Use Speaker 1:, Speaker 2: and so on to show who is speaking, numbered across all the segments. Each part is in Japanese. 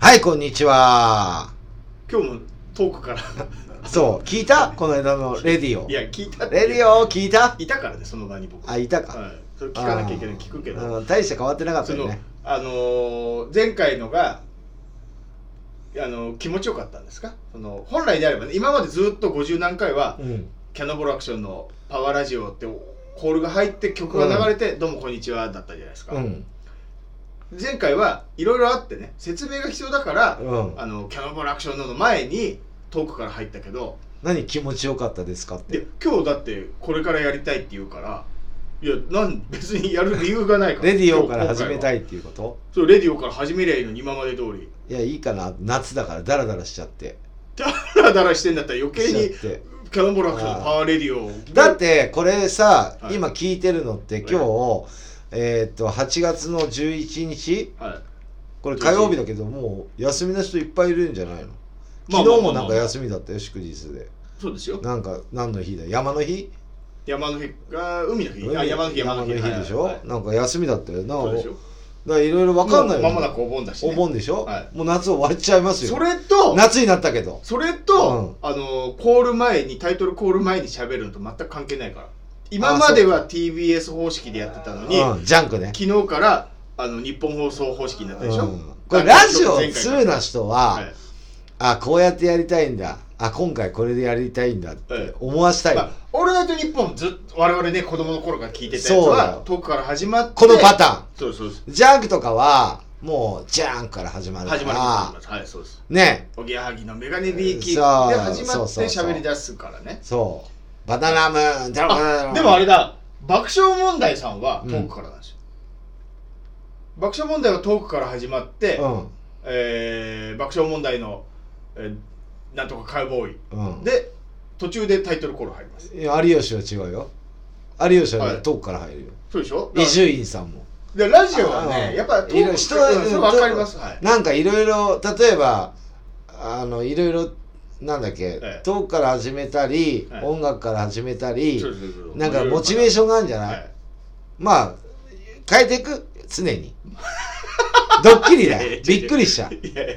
Speaker 1: はい、こんにちは。
Speaker 2: 今日も遠くから
Speaker 1: そう、聞いたこの間のレディオ
Speaker 2: い。や聞いた
Speaker 1: レディオ聞いた
Speaker 2: いたからねその場に僕
Speaker 1: あ、いたか。
Speaker 2: はい、それ聞かなきゃいけない聞くけど
Speaker 1: うん大して変わってなかった
Speaker 2: そ
Speaker 1: よ
Speaker 2: の
Speaker 1: ね。
Speaker 2: あのー前回のがあのー気持ちよかったんですかその本来であればね今までずっと50何回は
Speaker 1: うん。
Speaker 2: キャノボルアクションの「パワーラジオ」ってコールが入って曲が流れて「どうもこんにちは」だったじゃないですか、
Speaker 1: うん。
Speaker 2: 前回はいろいろあってね説明が必要だから、
Speaker 1: うん。
Speaker 2: あのキャノボルアクションの前に遠くから入ったけど
Speaker 1: 何気持ちよかったですかって
Speaker 2: で。今日だってこれからやりたいって言うからいやなん別にやる理由がないから
Speaker 1: レディオから始めた
Speaker 2: い
Speaker 1: いっていうこと
Speaker 2: そうレディオから始めりゃいいのに今まで通り
Speaker 1: いや、いいかな。夏だからダラダラしちゃって。
Speaker 2: ダラダラしてんだったら余計
Speaker 1: し
Speaker 2: に
Speaker 1: ちゃって。
Speaker 2: キャノンボールアクションのパワーレディオを
Speaker 1: だって、これさ、
Speaker 2: はい
Speaker 1: 今聞いてるのって今日、えーっと、8月の11日
Speaker 2: はい
Speaker 1: これ火曜日だけど、もう休みの人いっぱいいるんじゃないの
Speaker 2: まあ
Speaker 1: 昨日もなんか
Speaker 2: まあまあまあ
Speaker 1: 休みだったよ、祝日で。
Speaker 2: そうですよ
Speaker 1: なんか、何の日だ山の日
Speaker 2: 山の日が海の日あ山の日山の日
Speaker 1: でしょ、
Speaker 2: はいはい
Speaker 1: なんか休みだったよな。
Speaker 2: そう
Speaker 1: だ
Speaker 2: で
Speaker 1: か
Speaker 2: しょ
Speaker 1: らいろいろわかんないよ、
Speaker 2: もうまもなくお盆だしね
Speaker 1: お盆でしょ、
Speaker 2: は
Speaker 1: もう夏終わっちゃいます
Speaker 2: そ
Speaker 1: よ。
Speaker 2: れと
Speaker 1: 夏になったけど。
Speaker 2: それと、あのコール前にタイトルコール前に喋るのと全く関係ないから今までは TBS 方式でやってたのに、
Speaker 1: うん、ジャンクね。
Speaker 2: 昨日からあの日本放送方式になったでし
Speaker 1: う
Speaker 2: ょ、
Speaker 1: んこれラジオ2
Speaker 2: な
Speaker 1: な人は、
Speaker 2: はい
Speaker 1: あ、こうやってやりたいんだ。あ、今回これでやりたいんだって思わしたい。
Speaker 2: まあ、オールナイトニッポンずっと我々ね子供の頃から聞いてたやつ
Speaker 1: そうだよ
Speaker 2: は遠くから始まって
Speaker 1: このパ
Speaker 2: ン
Speaker 1: ターン。
Speaker 2: そうですそうです
Speaker 1: ジャンクとかは、もう、ジャンクから始まるか
Speaker 2: 始まる始ま
Speaker 1: ら。
Speaker 2: るはいそうです
Speaker 1: ね。
Speaker 2: おぎやはぎのメガネビーキで
Speaker 1: そう
Speaker 2: 始ま
Speaker 1: そう
Speaker 2: って
Speaker 1: そうそう
Speaker 2: 喋り出すからね
Speaker 1: そう。バナナムーン、ジャンクバナナムーン
Speaker 2: でもあれだ爆笑問題さんは
Speaker 1: うん
Speaker 2: 遠くからなんですよ、爆笑問題は遠くから始まって、えー爆笑問題の、えーなんとかカウボーイ
Speaker 1: うん。うん。
Speaker 2: で途中でタイトルコール入ります
Speaker 1: いや有吉は違うよ有吉
Speaker 2: は
Speaker 1: はい遠くから入るよ
Speaker 2: そうでしょ
Speaker 1: 伊
Speaker 2: だから
Speaker 1: 集院さんも
Speaker 2: でラジオは
Speaker 1: あー
Speaker 2: ねやっぱ
Speaker 1: いろいろ人は
Speaker 2: うんそれ分かりますはい
Speaker 1: なんかいろいろ例えばあのいろいろなんだっけ、
Speaker 2: ええ
Speaker 1: 遠くから始めたり、
Speaker 2: はい
Speaker 1: 音楽から始めたり
Speaker 2: そうそうそう
Speaker 1: なんかモチベーションがあるんじゃない、
Speaker 2: はい
Speaker 1: まあ変えていく常にドッキリだ
Speaker 2: いやい
Speaker 1: よ
Speaker 2: や
Speaker 1: びっくりした
Speaker 2: いやいや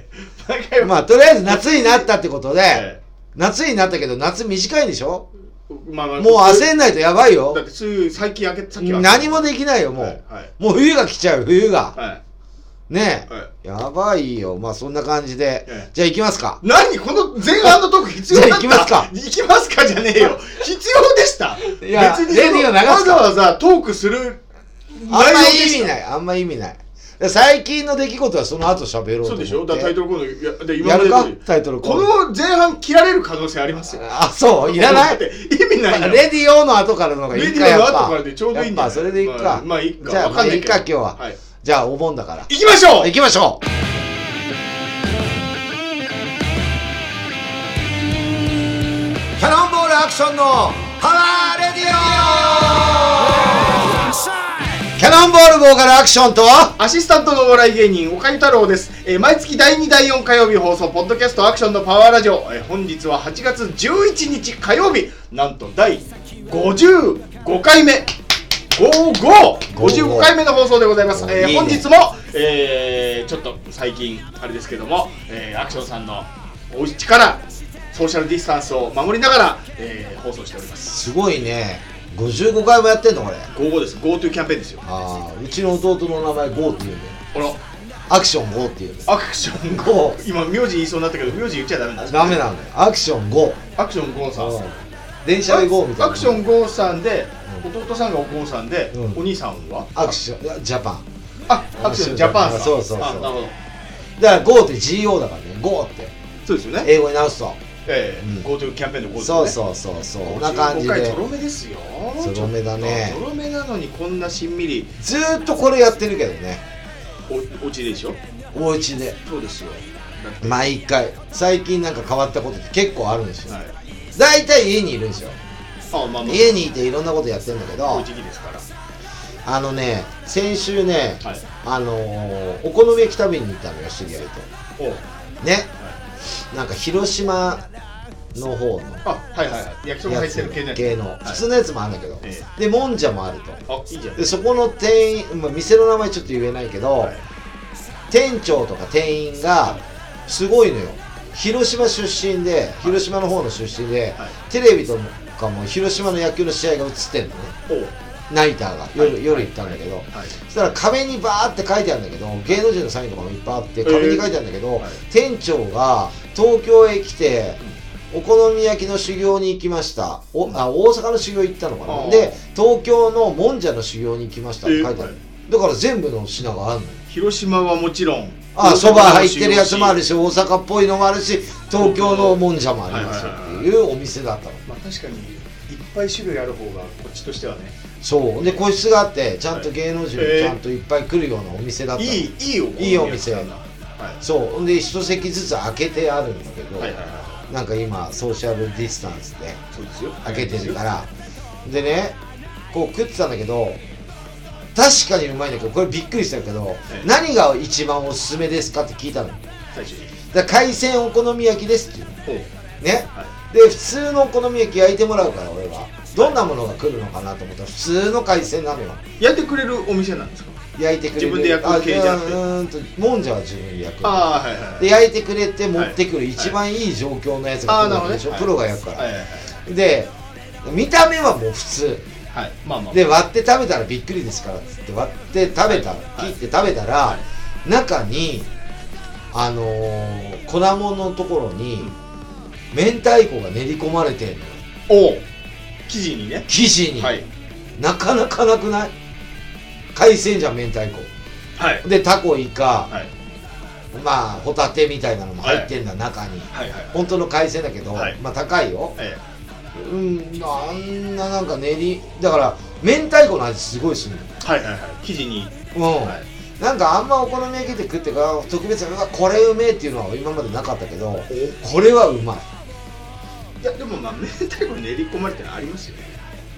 Speaker 2: 毎回
Speaker 1: まあとりあえず夏になったってことで、
Speaker 2: え
Speaker 1: 夏になったけど夏短いでしょ
Speaker 2: えまあまあ
Speaker 1: もう焦んないとやばい
Speaker 2: だっ
Speaker 1: よ
Speaker 2: てそういう最近開けた先
Speaker 1: 何も
Speaker 2: ね
Speaker 1: できないよもう、
Speaker 2: はいはい
Speaker 1: もう冬が来ちゃう冬が
Speaker 2: はい
Speaker 1: ねえ
Speaker 2: はい
Speaker 1: やばいよ。まあそんな感じで
Speaker 2: ええ。
Speaker 1: じゃあ行きますか。
Speaker 2: 何この前半のトーク必要だった
Speaker 1: じゃあ行きますか
Speaker 2: 行きますかじゃねえよ必要でした
Speaker 1: いや
Speaker 2: 別にその
Speaker 1: レディオ流すか
Speaker 2: わざわざトークする
Speaker 1: あんま意味
Speaker 2: い
Speaker 1: ない。あんま意味ない。で最近の出来事はその後喋ろうと思って。
Speaker 2: そうでしょだからタイトルコールやで
Speaker 1: や
Speaker 2: 今ま
Speaker 1: る
Speaker 2: で
Speaker 1: か
Speaker 2: 通り
Speaker 1: タイトルコ
Speaker 2: こ
Speaker 1: ール。
Speaker 2: の前半切られる可能性ありますよ
Speaker 1: あ、そういらな
Speaker 2: だっ
Speaker 1: い
Speaker 2: て意味ない
Speaker 1: まあ
Speaker 2: よ
Speaker 1: レディオの後からの方がい
Speaker 2: レ
Speaker 1: い
Speaker 2: デ
Speaker 1: か
Speaker 2: ィオ
Speaker 1: や
Speaker 2: の
Speaker 1: っ
Speaker 2: 後
Speaker 1: ぱ
Speaker 2: からでちょうどいいんだ
Speaker 1: やっぱそれでいくか。
Speaker 2: まあいいか
Speaker 1: じゃあ
Speaker 2: わかん
Speaker 1: まあ
Speaker 2: ない
Speaker 1: い
Speaker 2: け
Speaker 1: っか
Speaker 2: ど
Speaker 1: 今日は。
Speaker 2: はい
Speaker 1: じゃあお盆だから。
Speaker 2: 行きましょう
Speaker 1: 行きましょうキャノンボールアクションのパワーレディオキャノンボールボーカルアクションと
Speaker 2: アシスタントのお笑い芸人、岡ゆ太郎です。えー毎月第2、第4火曜日放送、ポッドキャストアクションのパワーラジオ。えー本日は8月11日火曜日、なんと第55回目。55! 55回目の放送でございます。えー
Speaker 1: いいね
Speaker 2: 本日も、えーちょっと最近、あれですけども、えーアクションさんのお家からソーシャルディスタンスを守りながら、えー放送しております。
Speaker 1: すごいね55回もやってんのこれ
Speaker 2: 55です。GoTo キャンペーンですよ。
Speaker 1: ああうちの弟の名前ゴーって言うんだよ
Speaker 2: この
Speaker 1: アクションゴーって言うんだよ
Speaker 2: アクション5。今、名字言いそうになったけど、名字言っちゃダメなんです
Speaker 1: ダメなんだよアクションゴー
Speaker 2: アクションゴーさん。
Speaker 1: 電車でゴーみたいな
Speaker 2: アクションゴーさんで、弟さんがゴーさんで、
Speaker 1: うん
Speaker 2: お兄さんは
Speaker 1: アクションいやジャパン
Speaker 2: あアクションジャパンさん
Speaker 1: そうそうそう
Speaker 2: あなるほ
Speaker 1: だ
Speaker 2: ど
Speaker 1: からゴーって GO だからねゴーって
Speaker 2: そうですよね
Speaker 1: 英語に直すと
Speaker 2: ええ
Speaker 1: うん
Speaker 2: GoTo キャンペーンの GoTo
Speaker 1: そう
Speaker 2: う
Speaker 1: そうそうそうこんな感じで
Speaker 2: とろめですよ
Speaker 1: ゾロ目だね
Speaker 2: とろめなのにこんなしんみり
Speaker 1: ずーっとこれやってるけどね
Speaker 2: おお家でしょ
Speaker 1: お家で
Speaker 2: そうですよだって
Speaker 1: 毎回最近なんか変わったことって結構あるんですよ
Speaker 2: はい
Speaker 1: 大体家にいるんですよ
Speaker 2: あまあまあ
Speaker 1: 家にいていろんなことやってんだけ
Speaker 2: こうい
Speaker 1: ど
Speaker 2: う時期ですから
Speaker 1: あのね先週ね
Speaker 2: はい
Speaker 1: あのーお好み焼き食べに行ったのよ知り合いと
Speaker 2: お
Speaker 1: ねなんか広島の方の
Speaker 2: あはいはいはい焼きそば入
Speaker 1: や
Speaker 2: ってる系ね
Speaker 1: つ系の
Speaker 2: はい
Speaker 1: 普通のやつもあるんだけど
Speaker 2: え
Speaker 1: でもんじゃもあると
Speaker 2: あいいじゃん
Speaker 1: でそこの店員、まあ、店の名前ちょっと言えないけど、
Speaker 2: はい
Speaker 1: 店長とか店員がすごいのよ広島出身で広島の方の出身で、
Speaker 2: はい
Speaker 1: テレビとかも広島の野球の試合が映ってんのね
Speaker 2: おう
Speaker 1: ナイターが夜,、
Speaker 2: はい
Speaker 1: 夜行ったんだけど、
Speaker 2: はい
Speaker 1: そしたら壁にバーって書いてあるんだけど芸能人のサインとかもいっぱいあって壁に書いてあるんだけど、
Speaker 2: はい
Speaker 1: 店長が東京へ来てお好み焼きの修行に行きましたおあ大阪の修行行ったのか
Speaker 2: あ
Speaker 1: な
Speaker 2: ー
Speaker 1: で東京のもんじゃの修行に行きましたって書いてある、だから全部の品があるのよ
Speaker 2: 広島はもちろん
Speaker 1: あそば入ってるやつもあ
Speaker 2: る
Speaker 1: るし大阪っぽいのもあるし東京のもんじゃもありますよっていうお店だったの
Speaker 2: まあ確かにいっぱい種類ある方がこっちとしてはね
Speaker 1: そうで個室があってちゃんと
Speaker 2: はい
Speaker 1: 芸能人も
Speaker 2: えー
Speaker 1: ちゃんといっぱい来るようなお店だったの、
Speaker 2: いいいいお店
Speaker 1: いいお店
Speaker 2: はいは
Speaker 1: そうで一席ずつ開けてあるんだけど、
Speaker 2: いはいは
Speaker 1: なんか今ソーシャルディスタンスで
Speaker 2: いそうですよ
Speaker 1: 開けてるからでねこう食ってたんだけど確かにうまいんだけどこれびっくりしたけど、
Speaker 2: い
Speaker 1: 何が一番おすすめですかって聞いたのだか
Speaker 2: 最初に
Speaker 1: ら海鮮お好み焼きですっていう
Speaker 2: おう
Speaker 1: ね
Speaker 2: はい
Speaker 1: で普通のお好み焼き焼いてもらうから俺はどんなものが来るのかなと思ったら普通の海鮮なのよ
Speaker 2: 焼いてくれるお店なんですか
Speaker 1: 焼いてくれる
Speaker 2: 自分で焼く系じゃなくて
Speaker 1: あうーんともんじゃは自分で焼く
Speaker 2: ああはいはい
Speaker 1: で焼いてくれて持ってくる
Speaker 2: はい
Speaker 1: 一番いい状況のやつが来るわけでしょ、
Speaker 2: あーな
Speaker 1: プ
Speaker 2: るほ
Speaker 1: ロ
Speaker 2: ど
Speaker 1: が焼くから、
Speaker 2: はいはいはい
Speaker 1: で見た目はもう普通
Speaker 2: はいまあまあ
Speaker 1: で割って食べたらびっくりですからっつって割って食べた、
Speaker 2: はい
Speaker 1: 切って食べたら、
Speaker 2: は
Speaker 1: 中にあのー粉物のところに明太子が練り込まれてんのよ
Speaker 2: おう生地にね
Speaker 1: 生地に、
Speaker 2: はい
Speaker 1: なかなかなくない海鮮じゃん明太子
Speaker 2: はい
Speaker 1: でタコイカ、
Speaker 2: はい
Speaker 1: まあホタテみたいなのも入ってんだ、中に
Speaker 2: はいはい
Speaker 1: 本当の海鮮だけど、
Speaker 2: はい
Speaker 1: まあ高いよ
Speaker 2: え
Speaker 1: うんあんななんか練りだから明太子の味すごいする
Speaker 2: えはいはいはい生地に
Speaker 1: のうん、
Speaker 2: はい
Speaker 1: なんかあんまお好み焼きで食ってから特別にうわこれうめえっていうのは今までなかったけど
Speaker 2: お
Speaker 1: これはうまい
Speaker 2: いやでもまあ明太子練り込まれてるのありますよね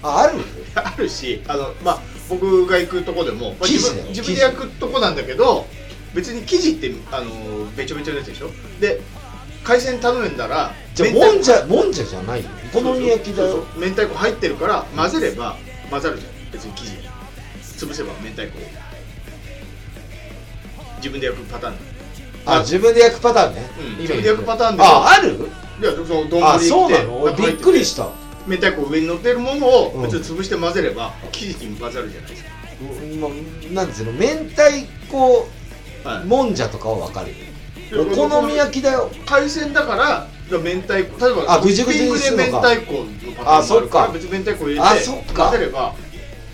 Speaker 1: あある
Speaker 2: あるしあのまあ僕が行くとこでも、まあ
Speaker 1: 生地
Speaker 2: 自
Speaker 1: だ
Speaker 2: 分
Speaker 1: よ
Speaker 2: 自
Speaker 1: 生地
Speaker 2: 分で焼くとこなんだけど別に生地ってあのべちょべちょのやつでしょで海鮮頼んだら
Speaker 1: じゃあ
Speaker 2: 明
Speaker 1: も
Speaker 2: 太子
Speaker 1: んじゃもんじゃじゃないよお好み焼きだ
Speaker 2: そう
Speaker 1: よ
Speaker 2: そう明太子入ってるから混ぜれば混ざるじゃん別に生地に潰せば明太子を自分で焼くパターン
Speaker 1: あ自分で焼くパターンね、
Speaker 2: うん
Speaker 1: イメージ
Speaker 2: 自分で焼くパターンで
Speaker 1: あある
Speaker 2: いやその丼
Speaker 1: あ
Speaker 2: に
Speaker 1: そ
Speaker 2: 行
Speaker 1: う
Speaker 2: って
Speaker 1: なの俺
Speaker 2: 中
Speaker 1: び
Speaker 2: 入て
Speaker 1: ってくりした
Speaker 2: 明太子上に乗ってるもの
Speaker 1: う
Speaker 2: を
Speaker 1: ん
Speaker 2: 別に潰して混ぜれば生地に混ざるじゃないです
Speaker 1: うんまなんつうの明太子
Speaker 2: か、はい
Speaker 1: もんじゃとかは分かる
Speaker 2: や
Speaker 1: よお好み焼きだよ
Speaker 2: 海鮮だから明太子例えば
Speaker 1: あぐじゅぐじゅ
Speaker 2: ト
Speaker 1: に
Speaker 2: ッピ
Speaker 1: す
Speaker 2: ン
Speaker 1: る
Speaker 2: グで
Speaker 1: の
Speaker 2: 明
Speaker 1: か
Speaker 2: 太子のパターンもあるから
Speaker 1: あそっか
Speaker 2: 別に明太子入れて
Speaker 1: あそっか
Speaker 2: 混ぜれば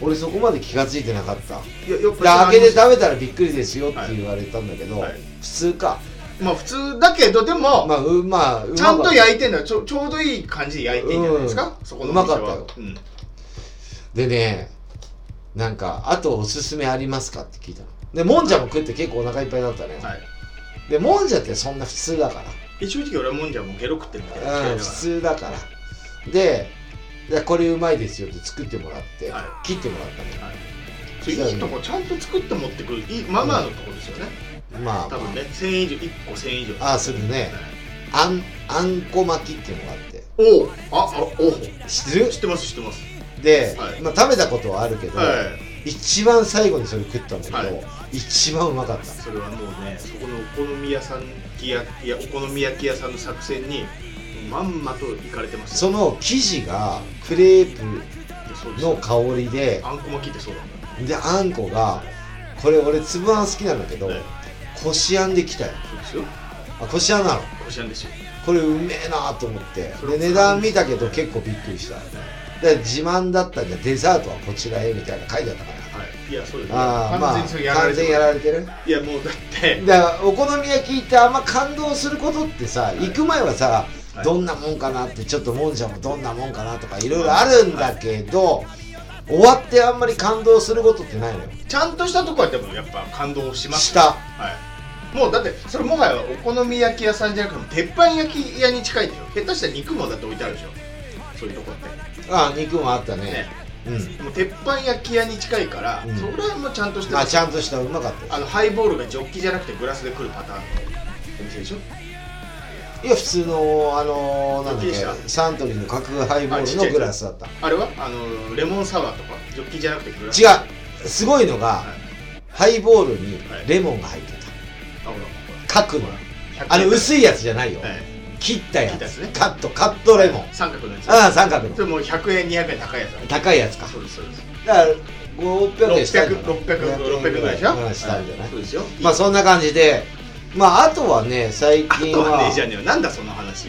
Speaker 1: 俺そこまで気が付いてなかった
Speaker 2: いややっ
Speaker 1: で開
Speaker 2: ぱ
Speaker 1: けて
Speaker 2: た
Speaker 1: 食べたらびっくりですよって言われたんだけど、
Speaker 2: はいはい
Speaker 1: 普通か
Speaker 2: まあ普通だけどでも、
Speaker 1: まあうまあうま
Speaker 2: ちゃんと
Speaker 1: い
Speaker 2: 焼いてんだよちょちょうどいい感じで焼いてんじゃないですか、
Speaker 1: うん
Speaker 2: そこのお店は
Speaker 1: うまかった
Speaker 2: よ、うん
Speaker 1: でねなんかあとおすすめありますかって聞いたのでもんじゃも食って結構お腹いっぱいだったね、
Speaker 2: はい
Speaker 1: でもんじゃってそんな普通だか
Speaker 2: え正直俺はもんじゃもうゲロ食ってるみたいな
Speaker 1: ら、うん、普通だからでいやこれうまいですよって作ってもらって、
Speaker 2: はい
Speaker 1: 切ってもらったの
Speaker 2: そういいとこちゃんと作って持ってくるいいママのとこですよね、
Speaker 1: まあ、
Speaker 2: 多
Speaker 1: ま
Speaker 2: 分ね1000円以上1個1000円以上
Speaker 1: ああするねあ、あんあんこ巻きってもらって
Speaker 2: おうああおう
Speaker 1: 知ってる
Speaker 2: 知ってます知ってます
Speaker 1: で、
Speaker 2: はい
Speaker 1: まあ、食べたことはあるけど、
Speaker 2: はい
Speaker 1: 一番最後にそれ食ったんだけど、
Speaker 2: は
Speaker 1: 一番うまかった
Speaker 2: それはもうねそこのお好み屋さんきやいやお好み焼き屋さんの作戦にまんまと行かれてます
Speaker 1: その生地がクレープ
Speaker 2: そうです
Speaker 1: の
Speaker 2: よ
Speaker 1: 香りで
Speaker 2: あんこ巻きってそうなんだ
Speaker 1: であんこがこれ俺粒あん好きなんだけど、
Speaker 2: はい
Speaker 1: こしあんできたよ
Speaker 2: そうですよ
Speaker 1: あこしあんなの
Speaker 2: こしあんですよ
Speaker 1: これうめえなと思って
Speaker 2: それ
Speaker 1: で値段見たけど結構びっくりしたで自慢だったんでデザートはこちらへみたいな書いてあったから
Speaker 2: はいいやそうですよ
Speaker 1: ああまあ
Speaker 2: 完全にそれやられ
Speaker 1: 完全
Speaker 2: て
Speaker 1: や
Speaker 2: る
Speaker 1: られてる
Speaker 2: いやもうだって
Speaker 1: だからお好み焼きってあんま感動することってさ、行く前はさ、
Speaker 2: はい
Speaker 1: どんなもんかなってちょっともんじゃもどんなもんかなとかいろいろあるんだけど、終わってあんまり感動することってないのよ
Speaker 2: ちゃんとしたとこはでもやっぱ感動します
Speaker 1: した
Speaker 2: はいもうだってそれもはやお好み焼き屋さんじゃなくて鉄板焼き屋に近いでしょ下手したら肉もだって置いてあるでしょそういうとこって
Speaker 1: ああ肉もあったね
Speaker 2: ね
Speaker 1: うん
Speaker 2: もう鉄板焼き屋に近いから、
Speaker 1: うん
Speaker 2: それはもうちゃんとして
Speaker 1: まあちゃんとしたうまかったよ
Speaker 2: あのハイボールがジョッキじゃなくてグラスで来るパターンのお店でしょ
Speaker 1: いや普通のあのー、なんだ
Speaker 2: どっちでした
Speaker 1: っけサントリーの角ハイボ
Speaker 2: あち
Speaker 1: ー
Speaker 2: っちゃ
Speaker 1: ル
Speaker 2: い
Speaker 1: のグラスだった
Speaker 2: あれはあのレモンサワーとかジョッキじゃなくてグラス
Speaker 1: 違
Speaker 2: あ
Speaker 1: うすごいのが、
Speaker 2: い
Speaker 1: ハイボールに
Speaker 2: はい
Speaker 1: レモンが入って
Speaker 2: ほら
Speaker 1: た角のあれ
Speaker 2: い、
Speaker 1: 薄いやつじゃないよ、
Speaker 2: え
Speaker 1: 切ったや
Speaker 2: 切ったや
Speaker 1: つ
Speaker 2: つね
Speaker 1: カットカットレモン、
Speaker 2: え三角のやつ
Speaker 1: ああ三角の
Speaker 2: それもう100円200円高いやつだ
Speaker 1: 高いやつか
Speaker 2: そうですそうです
Speaker 1: だから500円したんじゃない
Speaker 2: 600600ぐらいでしょ
Speaker 1: うんしたんじゃない
Speaker 2: そうですよ
Speaker 1: まあそんな感じでまああとはね最
Speaker 2: あ
Speaker 1: 近
Speaker 2: とは
Speaker 1: は
Speaker 2: ねじゃねえよなんだその話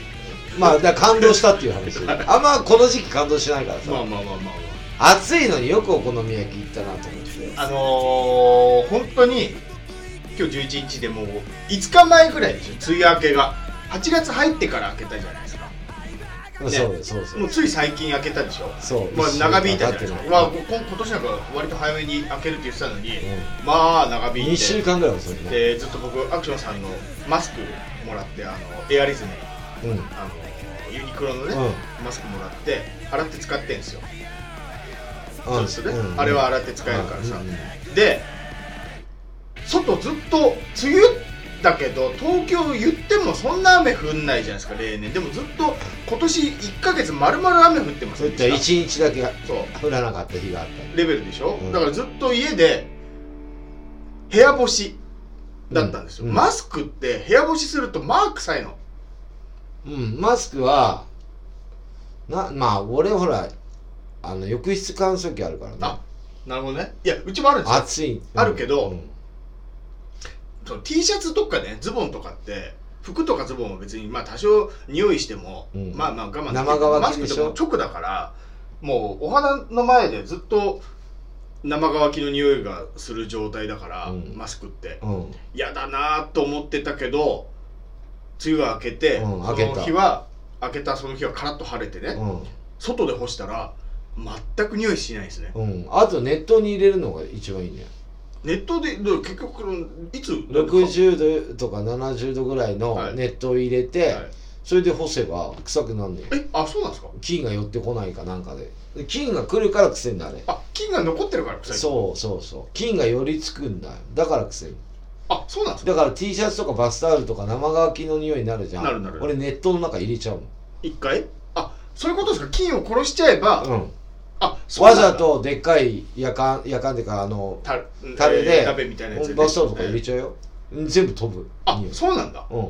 Speaker 1: まあだから感動したっていう話あんまこの時期感動しないからさ、
Speaker 2: まあまあまあまあ
Speaker 1: 暑いのによくお好み焼き行ったなと思って
Speaker 2: まああのー、本当に今日11日でもう5日前ぐらいでしょ梅雨明けが8月入ってから明けたじゃないですか
Speaker 1: そうそうそ
Speaker 2: もう
Speaker 1: う
Speaker 2: つい最近明けたでしょ
Speaker 1: そう
Speaker 2: まあ長引いたじゃないです
Speaker 1: 経っ
Speaker 2: か
Speaker 1: て、
Speaker 2: まあ、こ今年なんか割と早めに開けるって言ってたのに、
Speaker 1: う
Speaker 2: まあ長
Speaker 1: ん、
Speaker 2: 引
Speaker 1: 2
Speaker 2: い
Speaker 1: 週
Speaker 2: て
Speaker 1: 間ぐらい遅いね、
Speaker 2: でずっと僕アクションさんのマスクもらってあのエアリズム
Speaker 1: うんうん、
Speaker 2: あのユニクロのね、マスクもらって洗って使ってんですよ、そうですよね、
Speaker 1: うん
Speaker 2: あれは洗って使えるからさ、
Speaker 1: うんうん
Speaker 2: で外ずっと梅雨だけど東京言ってもそんな雨降んないじゃないですか例年でもずっと今年1か月まるまる雨降ってま
Speaker 1: そう
Speaker 2: す
Speaker 1: いった1日だけ
Speaker 2: そう
Speaker 1: 降らなかった日があった
Speaker 2: レベルでしょ、
Speaker 1: うん
Speaker 2: だからずっと家で部屋干しだったんですよ、
Speaker 1: うんうん
Speaker 2: マスクって部屋干しするとまあ臭いの
Speaker 1: うん、マスクは、な、まあ、俺ほら、あの、浴室乾燥機あるからね。
Speaker 2: あなるほどねいやうちもあるんですよ
Speaker 1: 暑い。
Speaker 2: あるけど
Speaker 1: うん
Speaker 2: その T シャツとかねズボンとかって服とかズボンは別にまあ多少匂いしても、
Speaker 1: うん
Speaker 2: まあまあ我慢できる
Speaker 1: 生乾き
Speaker 2: マスクってもう直だからもうお花の前でずっと生乾きの匂いがする状態だから、
Speaker 1: うん
Speaker 2: マスクって
Speaker 1: うん。
Speaker 2: 嫌だなと思ってたけど梅雨が明けて、
Speaker 1: うん
Speaker 2: そ
Speaker 1: 明けた
Speaker 2: の日は明けたその日はカラッと晴れてね、
Speaker 1: うん。
Speaker 2: 外で干したら全く匂いしないですね
Speaker 1: うん。あと、熱湯に入れるのが一番いいね。
Speaker 2: ネットでどう結局このいつ
Speaker 1: 60度とか70度ぐらい
Speaker 2: は
Speaker 1: の
Speaker 2: い
Speaker 1: 熱湯入れて、
Speaker 2: はい
Speaker 1: それで干せば臭くなんねん。
Speaker 2: えあそうなんですか
Speaker 1: 菌が寄ってこないかなんかで。で菌が来るから癖になる。
Speaker 2: あ菌が残ってるから臭い
Speaker 1: そうそうそう。菌が寄りつくんだよ。だから癖に。
Speaker 2: あそうなんですか
Speaker 1: だから T シャツとかバスタオルとか生乾きの匂いになるじゃん。
Speaker 2: なるなる
Speaker 1: 俺熱湯の中入れちゃうもん。
Speaker 2: 一回あそういうことですか菌を殺しちゃえば、
Speaker 1: うん、
Speaker 2: あそうな
Speaker 1: わ
Speaker 2: んだ
Speaker 1: ざとでっかいやかんやかんでかあの
Speaker 2: た
Speaker 1: 樽
Speaker 2: え
Speaker 1: で
Speaker 2: ー鍋みたいなやつで
Speaker 1: バスタオルとか入れ
Speaker 2: えー
Speaker 1: ちゃうよ、全部飛ぶ
Speaker 2: あ
Speaker 1: 匂い
Speaker 2: そうなんだ
Speaker 1: うん、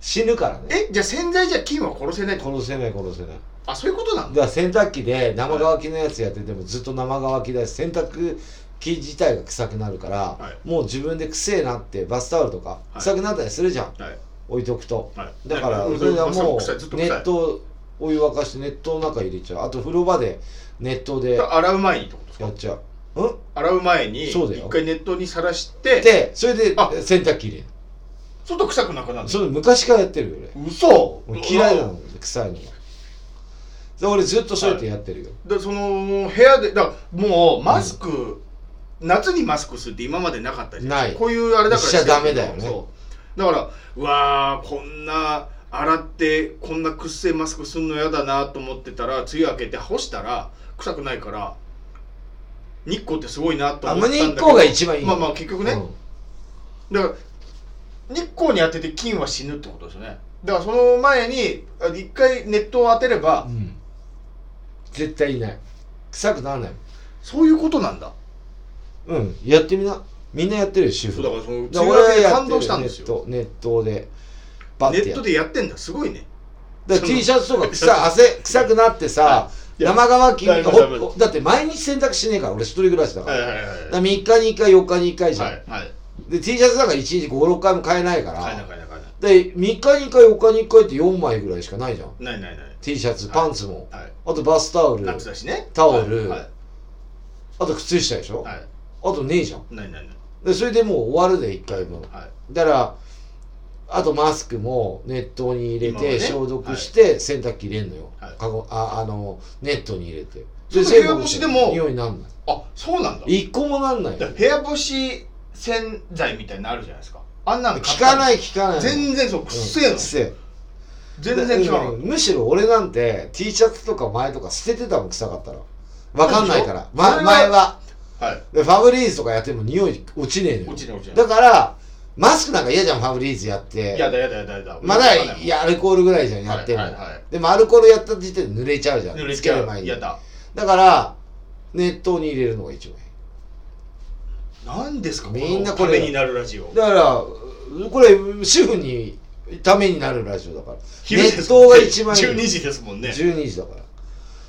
Speaker 1: 死ぬからね
Speaker 2: えじゃあ洗剤じゃ菌は殺せないってこと
Speaker 1: 殺せない殺せない
Speaker 2: あそういうことな
Speaker 1: だ
Speaker 2: んだ
Speaker 1: から洗濯機で生乾きのやつやっててもずっと生乾きだし洗濯機自体が臭くなるから、
Speaker 2: は
Speaker 1: もう自分で臭えなってバスタオルとか
Speaker 2: い
Speaker 1: 臭くなったりするじゃん、
Speaker 2: はい
Speaker 1: 置いとくと
Speaker 2: はい
Speaker 1: だから
Speaker 2: うん
Speaker 1: それは
Speaker 2: バスタオ
Speaker 1: も
Speaker 2: ル臭いずっ
Speaker 1: う
Speaker 2: と臭い
Speaker 1: 熱湯お湯沸かして熱湯の中入れちゃうあと風呂場で熱湯でや
Speaker 2: 洗う前にってことですか
Speaker 1: っちゃううん
Speaker 2: 洗う前に
Speaker 1: そうだよ
Speaker 2: 一回熱湯にさらして
Speaker 1: でそれで
Speaker 2: あ
Speaker 1: 洗濯機入れる
Speaker 2: 外臭くなくなるの
Speaker 1: それ昔からやってるよ
Speaker 2: 嘘
Speaker 1: 俺嫌いなの臭いのがで俺ずっとそうやってやってるよ、
Speaker 2: でその部屋でだからもうマスク、夏にマスクするって今までなかったじゃん
Speaker 1: ない
Speaker 2: こういうあれだから
Speaker 1: しちゃダメだよね
Speaker 2: そうだからうわーこんな洗ってこんなくっせえマスクすんの嫌だなと思ってたら梅雨明けて干したら臭くないから日光ってすごいなと
Speaker 1: あ
Speaker 2: 思
Speaker 1: ん
Speaker 2: った
Speaker 1: ま
Speaker 2: んだ
Speaker 1: 日
Speaker 2: けど
Speaker 1: 光が一番いい
Speaker 2: まあまあ結局ね、
Speaker 1: うん
Speaker 2: だから日光に当てて菌は死ぬってことですよねだからその前にあ一回熱湯を当てれば、
Speaker 1: うん絶対いない臭くならない
Speaker 2: そういうことなんだ
Speaker 1: うんやってみなみんなやってるよ主婦
Speaker 2: そうだからその梅
Speaker 1: だから
Speaker 2: 雨明けで
Speaker 1: やってる
Speaker 2: 感動したんですよ。
Speaker 1: ネットネットでバ
Speaker 2: ネ
Speaker 1: ッて
Speaker 2: ッ
Speaker 1: や
Speaker 2: ト
Speaker 1: る
Speaker 2: でやってんだ、すごいね。
Speaker 1: だから T シャツとか 臭汗臭くなってさ
Speaker 2: いや
Speaker 1: 生乾き
Speaker 2: だいぶだいぶ
Speaker 1: ほだって毎日洗濯しねえから俺一人暮らしだから,、
Speaker 2: はいは
Speaker 1: だから3日に1回4日に1回じゃん、
Speaker 2: はいはい。
Speaker 1: で T シャツなんか1日56回も買えないから
Speaker 2: 買えない買えない買え
Speaker 1: で3日に1回他に1回って4枚ぐらいしかないじゃん
Speaker 2: ない。ないないない。
Speaker 1: T シャツ
Speaker 2: はい
Speaker 1: パンツも、
Speaker 2: はい。
Speaker 1: あとバスタオルあ
Speaker 2: 夏だしね。
Speaker 1: タオル
Speaker 2: はい。
Speaker 1: と靴下でしょ、
Speaker 2: は
Speaker 1: あとねえじゃん
Speaker 2: い。ないないない。
Speaker 1: でそれでもう終わるで1回分
Speaker 2: はい。
Speaker 1: だからあとマスクも熱湯に入れ
Speaker 2: 今は
Speaker 1: て、
Speaker 2: ね
Speaker 1: 消毒して洗濯機入れんのよ、
Speaker 2: はい
Speaker 1: かごああのネットに入れて
Speaker 2: その部屋干しでも
Speaker 1: 匂いなんない
Speaker 2: あ、そうなんだ。
Speaker 1: 一個もなんない
Speaker 2: だ
Speaker 1: よ
Speaker 2: から部屋干し洗剤みたいなのあるじゃないですか。あんなの買
Speaker 1: 効
Speaker 2: った
Speaker 1: からない効かない
Speaker 2: 全然そう、くっせえ
Speaker 1: う
Speaker 2: の
Speaker 1: んくっ。せえ
Speaker 2: 全然効かな
Speaker 1: う
Speaker 2: い。
Speaker 1: んむしろ俺なんて T シャツとか前とか捨ててたもん臭かったらわかんないから、
Speaker 2: そうでしょ
Speaker 1: ま、前は
Speaker 2: はい。
Speaker 1: でファブリーズとかやっても匂い落ちねえのよ
Speaker 2: 落ちない落ちない。
Speaker 1: だからマスクなんか嫌じゃんファブリーズやって
Speaker 2: やだやだやだやだ。
Speaker 1: まあだからいやアルコールぐらいじゃんやっても、
Speaker 2: はいはいはい
Speaker 1: でもアルコールやった時点で濡れちゃうじゃん
Speaker 2: 濡れ
Speaker 1: つ
Speaker 2: ち
Speaker 1: け
Speaker 2: ゃ
Speaker 1: る
Speaker 2: う
Speaker 1: 前。に
Speaker 2: やだ。
Speaker 1: だから熱湯に入れるのが一番い
Speaker 2: なんですか
Speaker 1: みんなこれ
Speaker 2: ためになるラジオ
Speaker 1: い。だからうこれ主婦にためになるラジオだから
Speaker 2: 昼です
Speaker 1: 熱湯が一 番いい
Speaker 2: 12時ですもんね
Speaker 1: 12時だから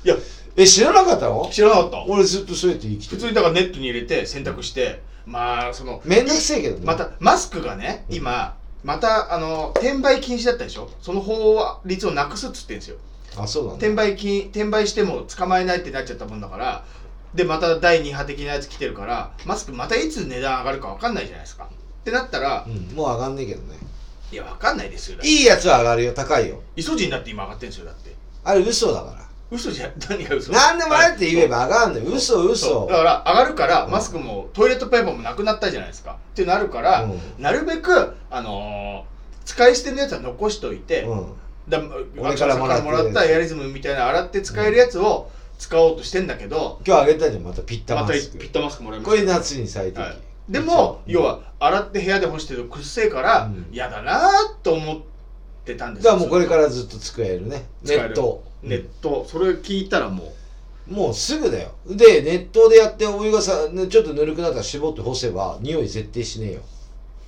Speaker 2: いや
Speaker 1: え知らなかったの
Speaker 2: 知らなかった
Speaker 1: 俺ずっとそうやって生きて
Speaker 2: 普
Speaker 1: る
Speaker 2: 通にだからネットに入れて洗濯してまあその
Speaker 1: めんどくせえけどね
Speaker 2: またマスクがね今またあの転売禁止だったでしょその法律をなくすっつってんですよ
Speaker 1: あそうだね
Speaker 2: 転売禁転売しても捕まえないってなっちゃったもんだからでまた第2波的なやつ来てるからマスクまたいつ値段上がるか分かんないじゃないですかってなったら
Speaker 1: うん、もう上がんねえけどね
Speaker 2: いや分かんないですよだって
Speaker 1: いいやつは上がるよ高いよ
Speaker 2: イソジンだって今上がってんですよだって
Speaker 1: あれ嘘だから
Speaker 2: 嘘じゃ 何が嘘
Speaker 1: 何でもあれって言えば上がんねん嘘
Speaker 2: そう
Speaker 1: 嘘
Speaker 2: だから上がるから
Speaker 1: うん
Speaker 2: マスクもトイレットペーパーもなくなったじゃないですかってなるから、
Speaker 1: う
Speaker 2: なるべくあのー使い捨てのやつは残しといて、
Speaker 1: んうん
Speaker 2: だ
Speaker 1: 俺からもらってる
Speaker 2: もらったエアリズムみたいな洗って使えるやつを使おうとしてんだけど、
Speaker 1: 今日あげたじゃんまたピッタ
Speaker 2: ま
Speaker 1: マ
Speaker 2: たピ
Speaker 1: スク
Speaker 2: ットマスクもらいま
Speaker 1: これ
Speaker 2: した
Speaker 1: 夏に最適、
Speaker 2: はいでも
Speaker 1: うん
Speaker 2: 要は洗って部屋で干してるとくっせえから、
Speaker 1: うん
Speaker 2: 嫌だなーと思ってたんです
Speaker 1: だからもうこれかららずっと使えるね
Speaker 2: 使
Speaker 1: ネ
Speaker 2: え
Speaker 1: ッ
Speaker 2: る
Speaker 1: ト
Speaker 2: ネットそれ聞いたらもう
Speaker 1: もうすぐだよで熱湯でやってお湯がさねちょっとぬるくなったら絞って干せば匂い絶対しねえよ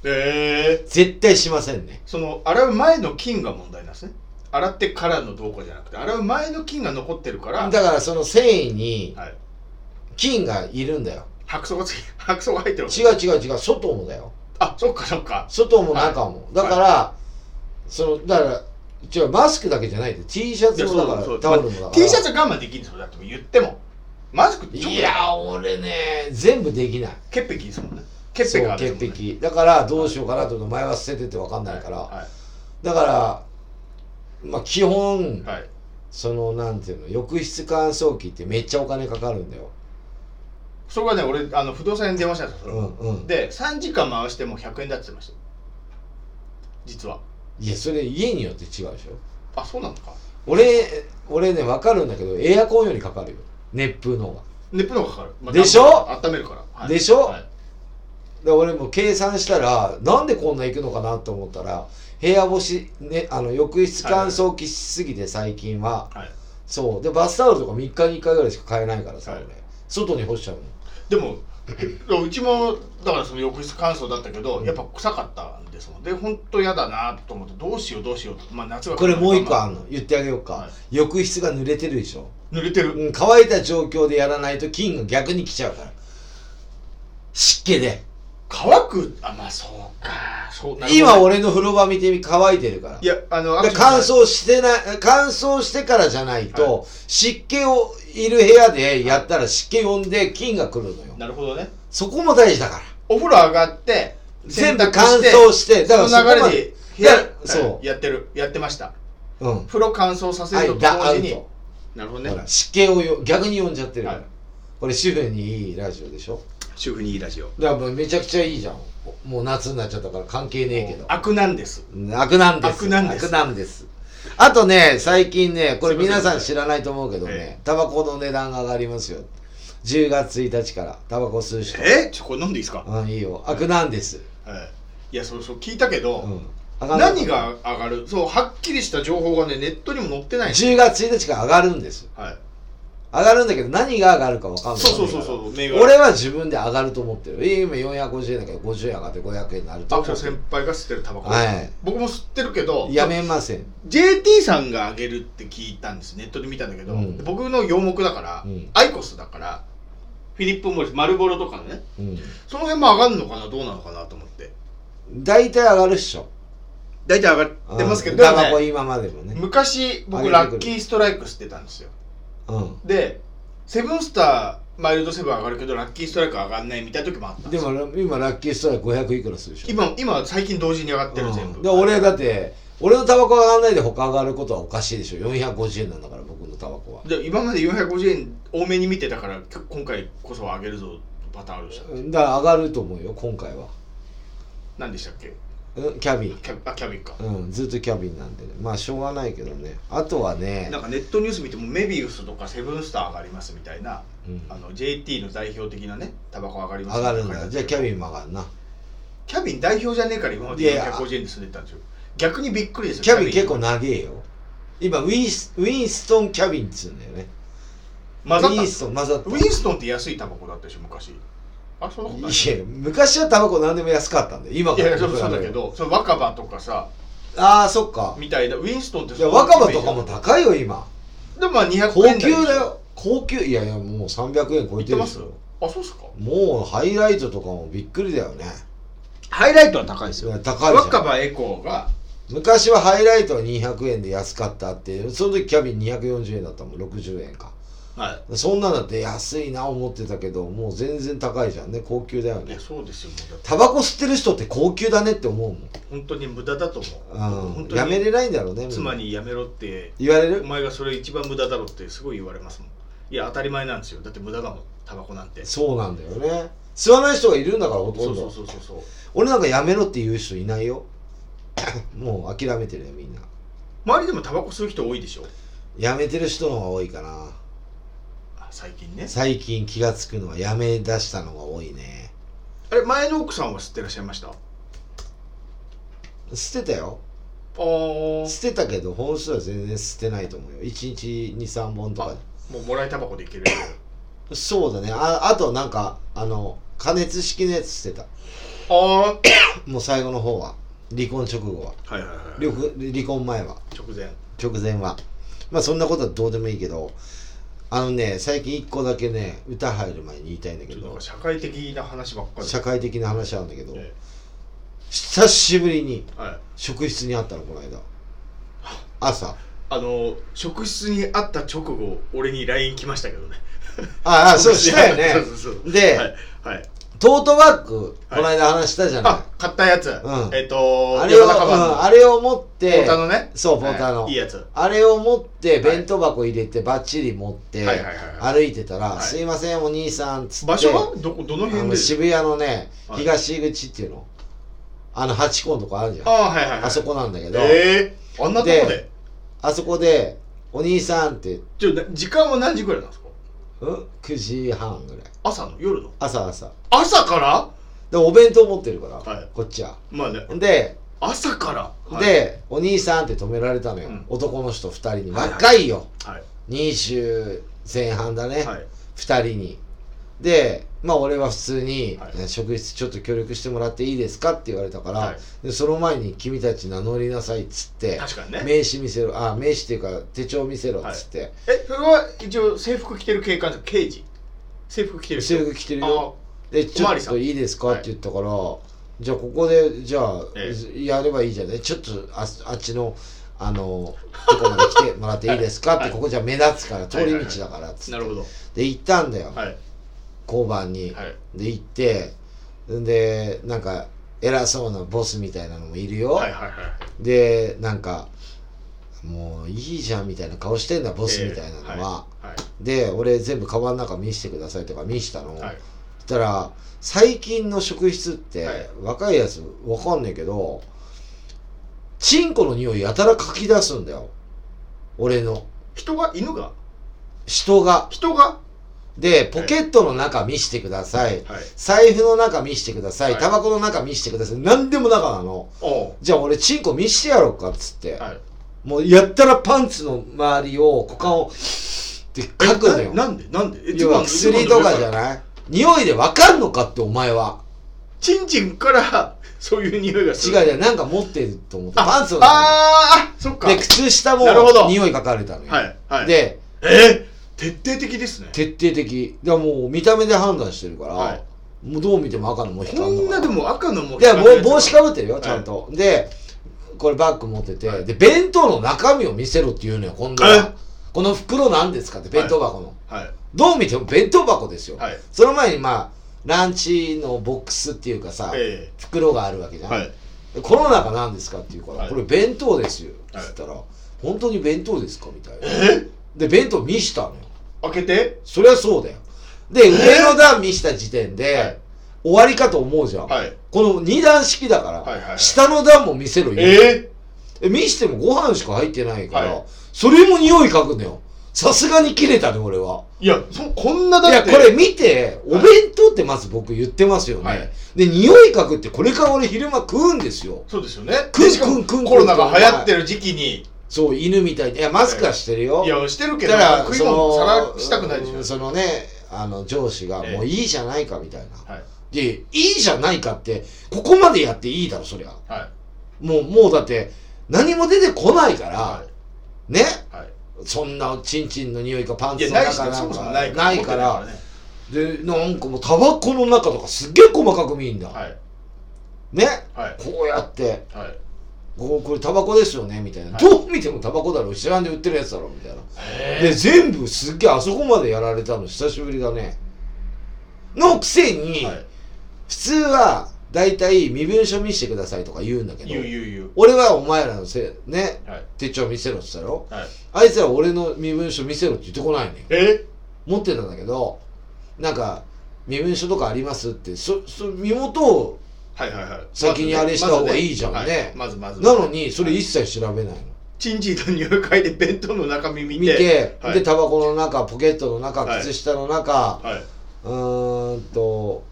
Speaker 2: ええ
Speaker 1: 絶対しませんね
Speaker 2: その洗う前の菌が問題なんですね洗ってからのどうこうじゃなくて洗う前の菌が残ってるから
Speaker 1: だからその繊維に
Speaker 2: はい、
Speaker 1: 菌がいるんだよ
Speaker 2: 白素がつき 白素が入ってる
Speaker 1: 違う違う違う外もだよ
Speaker 2: あそっかそっか
Speaker 1: 外も中も、だから、そのだから違うマスクだけじゃないで T シャツもだから
Speaker 2: そうそう
Speaker 1: タオルもだから
Speaker 2: T シャツは我慢できるんですよだって言ってもマスクってちょっと
Speaker 1: いや俺ね全部できない
Speaker 2: 潔癖ですもんね潔癖がある
Speaker 1: そ
Speaker 2: ん
Speaker 1: う
Speaker 2: ですもんね
Speaker 1: 潔癖だからどうしようかなと思って前は捨ててて分かんないから、
Speaker 2: は
Speaker 1: だからまあ基本
Speaker 2: い、はい、
Speaker 1: そのなんていうの浴室乾燥機ってめっちゃお金かかるんだよ
Speaker 2: それがね俺あの不動産屋に電話したんですよ
Speaker 1: う
Speaker 2: それを
Speaker 1: んうん
Speaker 2: で3時間回しても100円だって言ってました実はい
Speaker 1: やそれ家によって違うでしょ
Speaker 2: あそうなのか
Speaker 1: 俺俺ね分かるんだけどエアコンよりかかるよ熱風の方がだか
Speaker 2: 熱風の方がかかる、ま
Speaker 1: でしょ
Speaker 2: 温めるから、はい
Speaker 1: でしょ
Speaker 2: はい
Speaker 1: ら俺も計算したらなんでこんな行くのかなと思ったら部屋干し、ね、あの浴室乾燥機しすぎて最近は、
Speaker 2: はい
Speaker 1: そうでバスタオルとか3日に1回ぐらいしか買えないからさ、
Speaker 2: はい
Speaker 1: 俺外に干しちゃうの
Speaker 2: でもうちもだからその浴室乾燥だったけど、
Speaker 1: うん
Speaker 2: やっぱ臭かったんですもんで本当嫌だなと思ってどうしようどうしようとまあ夏が
Speaker 1: これもう一個
Speaker 2: ま
Speaker 1: あんの言ってあげようか、
Speaker 2: はい
Speaker 1: 浴室が濡れてるでしょ、
Speaker 2: あ濡れてる、
Speaker 1: うん、乾いた状況でやらないと菌が逆に来ちゃうから湿気で
Speaker 2: 乾くあまあそうかそうなるほど
Speaker 1: 今俺の風呂場見てみ乾いてるから
Speaker 2: いやあの
Speaker 1: で乾燥してない乾燥してからじゃないと、湿気をいる部屋でやったら湿気呼んで菌が来るのよ
Speaker 2: なるほどね
Speaker 1: そこも大事だから
Speaker 2: お風呂上がって
Speaker 1: 全
Speaker 2: 洗
Speaker 1: 部
Speaker 2: 濯
Speaker 1: 乾
Speaker 2: して
Speaker 1: 燥してだからそ
Speaker 2: そ
Speaker 1: こま
Speaker 2: の流れ
Speaker 1: で
Speaker 2: で部屋
Speaker 1: だからそう
Speaker 2: はいやってるやってました
Speaker 1: うん
Speaker 2: 風呂乾燥させ
Speaker 1: は
Speaker 2: ると
Speaker 1: い
Speaker 2: 同
Speaker 1: だア
Speaker 2: 時
Speaker 1: ウ
Speaker 2: に、
Speaker 1: ト、
Speaker 2: なるほど
Speaker 1: ほ
Speaker 2: ね
Speaker 1: ら湿気をよ逆に呼んじゃってるから、
Speaker 2: はい
Speaker 1: これ主婦にいいラジオでしょ
Speaker 2: 主婦にいいラジオ
Speaker 1: だからもうめちゃくちゃいいじゃんもう夏になっちゃったから関係ねえけど
Speaker 2: 悪なんです
Speaker 1: 悪なんです
Speaker 2: 悪なんです
Speaker 1: なんですあとね最近ねこれ
Speaker 2: すいません
Speaker 1: 皆さん知らないと思うけど
Speaker 2: え
Speaker 1: ねタバコの値段が上がりますよ10月1日からタバコ吸う人
Speaker 2: えちょこれ飲んでいいですか、
Speaker 1: うんいいよ悪なんです、
Speaker 2: はい、いやそうそう聞いたけど、
Speaker 1: うん、上がる
Speaker 2: 何が上がるそうはっきりした情報がねネットにも載ってないんです
Speaker 1: 10月1日から上がるんです
Speaker 2: はい、
Speaker 1: 上がるんだけど何が上がるか分かんない
Speaker 2: そうそうそうそう銘柄
Speaker 1: 俺は自分で上がると思ってる今450円だけど50円上がって500円になると
Speaker 2: 爆
Speaker 1: 思っ
Speaker 2: 笑
Speaker 1: てる
Speaker 2: 先輩が吸ってるタバコ、
Speaker 1: はい
Speaker 2: 僕も吸ってるけど
Speaker 1: やめません
Speaker 2: JT さんが上げるって聞いたんですネットで見たんだけど、
Speaker 1: うん
Speaker 2: 僕の洋目だから、
Speaker 1: うん
Speaker 2: アイコスだからフィリップ・モリスマルボロとかのね
Speaker 1: うん
Speaker 2: その辺も上がるのかなどうなのかなと思って
Speaker 1: 大体上がるっしょ
Speaker 2: 大体上がってますけど、
Speaker 1: うん
Speaker 2: で
Speaker 1: タ
Speaker 2: もね
Speaker 1: バコ今までもね
Speaker 2: 昔僕ラッキーストライク吸ってたんですよ
Speaker 1: うん
Speaker 2: でセブンスターマイルドセブン上がるけどラッキーストライク上がんないみたいな時もあったんで
Speaker 1: です
Speaker 2: よ
Speaker 1: も今ラッキーストライク500いくらするでしょ
Speaker 2: 今今最近同時に上がってる、
Speaker 1: うん
Speaker 2: 全部
Speaker 1: で俺だって俺のタバコ上がらないで他上がることはおかしいでしょ450円なんだから僕のタバコは
Speaker 2: で今まで450円多めに見てたからきょ今回こそ上げるぞパターンあるでし
Speaker 1: だ
Speaker 2: た
Speaker 1: から上がると思うよ今回は
Speaker 2: 何でしたっけ
Speaker 1: うんキャビン
Speaker 2: キャあキャビンか
Speaker 1: うんずっとキャビンなんでねまあしょうがないけどねあとはね
Speaker 2: なんかネットニュース見てもメビウスとかセブンスター上がりますみたいな
Speaker 1: うん
Speaker 2: あの JT の代表的なねタバコ上がります
Speaker 1: 上がるんだじゃあキャ
Speaker 2: ン
Speaker 1: ビンも上がるな
Speaker 2: キャビン代表じゃねえから今ま
Speaker 1: いやい
Speaker 2: で
Speaker 1: や
Speaker 2: 450円で住んでたんですよ逆にびっくりですよ
Speaker 1: キャビン結構長えよ今ウィンスウィンストンキャビンっつうんだよね
Speaker 2: 混ざっ
Speaker 1: ウ
Speaker 2: た
Speaker 1: ィン
Speaker 2: ウ
Speaker 1: ストン混ざった
Speaker 2: ィンストンって安いタバコだったでしょ昔あそんなことない
Speaker 1: いや昔はタバコ何でも安かったんだよ今
Speaker 2: い
Speaker 1: から
Speaker 2: やそうそうだけどその若葉とかさ
Speaker 1: ああそっか
Speaker 2: みたいなウィンストンって
Speaker 1: いや若葉とかも
Speaker 2: で
Speaker 1: 高いよ今
Speaker 2: もまあ200円
Speaker 1: 高
Speaker 2: 台
Speaker 1: 級だよ高級いやいやもう300円超
Speaker 2: 言
Speaker 1: え
Speaker 2: ってて
Speaker 1: る
Speaker 2: ま
Speaker 1: ですしょ
Speaker 2: あそうっすか
Speaker 1: もうハイライトとかもびっくりだよね
Speaker 2: ハイライトは高いです
Speaker 1: い
Speaker 2: よ
Speaker 1: や高いじゃ
Speaker 2: 若
Speaker 1: ん
Speaker 2: 葉エコーが
Speaker 1: 昔はハイライトは200円で安かったってその時キャビン240円だったもん60円か
Speaker 2: は
Speaker 1: そんなのって安いな思ってたけどもう全然高いじゃんね高級だよ
Speaker 2: いい
Speaker 1: ね
Speaker 2: やそうですよもうだって
Speaker 1: タバコ吸ってる人って高級だねって思うもん
Speaker 2: 本当に無駄だと思う
Speaker 1: うん
Speaker 2: 本、当
Speaker 1: やめれないんだろうね
Speaker 2: 妻にやめろって
Speaker 1: 言われ
Speaker 2: お
Speaker 1: る
Speaker 2: 前がそれ一番無駄だろってすごい言われますもんいや当たり前なんですよだって無駄だもんタバコなんてそ
Speaker 1: そうなんだよね吸わない人がいるんだからほとんど
Speaker 2: うそうそうそうそう
Speaker 1: 俺なんかやめろって言う人いないよ もう諦めてるよみんな
Speaker 2: 周りでもタバコ吸う人多いでしょ
Speaker 1: やめてる人の方が多いかな
Speaker 2: あ最近ね
Speaker 1: 最近気がつくのはやめ出したのが多いね
Speaker 2: あれ前の奥さんは吸ってらっしゃいましたあ
Speaker 1: 捨てたよ
Speaker 2: ー
Speaker 1: 捨てたけど本数は全然捨てないと思うよ1日23本とか
Speaker 2: もうもらいタバコでいける
Speaker 1: そうだねああとなんかあの加熱式のやつ捨てた
Speaker 2: ああー
Speaker 1: もう最後の方は離婚直後は
Speaker 2: はいはいはい
Speaker 1: 離婚離婚前は
Speaker 2: 直前
Speaker 1: 直前はまあそんなことはどうでもいいけどあのね最近1個だけね歌入る前に言いたいんだけ
Speaker 2: ちょっとなん
Speaker 1: ど
Speaker 2: か社会的な話ばっかり
Speaker 1: 社会的な話なんだけど、
Speaker 2: え
Speaker 1: 久しぶりに
Speaker 2: えはい
Speaker 1: 職質にあったのこの間朝
Speaker 2: あの職質に会った直後俺に LINE 来ましたけどね
Speaker 1: ああそうしたよ
Speaker 2: そう
Speaker 1: ね
Speaker 2: そうそう
Speaker 1: で
Speaker 2: はい、はい、
Speaker 1: トートバッグこの間話したじゃない、
Speaker 2: あ買ったやつ、
Speaker 1: ん
Speaker 2: えっ、と
Speaker 1: あれを、う
Speaker 2: 山中版の
Speaker 1: んあれを持って
Speaker 2: ポーターのね
Speaker 1: そうポーターの、
Speaker 2: はいいいやつ
Speaker 1: あれを持って
Speaker 2: い
Speaker 1: 弁当箱入れてバッチリ持って
Speaker 2: はいはいはい
Speaker 1: 歩いてたら「
Speaker 2: はい
Speaker 1: すいませんお兄さん」っつって
Speaker 2: 場所はどこどの
Speaker 1: あ
Speaker 2: 辺
Speaker 1: の
Speaker 2: で
Speaker 1: 渋谷のね
Speaker 2: はい
Speaker 1: 東口っていうの、あのハチ公のとこあるじゃん
Speaker 2: あ
Speaker 1: あ,、
Speaker 2: あはいはいはい
Speaker 1: そこなんだけど、
Speaker 2: ええあんなとこで
Speaker 1: であそこで「お兄さん」って、
Speaker 2: ちょな時間は何時ぐらいなんですか
Speaker 1: うん、9時半ぐらい
Speaker 2: 朝の夜の
Speaker 1: 朝朝
Speaker 2: 朝から
Speaker 1: でお弁当持ってるから、
Speaker 2: はい
Speaker 1: こっちは
Speaker 2: まあね
Speaker 1: で、
Speaker 2: 朝から、はい、
Speaker 1: で「お兄さん」って止められたのよ、
Speaker 2: うん
Speaker 1: 男の人2人に
Speaker 2: はいはい
Speaker 1: 若いよ
Speaker 2: はい
Speaker 1: 20前半だね、
Speaker 2: はい
Speaker 1: 2人にでまあ俺は普通に
Speaker 2: は
Speaker 1: 「
Speaker 2: い
Speaker 1: 職質ちょっと協力してもらっていいですか?」って言われたから、
Speaker 2: はい
Speaker 1: でその前に「君たち名乗りなさい」っつって
Speaker 2: 確かにね
Speaker 1: 名刺見せろあ名刺っていうか手帳見せろっつって、
Speaker 2: えそれは一応制服着てる警官じゃん刑事制服着てる人
Speaker 1: 制服着てるよでちょ
Speaker 2: おまわ
Speaker 1: っ
Speaker 2: りさ
Speaker 1: と
Speaker 2: ん
Speaker 1: いいですかって言ったから、じゃあここでじゃあ、
Speaker 2: え
Speaker 1: やればいいじゃないちょっとああっちのあのとこまで来てもらっていいですかって、
Speaker 2: はい
Speaker 1: ここじゃ目立つから通り道だからっ
Speaker 2: あ
Speaker 1: つって、
Speaker 2: なるほど
Speaker 1: で行ったんだよ、
Speaker 2: はい
Speaker 1: 交番に、
Speaker 2: はい
Speaker 1: で行ってでなんか偉そうなボスみたいなのもいるよ、
Speaker 2: はいはいはい
Speaker 1: でなんかもういいじゃんみたいな顔してんだボスみたいなのは、
Speaker 2: ええはい
Speaker 1: で俺全部カバンの中見せてくださいとか見したの、
Speaker 2: はい
Speaker 1: そしたら最近の職質って、
Speaker 2: はい
Speaker 1: 若いやつわかんねえけどチンコの匂いやたらかき出すんだよ俺の
Speaker 2: 人が犬が
Speaker 1: 人が
Speaker 2: 人が
Speaker 1: でポケットの中見してください、
Speaker 2: はい
Speaker 1: 財布の中見してください、
Speaker 2: はい
Speaker 1: タバコの中見してください何でも中なの
Speaker 2: お
Speaker 1: じゃあ俺チンコ見してやろうかっつって、
Speaker 2: うはい
Speaker 1: もうやったらパンツの周りを股間をって書くのよ
Speaker 2: えななんでなんでえ
Speaker 1: 要は
Speaker 2: ズボン
Speaker 1: 薬
Speaker 2: の
Speaker 1: とかじゃない匂いでわかんのかってお前は
Speaker 2: チンチンから そういう匂いがす
Speaker 1: 違う
Speaker 2: る
Speaker 1: 違うなんか持ってると思ってパンツの中
Speaker 2: ああーそっか
Speaker 1: にで靴下も
Speaker 2: なるほど
Speaker 1: 匂いかかれたのよ、
Speaker 2: はいはい
Speaker 1: で
Speaker 2: えー、徹底的ですね
Speaker 1: 徹底的だからもう見た目で判断してるから、
Speaker 2: はい
Speaker 1: もうどう見ても赤のモヒカ
Speaker 2: こ
Speaker 1: ン
Speaker 2: ん
Speaker 1: だ
Speaker 2: な
Speaker 1: か
Speaker 2: でも赤のもう
Speaker 1: ら
Speaker 2: 光
Speaker 1: で
Speaker 2: るやつ
Speaker 1: 帽子かぶってるよちゃんと、でこれバッグ持ってて、
Speaker 2: はい
Speaker 1: で弁当の中身を見せろって言うのよ今度はこの袋なんですかって弁当箱の、
Speaker 2: はい
Speaker 1: どう見ても弁当箱ですよ、
Speaker 2: はい
Speaker 1: その前にまあランチのボックスっていうかさ、
Speaker 2: え
Speaker 1: 袋があるわけじ
Speaker 2: え
Speaker 1: ゃん、
Speaker 2: はい
Speaker 1: でこの中なんですかって言うから、
Speaker 2: はい
Speaker 1: これ弁当ですよ
Speaker 2: はい
Speaker 1: つったら、本当に弁当ですかみたいな
Speaker 2: え
Speaker 1: で弁当見したのよ
Speaker 2: 開けて
Speaker 1: そりゃそうだよで上の段見した時点で、
Speaker 2: はい
Speaker 1: 終わりかと思うじゃん、
Speaker 2: はい
Speaker 1: この2段式だから、
Speaker 2: はいはいはい
Speaker 1: 下の段も見せろよ、
Speaker 2: え
Speaker 1: え見してもご飯しか入ってないから、
Speaker 2: はい
Speaker 1: それも匂い嗅ぐのよさすがに切れたね俺は
Speaker 2: ー、いやそこんないだ
Speaker 1: や
Speaker 2: って
Speaker 1: これ見てお
Speaker 2: はい
Speaker 1: 弁当ってまず僕言ってますよね、
Speaker 2: はい
Speaker 1: で匂い嗅ぐってこれから俺昼間食うんですよ
Speaker 2: そうですよね
Speaker 1: くん
Speaker 2: でしかも
Speaker 1: くんくんくん
Speaker 2: コロナが流行ってる時期に
Speaker 1: そう犬みたいにいやマスクはしてるよ、
Speaker 2: いやしてるけ
Speaker 1: だ
Speaker 2: ど
Speaker 1: から
Speaker 2: 食い
Speaker 1: そ
Speaker 2: 物
Speaker 1: の
Speaker 2: さらしたくないでし
Speaker 1: う
Speaker 2: ょ
Speaker 1: んそのねあの上司が
Speaker 2: ええ
Speaker 1: もういいじゃないかみたいな、
Speaker 2: はい
Speaker 1: でいいじゃないかってここまでやっていいだろそりゃ
Speaker 2: はい
Speaker 1: もうもうだって何も出てこないから、
Speaker 2: は
Speaker 1: ね
Speaker 2: いはい
Speaker 1: そんなチンチンの匂いかパン
Speaker 2: いや
Speaker 1: ツの
Speaker 2: ないし
Speaker 1: 中
Speaker 2: ね
Speaker 1: な
Speaker 2: そ
Speaker 1: ん
Speaker 2: もそも
Speaker 1: か
Speaker 2: ない
Speaker 1: ないか
Speaker 2: 持っ
Speaker 1: ら
Speaker 2: て
Speaker 1: でなんかもうタバコの中とかすっげえ細かく見えんだ、
Speaker 2: ないからね
Speaker 1: ね
Speaker 2: はい
Speaker 1: こうやって
Speaker 2: はいはい
Speaker 1: 「こうこれタバコですよね」みたいな、
Speaker 2: はい
Speaker 1: どう見てもタバコだろ知らんで売ってるやつだろみたいなで全部すっげえあそこまでやられたの久しぶりだねのくせに、
Speaker 2: はい
Speaker 1: 普通は大体身分証見せてくださいとか言うんだけど
Speaker 2: 言う言う言う
Speaker 1: 俺はお前らのせいね
Speaker 2: はい
Speaker 1: 手帳見せろって言ったろ
Speaker 2: はい
Speaker 1: あいつら俺の身分証見せろって言ってこないのよ
Speaker 2: え
Speaker 1: 持ってたんだけどなんか身分証とかありますってそそ身元を
Speaker 2: はいはいはい
Speaker 1: 先にあれした方がいいじゃんね
Speaker 2: まずまず
Speaker 1: なのにそれ一切調べないの
Speaker 2: チンチンと入会で弁当の中身見て
Speaker 1: 見て、
Speaker 2: はい
Speaker 1: でタバコの中ポケットの中
Speaker 2: はい
Speaker 1: 靴下の中、
Speaker 2: はいう
Speaker 1: ーんと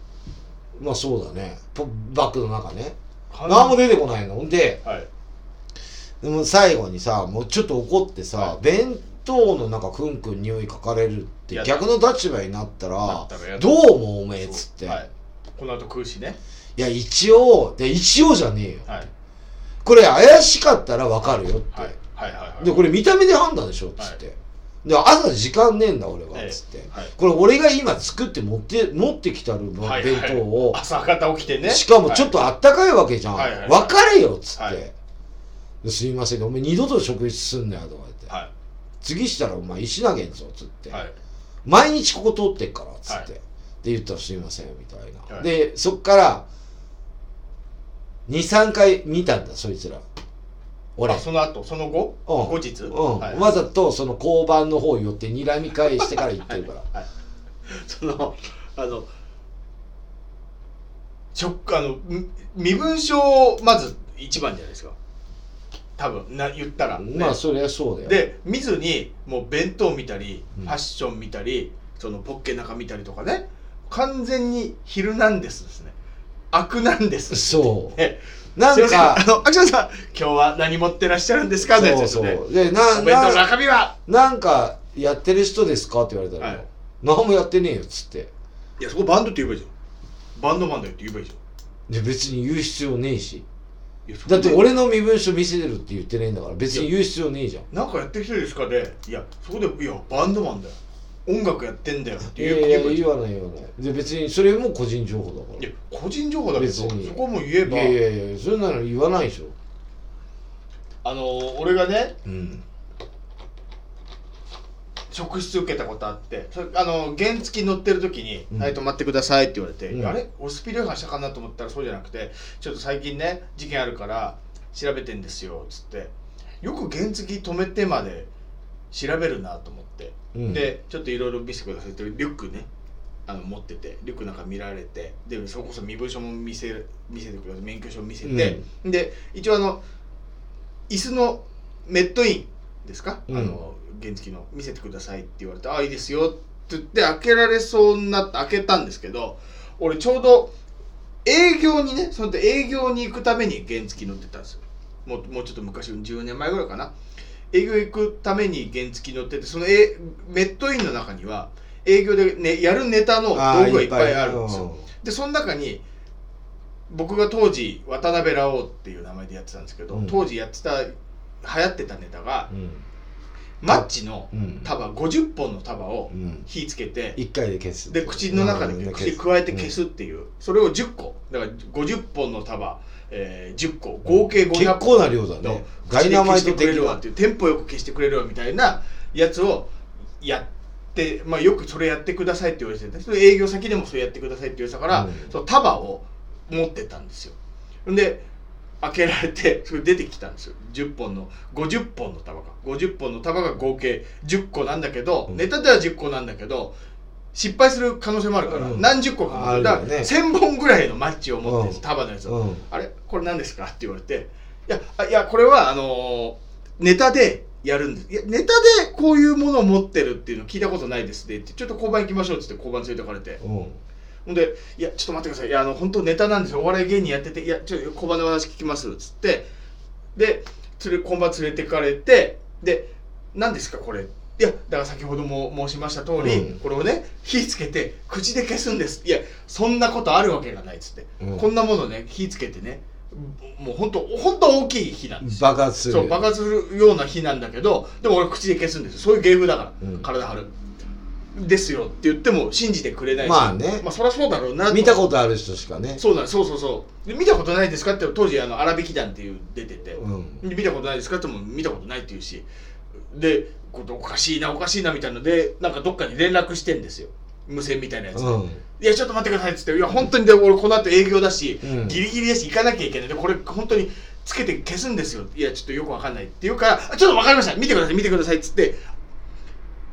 Speaker 1: まあそうだねポバッグの中ね何も
Speaker 2: は
Speaker 1: 出てこないのほんで
Speaker 2: い
Speaker 1: でも最後にさもうちょっと怒ってさ、
Speaker 2: は
Speaker 1: 弁当の中クンクン匂いかかれるって
Speaker 2: やだ
Speaker 1: 逆の立場になったら
Speaker 2: だったらやだ
Speaker 1: どうもおめえっつって、
Speaker 2: はい
Speaker 1: い、
Speaker 2: この後食うしね
Speaker 1: や一応で一応じゃねえよ
Speaker 2: はい
Speaker 1: これ怪しかったらわかるよって、
Speaker 2: はいはいはいはい
Speaker 1: でこれ見た目で判断でしょっつって、で朝時間ねえんだ俺は
Speaker 2: ええ
Speaker 1: っつって、
Speaker 2: はい
Speaker 1: これ俺が今作って持って持ってきたる弁
Speaker 2: はい
Speaker 1: 当を、
Speaker 2: 朝方起きてね
Speaker 1: しかもちょっとあったかいわけじゃん、
Speaker 2: はいはいはい
Speaker 1: 分かれよっつって、
Speaker 2: はい
Speaker 1: ですいませんお前二度と職質すんなよとか言って、
Speaker 2: は
Speaker 1: 次したらお前石投げんぞっつって、
Speaker 2: いはい
Speaker 1: 毎日ここ通ってっからっつって、
Speaker 2: は
Speaker 1: で言ったらすいませんみたいな、
Speaker 2: はい
Speaker 1: でそっから23回見たんだそいつら俺
Speaker 2: あその後その後
Speaker 1: うん
Speaker 2: 後日
Speaker 1: うん
Speaker 2: はい
Speaker 1: わざとその交番の方寄って睨み返してから行ってるから、
Speaker 2: はい、 そのあのショックあのみ身分証をまず一番じゃないですか多分な言ったら、ね
Speaker 1: まあそりゃそうだよ
Speaker 2: で見ずにもう弁当見たり、
Speaker 1: うん
Speaker 2: ファッション見たりそのポッケ中見たりとかね完全に「昼なんです」ですね悪な んです
Speaker 1: そ
Speaker 2: ね
Speaker 1: うなん
Speaker 2: すいませ
Speaker 1: か
Speaker 2: あのアクションさん今日は何持ってらっしゃるんですかのやつ
Speaker 1: そ
Speaker 2: で
Speaker 1: う
Speaker 2: す
Speaker 1: そ
Speaker 2: よ
Speaker 1: うで
Speaker 2: ね
Speaker 1: な
Speaker 2: お弁当の
Speaker 1: な
Speaker 2: 中身は
Speaker 1: なんかやってる人ですかって言われたら、
Speaker 2: はい
Speaker 1: 何もやってねえよっつって
Speaker 2: いやそこバンドって言えばいいじゃんバンドマンだよって言えばいいじゃん
Speaker 1: で別に言う必要ねえし
Speaker 2: いやそこ
Speaker 1: だ
Speaker 2: で
Speaker 1: って俺の身分証見せてるって言ってねえんだから別に言う必要ねえじゃん
Speaker 2: なんかやってる人ですかで、いや、そこで、いや、バンドマンだよ。音楽やってんだよって
Speaker 1: い
Speaker 2: いう
Speaker 1: やいや
Speaker 2: 言えばいいじゃ
Speaker 1: 言わない言わないで別にそれも個人情報だか
Speaker 2: ん
Speaker 1: ら
Speaker 2: いや、個人情報だけど、
Speaker 1: 別
Speaker 2: そ
Speaker 1: に
Speaker 2: こも言えば、
Speaker 1: いやいやいやそんなの言わないでしょ
Speaker 2: あのー、俺がね、
Speaker 1: うん
Speaker 2: 職質受けたことあって、それあのー、原付き乗ってる時に、
Speaker 1: うん
Speaker 2: はい、止まってくださいって言われて、
Speaker 1: うん
Speaker 2: あれ俺スピード違反したかなと思ったらそうじゃなくて、ちょっと最近ね、事件あるから、調べてんですよ、つって。よく原付き止めてまで調べるなと思って。
Speaker 1: うん
Speaker 2: でちょっといろいろ見せてくださいってリュックねあの持っててリュックなんか見られてでそれこそ身分証も見せる見せてください免許証見せて、で一応あの椅子のメットインですか、
Speaker 1: うん
Speaker 2: あの原付の見せてくださいって言われて「あいいですよ」って言って開けられそうになって開けたんですけど俺ちょうど営業にねその時営業に行くために原付乗ってたんですよもうもうちょっと昔10年前ぐらいかな営業行くために原付乗っててそのえメットインの中には営業で、ね、やるネタの道具
Speaker 1: あー
Speaker 2: がいっぱいあるんですよ
Speaker 1: いっぱい
Speaker 2: でその中に僕が当時渡辺ラオウっていう名前でやってたんですけど、
Speaker 1: うん
Speaker 2: 当時やってた流行ってたネタが
Speaker 1: うん
Speaker 2: マッチの
Speaker 1: うんうん
Speaker 2: 束50本の束を
Speaker 1: うん
Speaker 2: 火つけて、
Speaker 1: 一回で消す
Speaker 2: で口の中で口で加えて消すっていう、それを10個だから50本の束、えー10個合計
Speaker 1: 結
Speaker 2: 500
Speaker 1: 構な量だ
Speaker 2: の
Speaker 1: ねダ
Speaker 2: 口
Speaker 1: イ
Speaker 2: で
Speaker 1: ナ
Speaker 2: 消
Speaker 1: マイ
Speaker 2: して
Speaker 1: ト
Speaker 2: くれ
Speaker 1: 的
Speaker 2: るわっ
Speaker 1: な
Speaker 2: ていうテンポよく消してくれるわみたいなやつをやって、まあ、よくそれやってくださいって言われててそれ営業先でもそれやってくださいって言われてたから、
Speaker 1: うん
Speaker 2: その束を持ってたんですよで開けられて それ出てきたんですよ10本の50本の束が50本の束が合計10個なんだけど、
Speaker 1: うん
Speaker 2: ネタでは10個なんだけど失敗する可能性もあるから、
Speaker 1: うん
Speaker 2: 何十個か持ってるだから
Speaker 1: あるよね
Speaker 2: 1000本ぐらいのマッチを持ってるんです、
Speaker 1: うん
Speaker 2: 束のやつを、
Speaker 1: うん
Speaker 2: あれこれ何ですか?」って言われて「いやあいやこれはあのーネタでやるんですいやネタでこういうものを持ってるっていうの聞いたことないですね」って「ちょっと交番行きましょう」っつって交番連れてかれて
Speaker 1: うん
Speaker 2: ほんで「いやちょっと待ってくださいいやあの本当ネタなんですよお笑い芸人やってていやちょっと交番の話聞きます」っつってで連れ交番連れてかれてで「何ですかこれ」いやだから先ほども申しました通り、
Speaker 1: うん
Speaker 2: これをね火つけて口で消すんですいやそんなことあるわけがないっつって、
Speaker 1: うん
Speaker 2: こんなものね火つけてねもう本当本当大きい火なんですよ
Speaker 1: 爆発する
Speaker 2: そう爆発するような火なんだけどでも俺口で消すんですよそういう芸風だから、
Speaker 1: うん
Speaker 2: 体張るですよって言っても信じてくれないし
Speaker 1: まあね
Speaker 2: まあそりゃそうだろうな
Speaker 1: 見たこととある人しかね
Speaker 2: そうだそうそうそうで見たことないですかって当時あの荒引き団っていう出てて、
Speaker 1: うん
Speaker 2: で見たことないですかっても見たことないって言うしでこうおかしいなおかしいなみたいのでなんかどっかに連絡してんですよ無線みたいなやつ、
Speaker 1: うん
Speaker 2: いやちょっと待ってくださいっつっていや本当にで俺この後営業だし、
Speaker 1: うん
Speaker 2: ギリギリだし行かなきゃいけないでこれ本当につけて消すんですよいやちょっとよくわかんないって言うからあちょっとわかりました見てください見てくださいっつって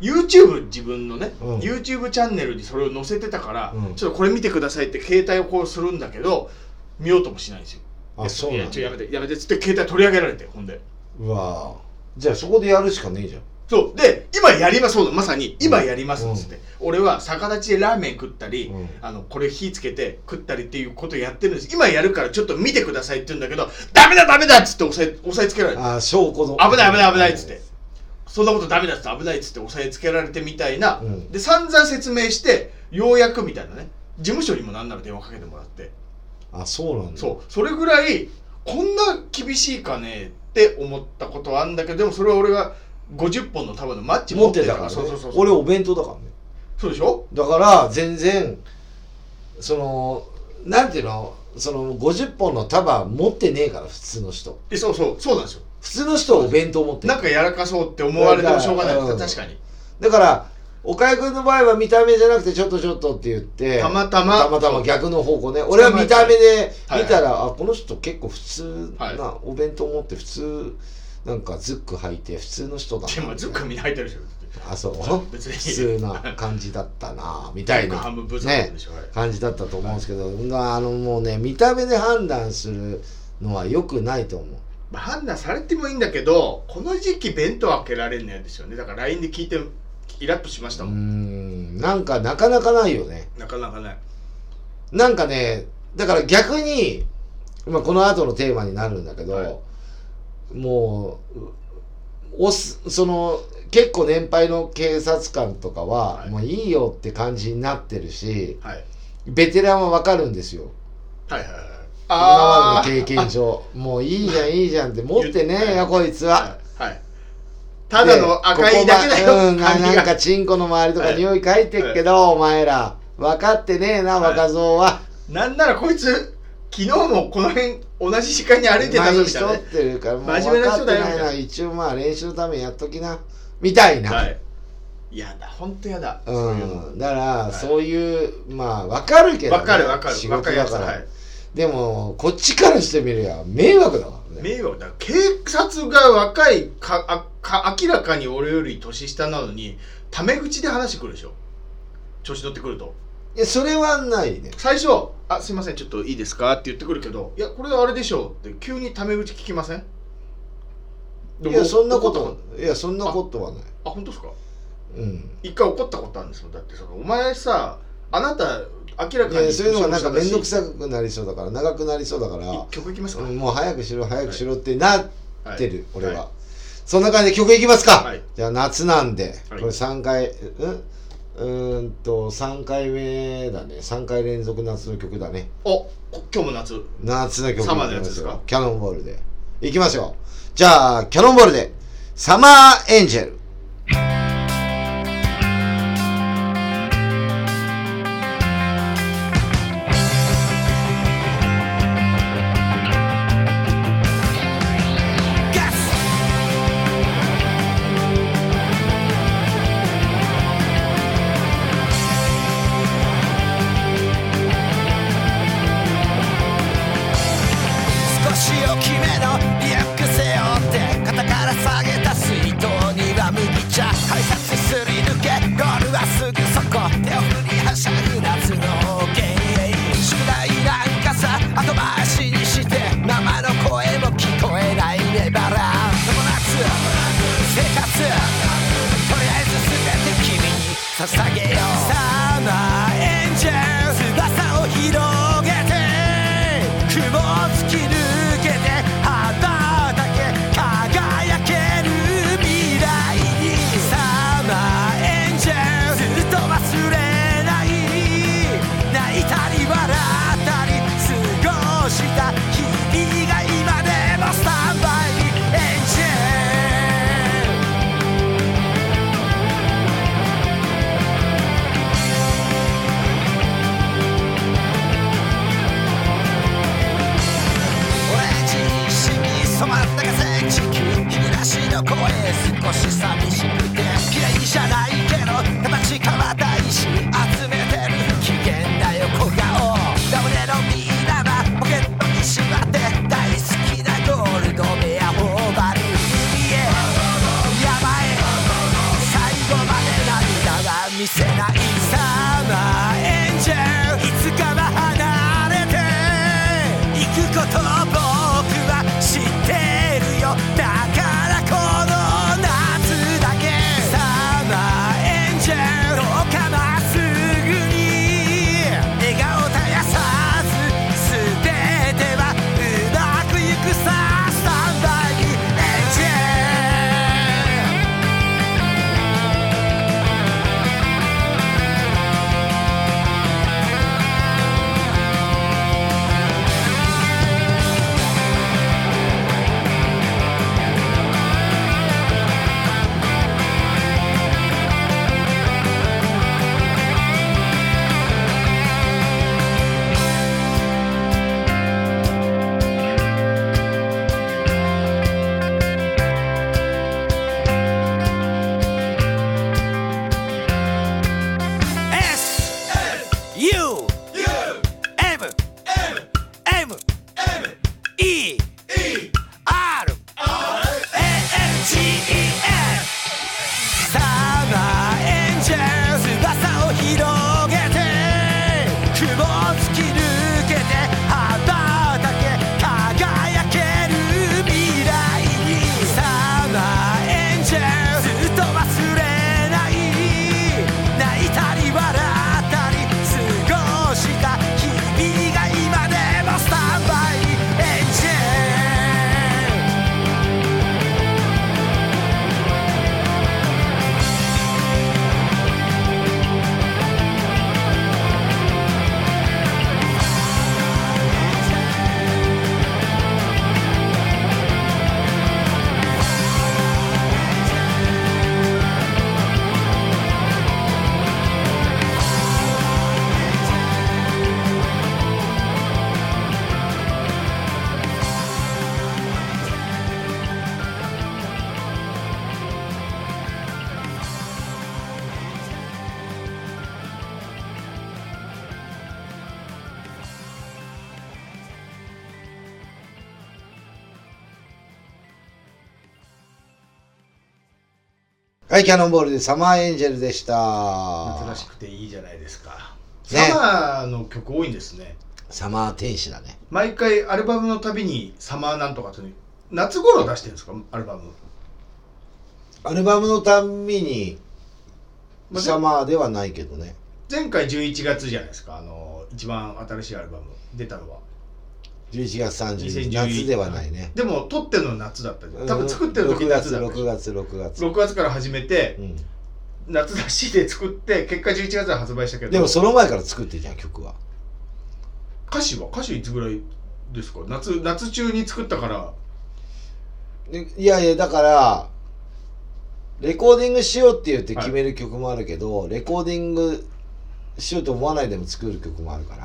Speaker 2: YouTube 自分のね、
Speaker 1: うん
Speaker 2: YouTube チャンネルにそれを載せてたから、
Speaker 1: うん
Speaker 2: ちょっとこれ見てくださいって携帯をこうするんだけど見ようともしないんですよ
Speaker 1: あそう
Speaker 2: い
Speaker 1: な
Speaker 2: や
Speaker 1: ん
Speaker 2: ちょやめ
Speaker 1: だ
Speaker 2: てやめてっつって携帯取り上げられてほんで
Speaker 1: うわじゃあそこでやるしかねえじゃん
Speaker 2: そうで今やりますそうだまさに今やりますっつって、俺は逆立ちでラーメン食ったり、
Speaker 1: うん
Speaker 2: あのこれ火つけて食ったりっていうことやってるんです今やるからちょっと見てくださいって言うんだけどダメだダメだっつって押さえ押さえつけられて
Speaker 1: あ証拠の
Speaker 2: 危ない危ない危ないっつってそんなことダメだっつって危ないっつって押さえつけられてみたいな、
Speaker 1: うん
Speaker 2: で散々説明してようやくみたいなね事務所にもなんなら電話かけてもらって
Speaker 1: あそうなんだ
Speaker 2: そうそれぐらいこんな厳しいかねって思ったことはあんだけどでもそれは俺が50本の束のマッチ
Speaker 1: 持
Speaker 2: 持
Speaker 1: っ
Speaker 2: って
Speaker 1: て
Speaker 2: た
Speaker 1: た
Speaker 2: か
Speaker 1: からら
Speaker 2: そうそうそう
Speaker 1: ね俺お弁当だからね
Speaker 2: そうでしょ
Speaker 1: だから全然そのなんていうのその50本の束持ってねえから普通の人
Speaker 2: えそうそうそうなんですよ
Speaker 1: 普通の人はお弁当持ってる
Speaker 2: なんかやらかそうって思われてもしょうがないで
Speaker 1: だから
Speaker 2: す確かに
Speaker 1: だから岡井君の場合は見た目じゃなくてちょっとちょっとって言って
Speaker 2: たまたま
Speaker 1: たまたま逆の方向ね俺は見た目で見たら、あこの人結構普通な、
Speaker 2: は
Speaker 1: お弁当持って普通なんかズック履いて普通の人だな
Speaker 2: でもずっくんみんな入ってるでしょ
Speaker 1: あそう
Speaker 2: 別
Speaker 1: 普
Speaker 2: に
Speaker 1: 通な感じだったなみたいな
Speaker 2: 半分ぶつかって
Speaker 1: ね
Speaker 2: るでしょ、はい
Speaker 1: 感じだったと思うんですけど、まああのもうね見た目で判断するのは良くないと思う
Speaker 2: まあ、判断されてもいいんだけどこの時期弁当開けられないんですよねだから LINE で聞いてイラッとしまし
Speaker 1: う
Speaker 2: た
Speaker 1: ー
Speaker 2: もん、
Speaker 1: んなんかなかなかないよね
Speaker 2: なかなかない
Speaker 1: なんかねだから逆に、まあ、この後のテーマになるんだけど、
Speaker 2: はい
Speaker 1: もううおすその結構年配の警察官とかは、
Speaker 2: はい
Speaker 1: もういいよって感じになってるし
Speaker 2: はい
Speaker 1: ベテランはわかるんですよ
Speaker 2: はいはいはい
Speaker 1: 今ま
Speaker 2: ー
Speaker 1: での経験上もういいじゃんいいじゃんって持ってねえよこいつは。
Speaker 2: はいはい、ただの赤いだけだよ
Speaker 1: ここまうん、な
Speaker 2: 髪
Speaker 1: なん
Speaker 2: が
Speaker 1: かチンコの周りとか
Speaker 2: はい
Speaker 1: 匂い嗅いてっけど、お前ら分かってねえな
Speaker 2: はい
Speaker 1: 若造は、
Speaker 2: なんならこいつ昨日もこの辺同じ時間に歩いてたぞ
Speaker 1: 毎
Speaker 2: み
Speaker 1: 日
Speaker 2: たい
Speaker 1: 取
Speaker 2: な
Speaker 1: っ
Speaker 2: ね
Speaker 1: てるからもう分
Speaker 2: 真面目な
Speaker 1: かっ
Speaker 2: 人
Speaker 1: て
Speaker 2: だよ
Speaker 1: ない
Speaker 2: み
Speaker 1: な
Speaker 2: たい
Speaker 1: 一応まあ練習のためにやっときなみたいな、
Speaker 2: はいやだ本当やだそういうの
Speaker 1: うん、だから、
Speaker 2: い
Speaker 1: そういうまあ分かるけど、
Speaker 2: わかるわか
Speaker 1: 仕
Speaker 2: るわ
Speaker 1: 事
Speaker 2: かる
Speaker 1: だ
Speaker 2: やつ
Speaker 1: から、
Speaker 2: はい
Speaker 1: でもこっちからしてみりゃ迷惑だからね
Speaker 2: 迷惑だ警察が若いかあか明らかに俺より年下なのにタメ口で話してくるでしょ調子乗ってくると
Speaker 1: いやそれはないね
Speaker 2: 最初「あすいませんちょっといいですか?」って言ってくるけど「いやこれあれでしょ」って急にタメ口聞きません
Speaker 1: いやそんなこ
Speaker 2: 怒っ
Speaker 1: といやそんなことはない
Speaker 2: たあ本当ですか
Speaker 1: うん
Speaker 2: 一回怒ったことあるんですよだってそのお前さあなた明らか
Speaker 1: で
Speaker 2: に
Speaker 1: そういうのがなんか面倒く
Speaker 2: さ
Speaker 1: さくなりそうだから長くなりそうだから
Speaker 2: 曲いきますか、
Speaker 1: う
Speaker 2: は
Speaker 1: ん
Speaker 2: い
Speaker 1: もう早くしろ早くしろってなってる、
Speaker 2: はい
Speaker 1: 俺は、そんな感じで曲いきますか、
Speaker 2: はい
Speaker 1: じゃあ夏なんで、
Speaker 2: はい
Speaker 1: これ3回うんうーんと3回目だね3回連続夏の曲だね
Speaker 2: おこ今日も夏
Speaker 1: 夏の曲
Speaker 2: サマーのやつですか
Speaker 1: キャノンボールでいきますよじゃあキャノンボールでサマーエンジェル
Speaker 3: 少し大きめのリュック背負って肩から下げた水筒には麦茶配達すり抜けゴールはすぐそこ手を振りはしゃぐ夏の幻影宿題なんかさ後回しにして生の声も聞こえないねばら友達生活とりあえず全て君に捧げようサマーエンジェル翼を広げて雲を突き抜けて花だけ輝ける未来にサマーエンジェルずっと忘れない泣いたり笑ったり過ごした日々の声少し寂しくて嫌いじゃないけど形変わった石集めてる危険な横顔だ俺のみんながポケットにしまって大好きなゴールドベア頬張る海へやばい最後まで涙は見せないサマーエンジェルいつかは離れて行くことを僕は知ってるよだからこの夏だけサマーエンジェルどうかまっすぐに笑顔絶やさず全てはうまくいくさスタンバイにエンジェルS U M M E R A N G E N サマーエンジェル翼を広げて雲を突き抜けて羽ばたけ輝ける未来にサマーエンジェルずっと忘れない泣いたり笑ったり過ごした日々が今でもスタンバイエンジェル
Speaker 1: はい、キャノンボールでサマーエンジェルでした。
Speaker 2: 珍しくていいじゃないですか、
Speaker 1: ね
Speaker 2: サマーの曲多いんですね
Speaker 1: サマー天使だね。
Speaker 2: 毎回アルバムのたびにサマーなんとかという夏頃出してるんですかアルバム、
Speaker 1: アルバムのたんびに、
Speaker 2: まあ
Speaker 1: サマーではないけどね。
Speaker 2: 前回11月じゃないですかあの一番新しいアルバム出たのは
Speaker 1: 11月30日、
Speaker 2: 2011
Speaker 1: 夏ではないね。
Speaker 2: でも撮ってるの夏だったじゃん多分作ってる時
Speaker 1: 6
Speaker 2: 夏
Speaker 1: 月、
Speaker 2: だった
Speaker 1: 6月、6月。
Speaker 2: 6月から始めて
Speaker 1: うん
Speaker 2: 夏出しで作って結果11月で発売したけど
Speaker 1: でもその前から作ってるじゃん、曲は。
Speaker 2: 歌詞は歌詞いつぐらいですか夏夏中に作ったから
Speaker 1: でいやいや、だから、レコーディングしようって言って決める曲もあるけど、レコーディングしようと思わないでも作る曲もあるか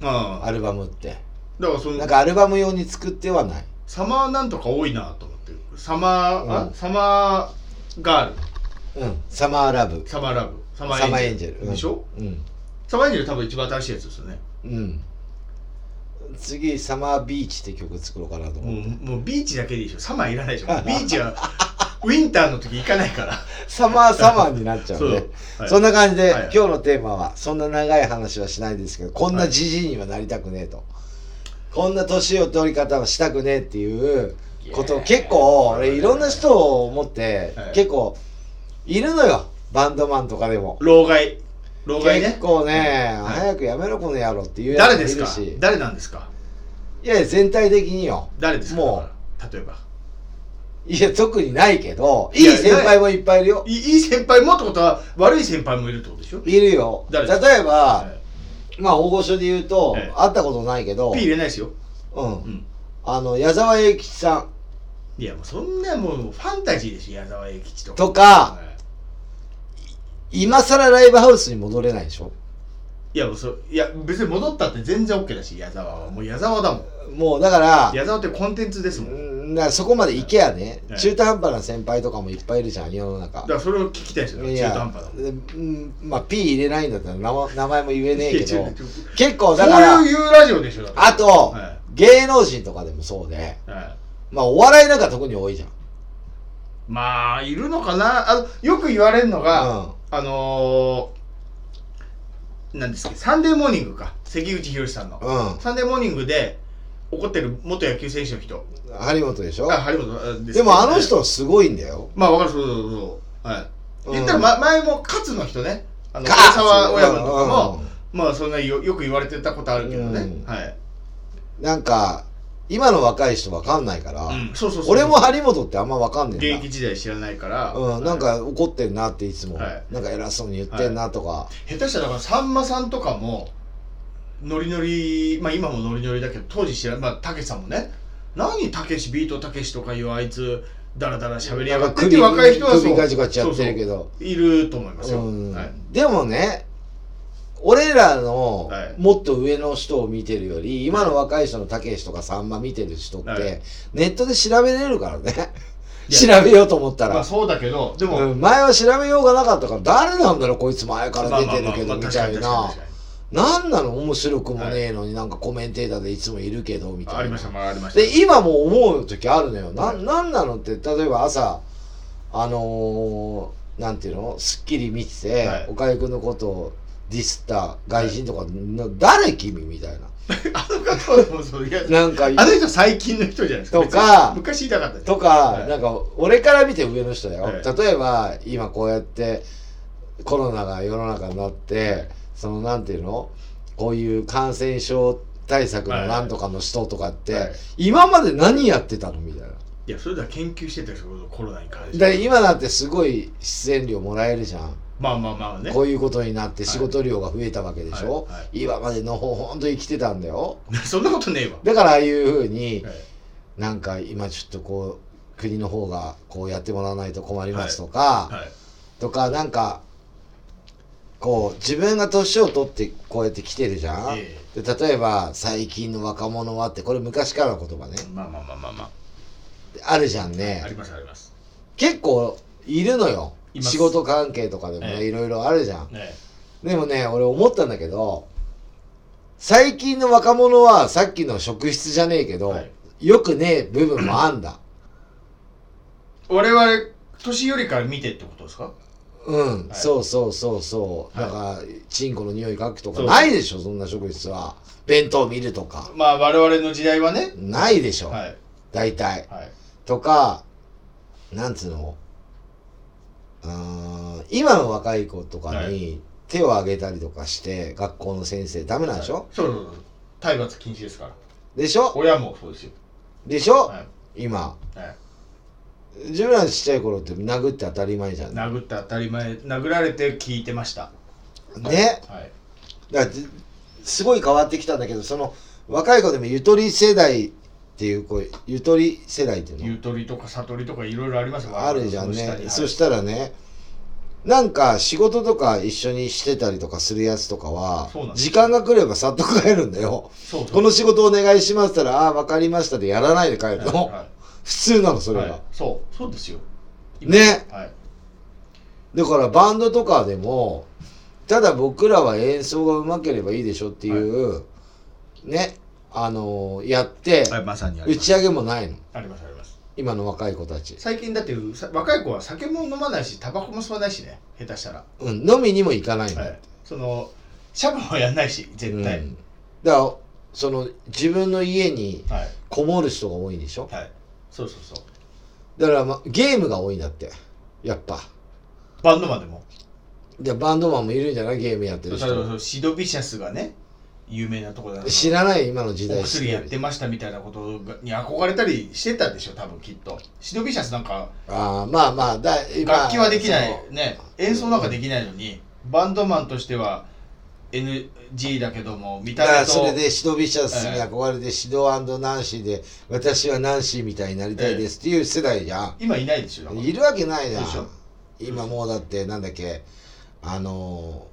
Speaker 1: ら、
Speaker 2: ああ
Speaker 1: アルバムって。
Speaker 2: だからそ
Speaker 1: なん
Speaker 2: の
Speaker 1: かアルバム用に作ってはない。
Speaker 2: サマーなんとか多いなと思ってサマー、
Speaker 1: う
Speaker 2: あ
Speaker 1: ん
Speaker 2: サマーガール
Speaker 1: うん、サマーラブ。
Speaker 2: サマーラブサマ
Speaker 1: サマ
Speaker 2: ー
Speaker 1: ー
Speaker 2: エ
Speaker 1: エ
Speaker 2: ン
Speaker 1: ン
Speaker 2: ジ
Speaker 1: ジェ
Speaker 2: ェル
Speaker 1: ル。うん
Speaker 2: でしょ、
Speaker 1: うん。
Speaker 2: サマーエンジェル多分一番新しいやつですよね
Speaker 1: うん。次、サマービーチって曲作ろうかなと
Speaker 2: も
Speaker 1: 思
Speaker 2: う
Speaker 1: って。
Speaker 2: もうビーチだけでいいでしょサマーいらないでしょビーチはウィンターの時行かないから
Speaker 1: サマーサマーになっちゃうね。
Speaker 2: はい
Speaker 1: そんな感じで、
Speaker 2: はいはい
Speaker 1: 今日のテーマは、そんな長い話はしないですけど、こんなじじいにはなりたくねえと。こんな年を取り方はしたくねえっていうことを結構、俺いろんな人を思って、
Speaker 2: はい
Speaker 1: 結構、いるのよ。バンドマンとかでも。
Speaker 2: 老害老害
Speaker 1: 結
Speaker 2: ね
Speaker 1: 構ね、
Speaker 2: はい
Speaker 1: 早くやめろこの野郎っていうやつ
Speaker 2: 誰
Speaker 1: もい
Speaker 2: です
Speaker 1: る
Speaker 2: か
Speaker 1: し。
Speaker 2: 誰なんですか
Speaker 1: いやいや、全体的によ。
Speaker 2: 誰ですか
Speaker 1: も
Speaker 2: 例えば
Speaker 1: う、いや、特にないけど、い
Speaker 2: い
Speaker 1: い
Speaker 2: や
Speaker 1: 先輩もいっぱいいるよ
Speaker 2: い。いい先輩もってことは悪い先輩もいるってことでしょ
Speaker 1: いるよ。例
Speaker 2: 誰ですか
Speaker 1: えば、
Speaker 2: はい
Speaker 1: まあ、大御所で言うと、
Speaker 2: ええ
Speaker 1: 会ったことないけど、
Speaker 2: ピー入れないですよ
Speaker 1: う。
Speaker 2: うんん
Speaker 1: あの、矢沢永吉さん
Speaker 2: いやもうそんなもうファンタジーでしょ矢沢永吉とか
Speaker 1: とか、
Speaker 2: はい
Speaker 1: 今更ライブハウスに戻れないでしょ。
Speaker 2: いやもうそいや別に戻ったって全然 OK だし矢沢はもう矢沢だもん
Speaker 1: もう、だから、
Speaker 2: 矢沢ってコンテンツですも
Speaker 1: うんなそこまで行けやね、
Speaker 2: ね
Speaker 1: 中途半端な先輩とかもいっぱいいるじゃん世の中
Speaker 2: だからそれを聞きたいですよ
Speaker 1: い
Speaker 2: 中途
Speaker 1: や
Speaker 2: 半端だもん
Speaker 1: うんまあ P 入れないんだったら名前名前も言えねえけ
Speaker 2: いや
Speaker 1: ど
Speaker 2: 違う違う
Speaker 1: 結構
Speaker 2: そ
Speaker 1: だ
Speaker 2: う
Speaker 1: から
Speaker 2: いう言うラジオでしょだって
Speaker 1: あと、
Speaker 2: は
Speaker 1: 芸能人とかでもそうで
Speaker 2: いはい
Speaker 1: まあお笑いなんか特に多いじゃん
Speaker 2: まあいるのかなあのよく言われるのが、
Speaker 1: うん
Speaker 2: あのー、なんですっけサンデーモーニングか関口宏さんの、
Speaker 1: うん
Speaker 2: サンデーモーニングで怒ってる元野球選手の人
Speaker 1: 張本でしょ
Speaker 2: あ張本です
Speaker 1: でもあの人すごいんだよ
Speaker 2: まあわかるそうそうそうはい、
Speaker 1: うん
Speaker 2: 言ったら、ま、前も勝の人ねあの大
Speaker 1: 勝
Speaker 2: 沢親分とかも、
Speaker 1: うん
Speaker 2: まあそんなよよく言われてたことあるけどね、
Speaker 1: うん
Speaker 2: はい、
Speaker 1: なんか今の若い人わかんないから、
Speaker 2: うん、そうそうそう
Speaker 1: 俺も張本ってあんまわかんね
Speaker 2: 現
Speaker 1: えな
Speaker 2: 役時代知らないから、
Speaker 1: うん、なん
Speaker 2: はい
Speaker 1: か怒ってんなっていつも、
Speaker 2: はい
Speaker 1: なんか偉そうに言ってんなとか、
Speaker 2: 下手したらだからさんまさんとかもノリノリまあ今もノリノリだけど当時知らまあたけしさんもね何たけしビートたけしとかいうあいつだらだら喋りやがってって
Speaker 1: なんか首
Speaker 2: 若い人はそう
Speaker 1: 首ガチガチやってるけど
Speaker 2: そうそういると思いますよ、
Speaker 1: うん
Speaker 2: はい、
Speaker 1: でもね俺らの
Speaker 2: はい
Speaker 1: もっと上の人を見てるより、今の若い人のたけしとかさんま見てる人って、
Speaker 2: はい
Speaker 1: ネットで調べれるからね
Speaker 2: いや
Speaker 1: 調べようと思ったら、
Speaker 2: まあそうだけどでも、
Speaker 1: うん前は調べようがなかったから誰なんだろうこいつ前か
Speaker 2: ま
Speaker 1: ら
Speaker 2: あ
Speaker 1: 出
Speaker 2: まあ
Speaker 1: てるけどみ
Speaker 2: まあ
Speaker 1: たいな、
Speaker 2: まあ確かに確かに確か
Speaker 1: なんなの面白くもねえのに、なんかコメンテーターでいつもいるけどみ
Speaker 2: に
Speaker 1: たい
Speaker 2: あ
Speaker 1: な
Speaker 2: ありましたまあありました
Speaker 1: で今も思う時あるのよな
Speaker 2: はい
Speaker 1: なんなのって例えば朝あのー、なんていうの『スッキリ』見てて、
Speaker 2: はい
Speaker 1: 岡井君のことをディスった外人とか、な誰君みたいな
Speaker 2: あの方はもうそういや
Speaker 1: なんか
Speaker 2: あの人最近の人じゃないですか
Speaker 1: とか
Speaker 2: 別に昔いたかったです
Speaker 1: とか、
Speaker 2: はい
Speaker 1: なんか俺から見て上の人だよ、
Speaker 2: はい
Speaker 1: 例えば今こうやってコロナが世の中になってそのなんていうのこういう感染症対策のなんとかの人とかって、
Speaker 2: はい
Speaker 1: 今まで何やってたのみたいない
Speaker 2: やそれでは研究してた人コロナに関して
Speaker 1: で今だってすごい出演料もらえるじゃん、
Speaker 2: まあまあまあね
Speaker 1: こういうことになって仕事量が増えたわけでしょ、
Speaker 2: はいはい
Speaker 1: 今までのほほんと生きてたんだよ
Speaker 2: そんなことねえわ
Speaker 1: だからああいうふうに
Speaker 2: はい
Speaker 1: なんか今ちょっとこう国の方がこうやってもらわないと困りますとか、
Speaker 2: はい
Speaker 1: とかなんかこう自分が年を取ってこうやって来てるじゃん、
Speaker 2: え
Speaker 1: で例えば最近の若者はってこれ昔からの言葉ね
Speaker 2: まあまあまあまあまあ
Speaker 1: あるじゃん
Speaker 2: あり
Speaker 1: ね
Speaker 2: ますあります
Speaker 1: 結構いるのよ
Speaker 2: います
Speaker 1: 仕事関係とかでもね、
Speaker 2: ええ
Speaker 1: いろいろあるじゃん
Speaker 2: ね
Speaker 1: でもね俺思ったんだけど最近の若者はさっきの職質じゃねえけど、
Speaker 2: はい
Speaker 1: よくねえ部分もあん だ
Speaker 2: 我々年寄りから見てってことですか
Speaker 1: うん、
Speaker 2: はい
Speaker 1: そうそうそうそう、
Speaker 2: はい
Speaker 1: だからチンコの匂い嗅くとか
Speaker 2: そう
Speaker 1: ないでしょそんな職質は弁当見るとか
Speaker 2: まあ我々の時代はね
Speaker 1: ないでしょ、
Speaker 2: はい
Speaker 1: 大体
Speaker 2: はい
Speaker 1: とかなんつうのうーん今の若い子とか
Speaker 2: は
Speaker 1: に手を挙げたりとかして学校の先生ダメなんでしょ、
Speaker 2: そうそうそう体罰禁止ですから
Speaker 1: でしょ
Speaker 2: 親もそうですよ
Speaker 1: でしょ、
Speaker 2: は
Speaker 1: 今
Speaker 2: いはい
Speaker 1: 自分らのちっちゃい頃って殴って当たり前じゃんね
Speaker 2: 殴って当たり前殴られて聞いてましたはい
Speaker 1: だってすごい変わってきたんだけどその若い子でもゆとり世代っていう子ゆとり世代っていうの
Speaker 2: ゆとりとか悟りとかいろいろあります
Speaker 1: あるじゃん
Speaker 2: その下
Speaker 1: ね。
Speaker 2: にはい
Speaker 1: そしたらね、なんか仕事とか一緒にしてたりとかするやつとかは
Speaker 2: そうなん、です
Speaker 1: 時間が来ればさっと帰るんだよ。
Speaker 2: そうそう
Speaker 1: この仕事お願いしますったら、ああー、わかりましたでやらないで帰る
Speaker 2: はい
Speaker 1: の。
Speaker 2: は
Speaker 1: 普通なの、
Speaker 2: い
Speaker 1: それ
Speaker 2: は
Speaker 1: が
Speaker 2: い。そうそうですよ
Speaker 1: ね。
Speaker 2: はい
Speaker 1: だからバンドとかでも、ただ僕らは演奏が上手ければいいでしょっていう、ね、あのーやって、
Speaker 2: はいまさにあり
Speaker 1: 打
Speaker 2: ま
Speaker 1: ち
Speaker 2: す
Speaker 1: 上げもないの。
Speaker 2: ありますあります
Speaker 1: 今の若い子たち。
Speaker 2: 最近だってさ若い子は酒も飲まないしタバコも吸わないしね下手したら、
Speaker 1: うん、飲みにも行かないの。
Speaker 2: はい、そのシャブもやんないし絶対、
Speaker 1: うん、だからその自分の家に
Speaker 2: はい
Speaker 1: こもる人が多いんでしょ
Speaker 2: はいそうそうそう
Speaker 1: だから、ま、ゲームが多いんだってやっぱ
Speaker 2: バンドマンでも
Speaker 1: でバンドマンもいるんじゃないゲームやって
Speaker 2: そう
Speaker 1: る
Speaker 2: そうそ
Speaker 1: 人
Speaker 2: うシドビシャスがね有名なとこだから
Speaker 1: 知らない今の時代
Speaker 2: お薬やって
Speaker 1: る
Speaker 2: ましたみたいなことがに憧れたりしてたでしょ多分きっとシドビシャスなんか
Speaker 1: ああまあまあだ
Speaker 2: 楽器はできない
Speaker 1: その
Speaker 2: ね演奏なんかできないのにバンドマンとしては NG だけども見た
Speaker 1: だか
Speaker 2: 目
Speaker 1: ら
Speaker 2: と
Speaker 1: それでシドビシャスに憧れてシドナンシーで私はナンシーみたいになりたいですっていう世代じゃん
Speaker 2: 今いないでしょだから
Speaker 1: いるわけないじゃん
Speaker 2: でしょ
Speaker 1: 今もうだってなんだっけあの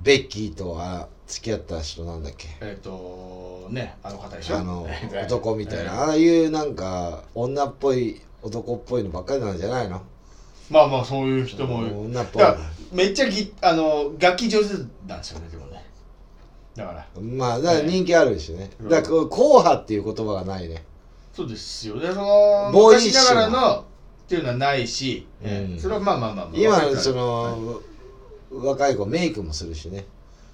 Speaker 1: ベッキーとあ付き合った人なんだっけ
Speaker 2: えっ、とねあの方でしょ
Speaker 1: あ の
Speaker 2: 男
Speaker 1: 男みたいなああいうなんか女っぽい男っぽいのばっかりなんじゃないの
Speaker 2: まあまあそういう人も
Speaker 1: 女っぽ
Speaker 2: だからめっちゃぎあの楽器上手なんですよねでもねだから
Speaker 1: いまあだから人気あるしね
Speaker 2: うん
Speaker 1: だからこう硬派っていう言葉がないね
Speaker 2: そうですよねその
Speaker 1: ボーイッ
Speaker 2: 昔
Speaker 1: シュな
Speaker 2: ながらのっていうのはないし、え
Speaker 1: うん
Speaker 2: ーそれはまあまあまあまあ
Speaker 1: 今
Speaker 2: まあ
Speaker 1: その若い子メイクもするしね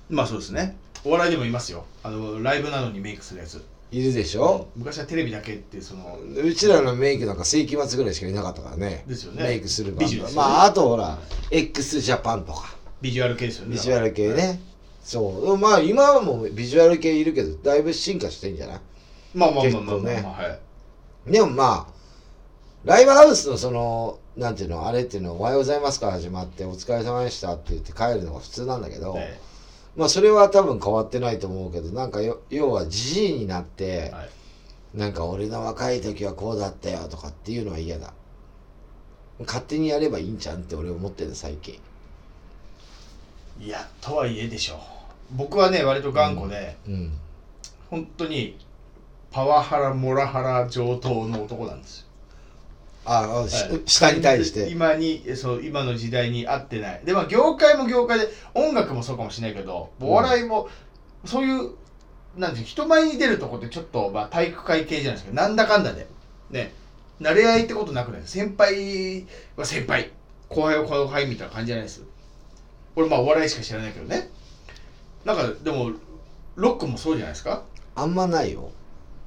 Speaker 2: まあそうですねお笑いでもいますよあのライブなのにメイクするやつ
Speaker 1: いるでしょ
Speaker 2: 昔はテレビだけってその
Speaker 1: うちらのメイクなんか世紀末ぐらいしかいなかったからね
Speaker 2: ですよね
Speaker 1: メイクするバンド
Speaker 2: ビジュですよね
Speaker 1: まああとほら x ジャパンとか
Speaker 2: ビジュアル系ですよね
Speaker 1: ビジュアル系ねそうまあ今はもうビジュアル系いるけどだいぶ進化してんじゃない
Speaker 2: まあまあまあまあまあ、
Speaker 1: 結構ね
Speaker 2: はい
Speaker 1: でもまあライブハウスのそのなんていうのあれっていうのおはようございますから始まってお疲れ様でしたって言って帰るのが普通なんだけど、
Speaker 2: え
Speaker 1: まあそれは多分変わってないと思うけどなんかよ要はじじいになって
Speaker 2: え、はい
Speaker 1: なんか俺の若い時はこうだったよとかっていうのは嫌だ勝手にやればいいんじゃんって俺思ってる最近
Speaker 2: いやとはいえでしょう僕はね割と頑固で、
Speaker 1: うん
Speaker 2: 本当にパワハラモラハラ上等の男なんですよ
Speaker 1: ああ、し
Speaker 2: はい
Speaker 1: 下に対して
Speaker 2: 今にえそう今の時代に合ってないでまあ業界も業界で音楽もそうかもしれないけどお笑いも、そういうなんていうの人前に出るとこってちょっと、まあ、体育会系じゃないですかなんだかんだでね慣れ合いってことなくない先輩は先輩後輩は後輩みたいな感じじゃないです俺まあお笑いしか知らないけどねなんかでもロックもそうじゃないですか
Speaker 1: あんまないよ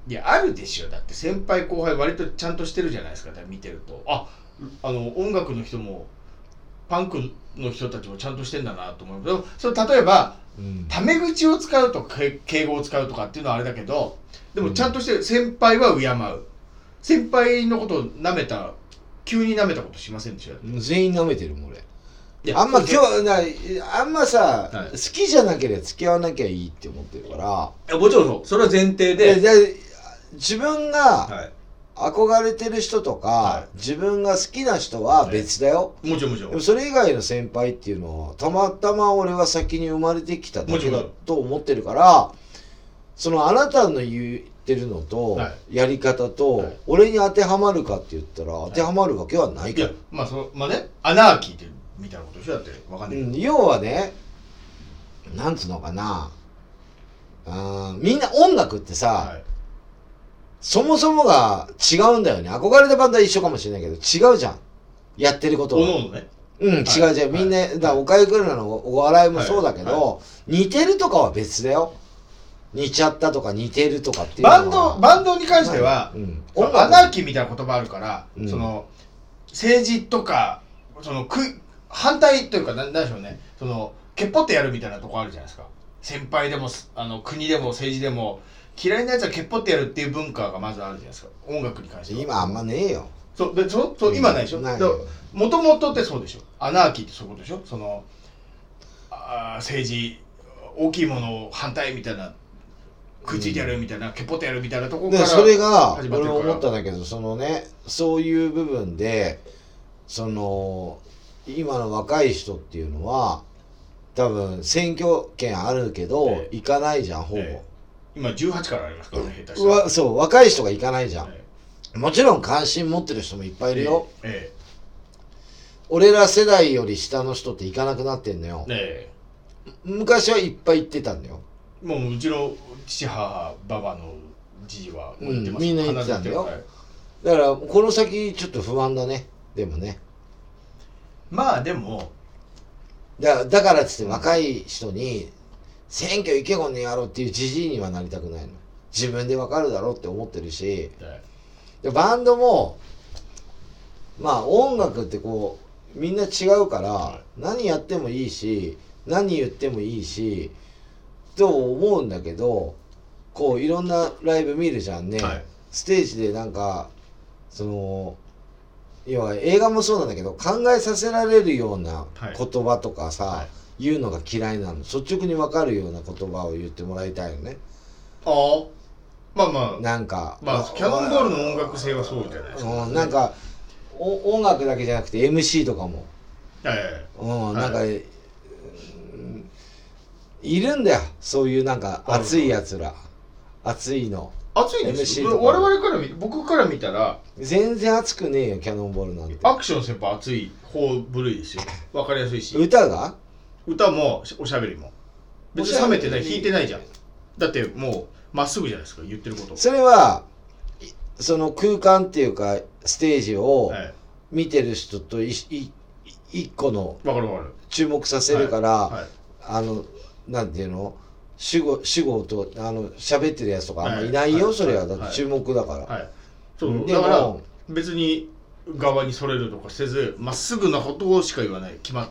Speaker 2: いやあるでしょだって先輩後輩割とちゃんとしてるじゃないですかだから見てるとああの音楽の人もパンクの人たちもちゃんとしてんだなと思うけどそれ例えば
Speaker 1: うん
Speaker 2: タメ口を使うとかけ敬語を使うとかっていうのはあれだけどでもちゃんとしてる先輩は敬う先輩のことを舐めた急に舐めたことしませんでしょ
Speaker 1: 全員舐めてるもん俺
Speaker 2: いや
Speaker 1: あんま
Speaker 2: そう
Speaker 1: 今
Speaker 2: そう
Speaker 1: 日なあんまさ、
Speaker 2: はい
Speaker 1: 好きじゃなければ付き合わなきゃいいって思ってるから
Speaker 2: いやもちろんそうそれは前提
Speaker 1: で
Speaker 2: で、
Speaker 1: 自分が
Speaker 2: は
Speaker 1: 憧れてる人とか、
Speaker 2: は
Speaker 1: 自分が好きな人は別だよ、
Speaker 2: い、もちろんもちろん
Speaker 1: でもそれ以外の先輩っていうのはたまたま俺は先に生まれてきただ
Speaker 2: もち
Speaker 1: け
Speaker 2: ろ
Speaker 1: だ
Speaker 2: ん
Speaker 1: と思ってるからそのあなたの言ってるのと、
Speaker 2: は
Speaker 1: やり方と、
Speaker 2: はい
Speaker 1: 俺に当てはまるかって言ったら当てはまるわけはない
Speaker 2: い
Speaker 1: から
Speaker 2: や、まあそのまあねアナーキーってみたいなことでしょだってわかんないけど、
Speaker 1: うん、要はねなんつうのかなあーみんな音楽ってさ、
Speaker 2: はい
Speaker 1: そもそもが違うんだよね憧れたバンドは一緒かもしれないけど違うじゃんやってること
Speaker 2: お
Speaker 1: は
Speaker 2: のおのね
Speaker 1: うん、違う
Speaker 2: はい
Speaker 1: 違う。みんな、
Speaker 2: は
Speaker 1: だから、岡井くんらのお笑いもそうだけ
Speaker 2: はい
Speaker 1: ど、似てるとかは別だよ。似ちゃったとか似てるとかっていうのは。
Speaker 2: バンドバンドに関しては、
Speaker 1: うん
Speaker 2: そのアナーキーみたいな言葉あるから、
Speaker 1: うん
Speaker 2: その政治とかそのく反対というかななんでしょうねそのけっぽってやるみたいなとこあるじゃないですか先輩でもすあの国でも政治でも嫌いなやつはけっぽってやるっていう文化がまずあるじゃないですか音楽に関しては
Speaker 1: 今あんまねえよ。
Speaker 2: そうでそうそう今ないでしょ
Speaker 1: ない
Speaker 2: もともとってそうでしょアナーキーってそういうことでしょそのあー政治大きいものを反対みたいな食いついてやるみたいな、けっぽってやるみたいなとこか
Speaker 1: で
Speaker 2: ら
Speaker 1: それが
Speaker 2: 始まって
Speaker 1: 俺
Speaker 2: るから
Speaker 1: 思ったんだけどそのねそういう部分でその今の若い人っていうのは多分選挙権あるけど、
Speaker 2: ええ
Speaker 1: 行かないじゃんほぼ、
Speaker 2: え今18からありますからね、下手
Speaker 1: う
Speaker 2: したら
Speaker 1: わそう若い人が行かないじゃん、
Speaker 2: え
Speaker 1: もちろん関心持ってる人もいっぱいい
Speaker 2: え
Speaker 1: るよ、
Speaker 2: え
Speaker 1: 俺ら世代より下の人って行かなくなってんのよ
Speaker 2: え、え
Speaker 1: 昔はいっぱい行ってたんだよ
Speaker 2: えもううちの父母ババのじいはもう行ってます
Speaker 1: うんみんな行ってたんだよ
Speaker 2: 必ず行って
Speaker 1: だ
Speaker 2: る
Speaker 1: からこの先ちょっと不安だねでもね
Speaker 2: はいまあでも
Speaker 1: だだからっつって若い人に「選挙行けこんねやろ」っていうじじいにはなりたくないの自分でわかるだろうって思ってるし
Speaker 2: え
Speaker 1: でバンドもまあ音楽ってこうみんな違うから何やってもいいし何言ってもいいしと思うんだけどこういろんなライブ見るじゃんね、
Speaker 2: えはい
Speaker 1: ステージでなんかその要は映画もそうなんだけど考えさせられるような
Speaker 2: はい
Speaker 1: 言葉とかさ、
Speaker 2: は
Speaker 1: 言うのが嫌いなの率直に分かるような言葉を言ってもらいたいよね
Speaker 2: ああまあまあ
Speaker 1: なんか
Speaker 2: まあ、キャノンボールの音楽性はそうじゃないですか。
Speaker 1: うん、なんかお音楽だけじゃなくて MC とかも、
Speaker 2: はいはいはい
Speaker 1: うん
Speaker 2: い
Speaker 1: なんか、うんいるんだよそういうなんか熱いやつら熱いの
Speaker 2: 熱いんです
Speaker 1: MC
Speaker 2: よ
Speaker 1: とか
Speaker 2: 我々から見僕から見たら
Speaker 1: 全然熱くねえよキャノンボールなんて
Speaker 2: アクション先輩熱い方部類ですよわかりやすいし
Speaker 1: 歌が
Speaker 2: 歌もおしゃべりも別に冷めてない弾いてないじゃんだってもうまっすぐじゃないですか言ってること
Speaker 1: それはいその空間っていうかステージを
Speaker 2: はい
Speaker 1: 見てる人といい一個の
Speaker 2: わかるわかる
Speaker 1: 注目させるから、
Speaker 2: はい
Speaker 1: あのなんていうの主語主語とあの喋ってるやつとかあんま
Speaker 2: はい
Speaker 1: いないよ、
Speaker 2: はい
Speaker 1: それは
Speaker 2: はい
Speaker 1: だって注目だから、
Speaker 2: はいそ
Speaker 1: うん
Speaker 2: う
Speaker 1: で
Speaker 2: だから
Speaker 1: も
Speaker 2: 別に側にそれるとかせずまっすぐなことをしか言わない決ま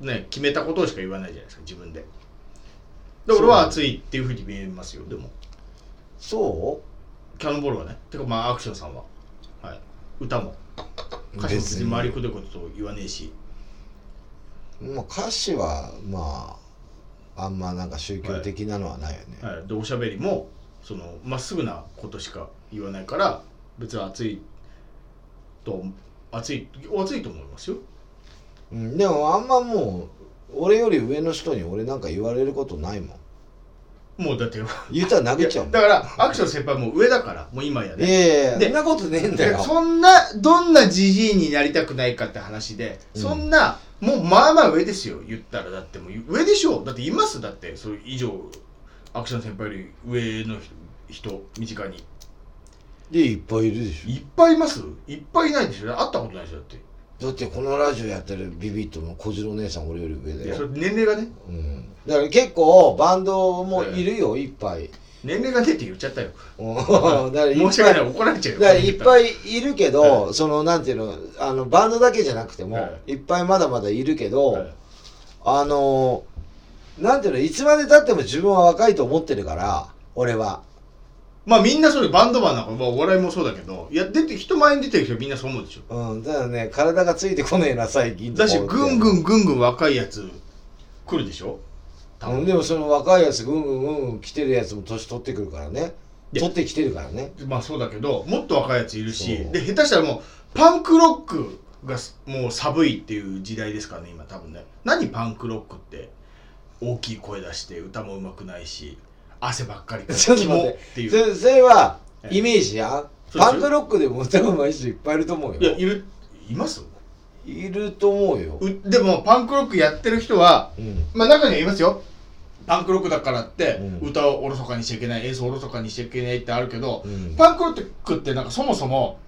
Speaker 2: ね決めたことをしか言わないじゃないですか自分でで俺は熱いっていうふうに見えますよでも
Speaker 1: そ
Speaker 2: キャノンボールはねてかまあアクションさんははい歌も
Speaker 1: う
Speaker 2: 歌詞も別に周り
Speaker 1: に
Speaker 2: くどいことと言わねえし
Speaker 1: まあ歌詞はまああんまなんか宗教的なのはないよね、
Speaker 2: はい、でおしゃべりもそのまっすぐなことしか言わないから別に熱いと熱い熱いと思いますよ
Speaker 1: うん、でもあんまもう俺より上の人に俺なんか言われることないもん
Speaker 2: もうだって
Speaker 1: 言ったら投げちゃうもん
Speaker 2: だからアクション先輩も上だからもう今や
Speaker 1: い
Speaker 2: ね
Speaker 1: やいやいや
Speaker 2: で
Speaker 1: そんなことねえんだよ
Speaker 2: そんなどんなじじいになりたくないかって話で、
Speaker 1: うん
Speaker 2: そんなもうまあまあ上ですよ言ったらだってもう上でしょだっていますだってそれ以上アクション先輩より上の人身近に
Speaker 1: でいっぱいいるでし
Speaker 2: いっぱいいますいっぱいいないでしょ会ったことないでしょだって
Speaker 1: ょだってこのラジオやってるビビットの小次郎姉さん俺より上
Speaker 2: い
Speaker 1: だ
Speaker 2: やそれ
Speaker 1: よ、
Speaker 2: 年齢がね
Speaker 1: うん、だから結構バンドもいるよいっぱい
Speaker 2: 年齢がねって言っちゃったよ
Speaker 1: うんだからいっぱい
Speaker 2: 申し訳ない怒られちゃうよ
Speaker 1: だからいっぱ
Speaker 2: い
Speaker 1: いいるけど、
Speaker 2: は
Speaker 1: そのなんていうのあのバンドだけじゃなくても、、
Speaker 2: はい
Speaker 1: っぱいまだまだいるけど、あのなんていうのいつまでたっても自分は若いと思ってるから俺は
Speaker 2: まあみんなそうでバンドマンなんか、まあ、お笑いもそうだけどいや出て人前に出てる人みんなそう思うでしょ
Speaker 1: うんただね体がついてこねえな最近
Speaker 2: だしぐんぐ
Speaker 1: ん
Speaker 2: んぐんぐん若いやつ来るでしょ多分
Speaker 1: でもその若いやつぐんぐんぐんぐん来てるやつも年取ってくるからね
Speaker 2: いや
Speaker 1: 取ってきてるから ね
Speaker 2: まあそうだけどもっと若いやついるし
Speaker 1: そう
Speaker 2: で下手したらもうパンクロックがすもう寒いっていう時代ですからね今多分ね何パンクロックって大きい声出して歌もうまくないし汗ばっかり か
Speaker 1: ちょっと
Speaker 2: キ
Speaker 1: 待
Speaker 2: モ
Speaker 1: っ
Speaker 2: って
Speaker 1: て
Speaker 2: いう
Speaker 1: そそれは
Speaker 2: ええ
Speaker 1: イメージやん
Speaker 2: そうです
Speaker 1: パ
Speaker 2: よ
Speaker 1: ンクロックでも歌うまい人いっぱいいると思うよ
Speaker 2: いやいるいます
Speaker 1: いると思うよ、
Speaker 2: うでもパンクロックやってる人は
Speaker 1: うん、
Speaker 2: まあ中にはいますよパンクロックだからって
Speaker 1: うん
Speaker 2: 歌をおろそかにしちゃいけない演奏をおろそかにしちゃいけないってあるけど、
Speaker 1: うん
Speaker 2: パンクロックってなんかそもそも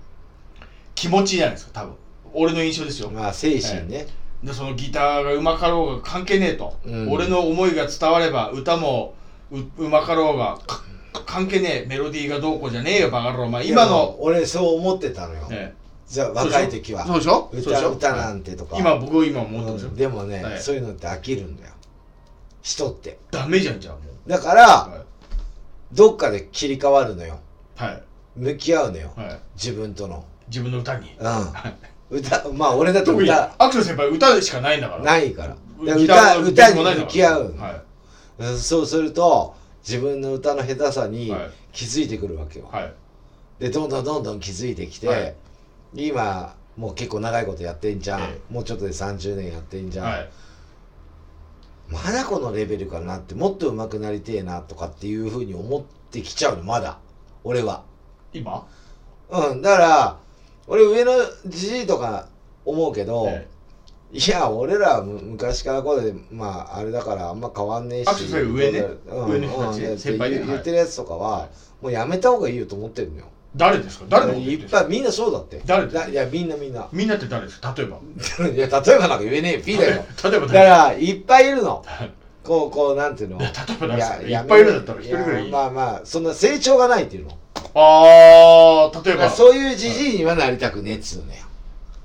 Speaker 2: 気持ちいいじゃないですか多分俺の印象ですよ
Speaker 1: まあ精神ね、
Speaker 2: でそのギターがうまかろうが関係ねえと、
Speaker 1: うん
Speaker 2: 俺の思いが伝われば歌もううまかろうがか関係ねえメロディーがどうこうじゃねえよバカ野郎お前今
Speaker 1: でも
Speaker 2: の、
Speaker 1: 俺そう思ってたのよ、
Speaker 2: え
Speaker 1: じゃあ
Speaker 2: え
Speaker 1: 若い時は
Speaker 2: そうでしょそうでしょそうでし
Speaker 1: 歌
Speaker 2: ょ
Speaker 1: 歌なんてとか
Speaker 2: 今僕今思ってます
Speaker 1: う
Speaker 2: よ、
Speaker 1: んでもね、
Speaker 2: はい
Speaker 1: そういうのって飽きるんだよ人って
Speaker 2: ダメじゃんじゃあもう
Speaker 1: だから
Speaker 2: は
Speaker 1: どっかで切り替わるのよ
Speaker 2: いはい、
Speaker 1: 向き合うのよ
Speaker 2: はい、
Speaker 1: 自分との
Speaker 2: 自分の歌に
Speaker 1: うん歌まあ俺だと
Speaker 2: 特に
Speaker 1: 歌
Speaker 2: アクション先輩歌しかないんだから
Speaker 1: ないからだ
Speaker 2: ギタ
Speaker 1: から歌
Speaker 2: ー
Speaker 1: 歌に
Speaker 2: もないんだ
Speaker 1: 向
Speaker 2: から
Speaker 1: き合うの、
Speaker 2: はい
Speaker 1: うんそうすると自分の歌の下手さに
Speaker 2: はい
Speaker 1: 気づいてくるわけよ、
Speaker 2: はい
Speaker 1: でどんどんどんどん気づいてきて、
Speaker 2: はい
Speaker 1: 今もう結構長いことやってんじゃん、
Speaker 2: え
Speaker 1: もうちょっとで30年やってんじゃん、
Speaker 2: はい
Speaker 1: まだこのレベルかなってもっと上手くなりてえなとかっていうふうに思ってきちゃうのまだ俺は
Speaker 2: 今
Speaker 1: うんだから俺上のじじいとか思うけど、
Speaker 2: え
Speaker 1: いや俺らはむ昔からこうでまああれだからあんま変わんねえし
Speaker 2: あそれ上ね
Speaker 1: うん、
Speaker 2: 上の人たちね
Speaker 1: うん
Speaker 2: 先輩ね
Speaker 1: 言
Speaker 2: はい
Speaker 1: 言ってるやつとかは、
Speaker 2: はい
Speaker 1: もうやめた方がいいよと思ってるのよ
Speaker 2: 誰ですか誰のこと
Speaker 1: い
Speaker 2: 言って
Speaker 1: っ
Speaker 2: るんですか
Speaker 1: ぱいみんなそうだって
Speaker 2: 誰
Speaker 1: だいやみんなみんな
Speaker 2: みんなって誰ですか例えば
Speaker 1: いや例えばなんか言えねえ よ P だよ
Speaker 2: 例えば
Speaker 1: だか
Speaker 2: 誰
Speaker 1: らいっぱいいるのこうこうなんていうの
Speaker 2: いや例えば誰ですか
Speaker 1: や
Speaker 2: いっぱいいるんだったら一人ぐらいい
Speaker 1: や
Speaker 2: い
Speaker 1: まあまあそんな成長がないっていうの
Speaker 2: ああ例
Speaker 1: だ
Speaker 2: え
Speaker 1: から
Speaker 2: ば
Speaker 1: そういうじじいにはなりたくねえっつうのよ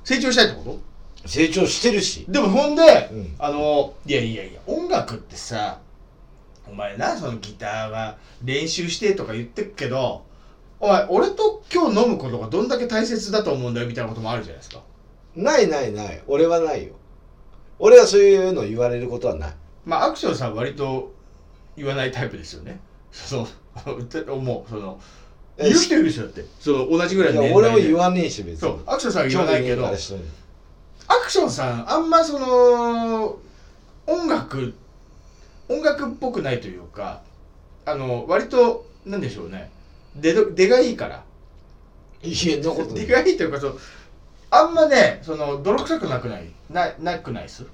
Speaker 2: 成長したいってこ
Speaker 1: 成長してるし
Speaker 2: とでもほんで、
Speaker 1: うん
Speaker 2: あのいやいやいや音楽ってさお前なそのギターは練習してとか言ってっけどお前俺と今日飲むことがどんだけ大切だと思うんだよみたいなこともあるじゃないですか
Speaker 1: ないないない俺はないよ俺はそういうの言われることはない
Speaker 2: まあアクションさんは割と言わないタイプですよねその歌もうその言う人いるでしょだってその同じぐらい
Speaker 1: い
Speaker 2: の
Speaker 1: や
Speaker 2: 年
Speaker 1: 俺
Speaker 2: 代
Speaker 1: は
Speaker 2: で
Speaker 1: 言わねえし別
Speaker 2: そ
Speaker 1: に
Speaker 2: うアクションさんは言わないけど
Speaker 1: 興味ねえから
Speaker 2: ア
Speaker 1: 人に
Speaker 2: クションさんあんまその音楽音楽っぽくないというかあの割となんでしょうね出ど出がいいから
Speaker 1: いや、どこと
Speaker 2: 出がいいというかそうあんまねその泥臭くなくないななくないっす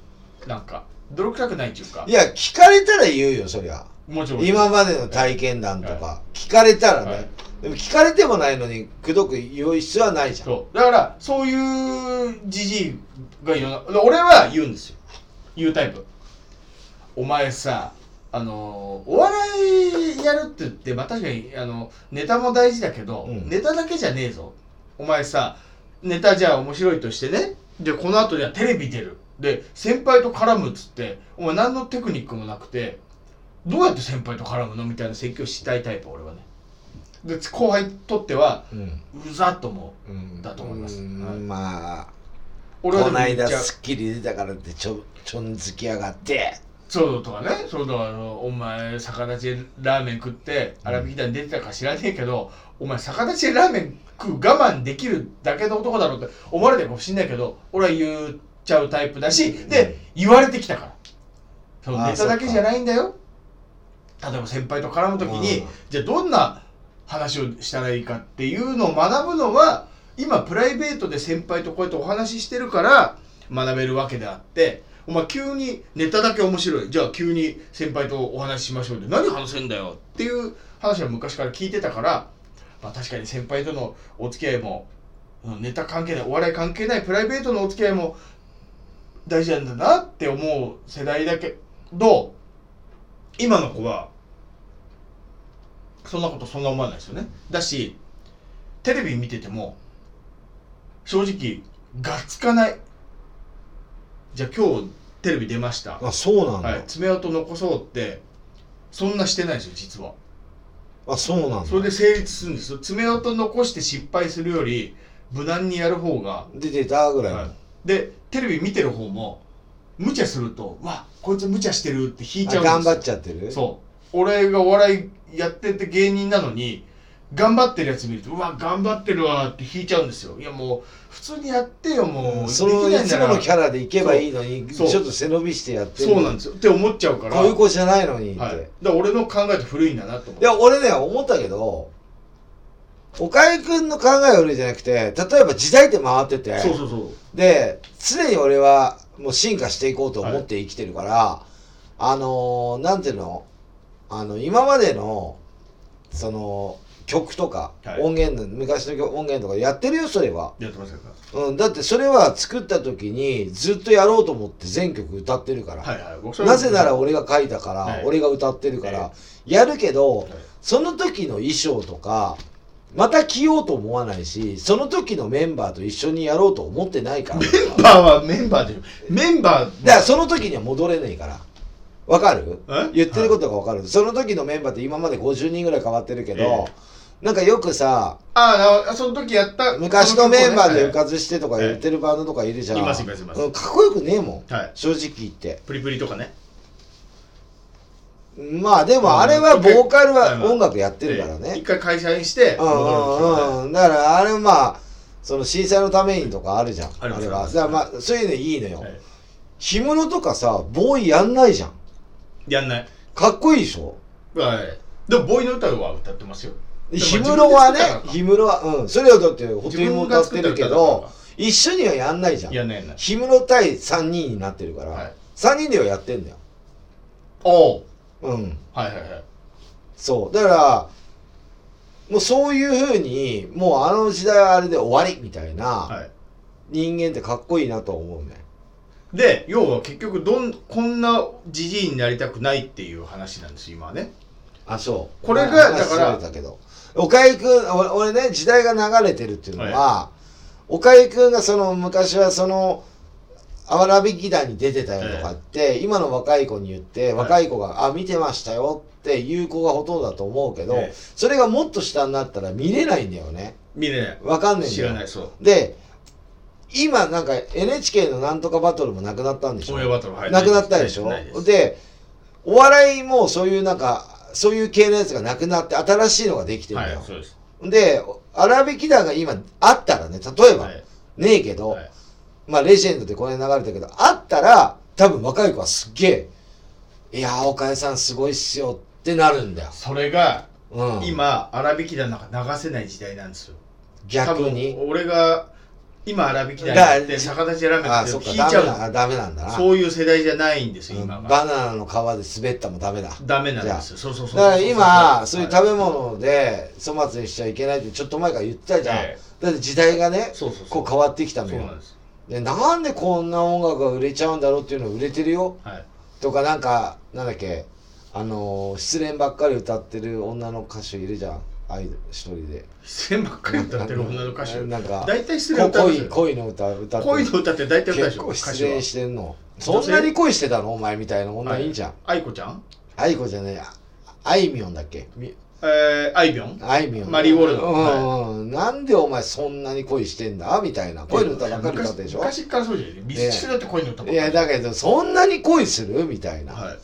Speaker 2: なんか泥臭くないっていうか
Speaker 1: いや、聞かれたら言うよ、そりゃ。
Speaker 2: もちろん
Speaker 1: 今までの体験談と
Speaker 2: は
Speaker 1: か、聞かれたら
Speaker 2: はい
Speaker 1: ね。でも聞かれてもないのに、くどく言う必要はないじゃん。
Speaker 2: そうだからそういうじじいがいるな俺は言うんですよ言うタイプお前さあのお笑いやるって言って、まあ、確かにあのネタも大事だけど、
Speaker 1: うん
Speaker 2: ネタだけじゃねえぞお前さネタじゃあ面白いとしてねでこの後じゃあテレビ出るで先輩と絡むっつってお前何のテクニックもなくてどうやって先輩と絡むのみたいな説教したいタイプ俺はねで後輩にとっては
Speaker 1: うん。
Speaker 2: うざっと思う
Speaker 1: うん
Speaker 2: だと思います
Speaker 1: うん
Speaker 2: はい
Speaker 1: まあ、こ
Speaker 2: 俺はでも
Speaker 1: の
Speaker 2: 言っちゃ
Speaker 1: 間『
Speaker 2: う
Speaker 1: スッキリ』出たからってちょ、ちょんづきやがって。
Speaker 2: そうとかねそうだあのお前逆立ちでラーメン食って粗挽き団出てたか知らねえけど、お前逆立ちでラーメン食う我慢できるだけの男だろうって思われてるかもしんないけど俺は言っちゃうタイプだしで言われてきたからその
Speaker 1: ああ
Speaker 2: ネタだけじゃないんだよ例えば先輩と絡む時に、
Speaker 1: うん
Speaker 2: じゃあどんな話をしたらいいかっていうのを学ぶのは今プライベートで先輩とこうやってお話ししてるから学べるわけであってお前急にネタだけ面白いじゃあ急に先輩とお話ししましょうで何話せんだよっていう話は昔から聞いてたから、まあ、確かに先輩とのお付き合いもうんネタ関係ないお笑い関係ないプライベートのお付き合いも大事なんだなって思う世代だけど今の子はそんなことそんな思わないですよねだしテレビ見てても正直がつかないじゃあ今日テレビ出ました、
Speaker 1: あ、そうなん
Speaker 2: はい
Speaker 1: だ、。
Speaker 2: 爪痕残そうってそんなしてないですよ実は
Speaker 1: あ、そうなん
Speaker 2: それ
Speaker 1: だ。
Speaker 2: で成立するんですよ爪痕残して失敗するより無難にやる方が
Speaker 1: 出てたぐらいの。
Speaker 2: でテレビ見てる方も無茶するとうわこいつ無茶してるって引いちゃ
Speaker 1: あ
Speaker 2: うん
Speaker 1: 頑張っ
Speaker 2: ゃ
Speaker 1: ちゃってる
Speaker 2: そう俺がお笑いやってて芸人なのに頑張ってるやつ見るとうわ頑張ってるわって引いちゃうんですよいやもう普通にやってよもう、
Speaker 1: そのいつものキャ
Speaker 2: ラ
Speaker 1: ラでいけばいいのにち
Speaker 2: そう
Speaker 1: ょっと背伸びしてやってる
Speaker 2: そうなんですよって思っちゃうから
Speaker 1: こういう子じゃないのにって、
Speaker 2: はい、だ
Speaker 1: い、
Speaker 2: から俺の考えと古いんだなと思って
Speaker 1: や俺ね思ったけど岡井くんの考え悪いじゃなくて例えば時代って回ってて
Speaker 2: そうそうそう
Speaker 1: で常に俺はもう進化していこうと思って生きてるから、あのーなんていうのあの今までのその曲とか
Speaker 2: はい
Speaker 1: 音源、昔の曲音源とかやってるよそれは
Speaker 2: やってましたか
Speaker 1: うん、だってそれは作った時にずっとやろうと思って全曲歌ってるから、
Speaker 2: はいはい僕それ
Speaker 1: なぜなら俺が書いたから、
Speaker 2: はい
Speaker 1: 俺が歌ってるから、やるけど、
Speaker 2: い
Speaker 1: その時の衣装とかまた着ようと思わないしその時のメンバーと一緒にやろうと思ってないから
Speaker 2: メンバーはメンバーでメンバー
Speaker 1: だからその時には戻れないからわかる
Speaker 2: え
Speaker 1: 言ってることがわかる、その時のメンバーって今まで50人ぐらい変わってるけど、
Speaker 2: え
Speaker 1: なんかよくさ
Speaker 2: ああなるほどあその時やった
Speaker 1: 昔のメンバーで
Speaker 2: よ
Speaker 1: 復活してとか言ってるバンドとかいるじゃん、
Speaker 2: いますいますいます
Speaker 1: うんかっこよくねえもん、
Speaker 2: はい
Speaker 1: 正直言って
Speaker 2: プリプリとかね
Speaker 1: まあでもあれはボーカルは音楽やってるから
Speaker 2: ええ
Speaker 1: ね
Speaker 2: 一回会社にして
Speaker 1: うんうんうんだからあれはまあその震災のためにとかあるじゃん
Speaker 2: あります
Speaker 1: れ
Speaker 2: あり
Speaker 1: は
Speaker 2: ま
Speaker 1: だ
Speaker 2: す
Speaker 1: からまあそういうのいいのよ、
Speaker 2: はい
Speaker 1: 着物とかさボーイやんないじゃん
Speaker 2: やんない
Speaker 1: かっこいいでしょ
Speaker 2: はいでもボーイの歌は歌ってますよでも
Speaker 1: 氷室はね
Speaker 2: 自分
Speaker 1: 氷
Speaker 2: で作ったからか
Speaker 1: 室はうんそれはだってホテルも歌ってるけ
Speaker 2: 自分が作った歌だか
Speaker 1: ど一緒にはやんないじゃん
Speaker 2: やんないやんない
Speaker 1: 氷室対3人になってるから、
Speaker 2: はい
Speaker 1: 3人ではやってんだよ
Speaker 2: おう
Speaker 1: うん
Speaker 2: はいはいはい
Speaker 1: そうだからもうそういうふうにもうあの時代はあれで終わりみたいな
Speaker 2: はい
Speaker 1: 人間ってかっこいいなと思うね
Speaker 2: で要は結局どんこんなじじいになりたくないっていう話なんです今はね
Speaker 1: あそう
Speaker 2: これが
Speaker 1: まあ話
Speaker 2: だから
Speaker 1: それたけど岡井くん俺俺ね時代が流れてるっていうのは、岡井くんがその昔はそのらびき団に出てたよとかって、今の若い子に言って
Speaker 2: い
Speaker 1: 若い子が、あ見てましたよっていう子がほとんどだと思うけど、
Speaker 2: ええ
Speaker 1: それがもっと下になったら見れないんだよね
Speaker 2: 見れない
Speaker 1: わかんないんだよ
Speaker 2: 知らないそう
Speaker 1: で今なんか NHK のなんとかバトルもなくなったんでしょ
Speaker 2: 親バトルはい
Speaker 1: なくなったでしょ
Speaker 2: ないす
Speaker 1: でお笑いもそういうなんかそういう系のやつがなくなって新しいのができてるん
Speaker 2: は
Speaker 1: だよ
Speaker 2: い、そうです
Speaker 1: で荒引き団が今あったらね例えば、
Speaker 2: はい
Speaker 1: ねえけど、
Speaker 2: はい
Speaker 1: まあレジェンドってこの辺流れたけどあったら多分若い子はすっげえいやー、岡江さんすごいっすよってなるんだよ。
Speaker 2: それが
Speaker 1: うん。。
Speaker 2: 今荒引き団なんか流せない時代なんですよ
Speaker 1: 逆に
Speaker 2: 多。分俺が今荒引き団やって
Speaker 1: だ
Speaker 2: 逆立ちラーメン
Speaker 1: あ
Speaker 2: や
Speaker 1: あ、
Speaker 2: って
Speaker 1: そっ
Speaker 2: 聞
Speaker 1: か。
Speaker 2: いち
Speaker 1: ダメ
Speaker 2: ゃう
Speaker 1: だ。あダメなんだな。
Speaker 2: そういう世代じゃないんですよ
Speaker 1: うん
Speaker 2: 今
Speaker 1: バ
Speaker 2: が
Speaker 1: ナナの皮で滑ったもダメだ。だ
Speaker 2: ダメなんですよそうそうそう
Speaker 1: から今、そういう
Speaker 2: べ
Speaker 1: 食べ物で粗末にしちゃいけないってちょっと前から言ってたじゃん。
Speaker 2: ええ
Speaker 1: だって時代がね、
Speaker 2: そうそうそ
Speaker 1: こ
Speaker 2: う
Speaker 1: う変わってきたの
Speaker 2: そう
Speaker 1: よ
Speaker 2: なんです
Speaker 1: でなんでこんな音楽が売れちゃうんだろうっていうのは売れてるよ
Speaker 2: はい
Speaker 1: とかなんかなんだっけあのー失恋ばっかり歌ってる女の歌手いるじゃんアイドル一人で
Speaker 2: 出演ばっかり歌ってる女の歌手
Speaker 1: なんか
Speaker 2: 大体失
Speaker 1: こ
Speaker 2: 恋歌うんです
Speaker 1: 恋恋
Speaker 2: よ
Speaker 1: の歌歌ってる
Speaker 2: 恋の歌って大体歌うでし
Speaker 1: 結
Speaker 2: ょ
Speaker 1: 構
Speaker 2: 歌
Speaker 1: 失
Speaker 2: 手は
Speaker 1: 恋してんのそんなに恋してたのお前みたいな女いいじゃん、
Speaker 2: 愛子ちゃん
Speaker 1: 愛子じゃねえやあいみょんだっけみ
Speaker 2: えー、あいみょん
Speaker 1: あいみょん
Speaker 2: マリーゴールド
Speaker 1: うん、うん、なんでお前そんなに恋してんだみたいな恋の歌ばっかり歌ってるでしょ
Speaker 2: 昔昔からそうじゃないミスチルだって恋の歌ばっかり
Speaker 1: いやだけどそんなに恋するみたいな、
Speaker 2: はい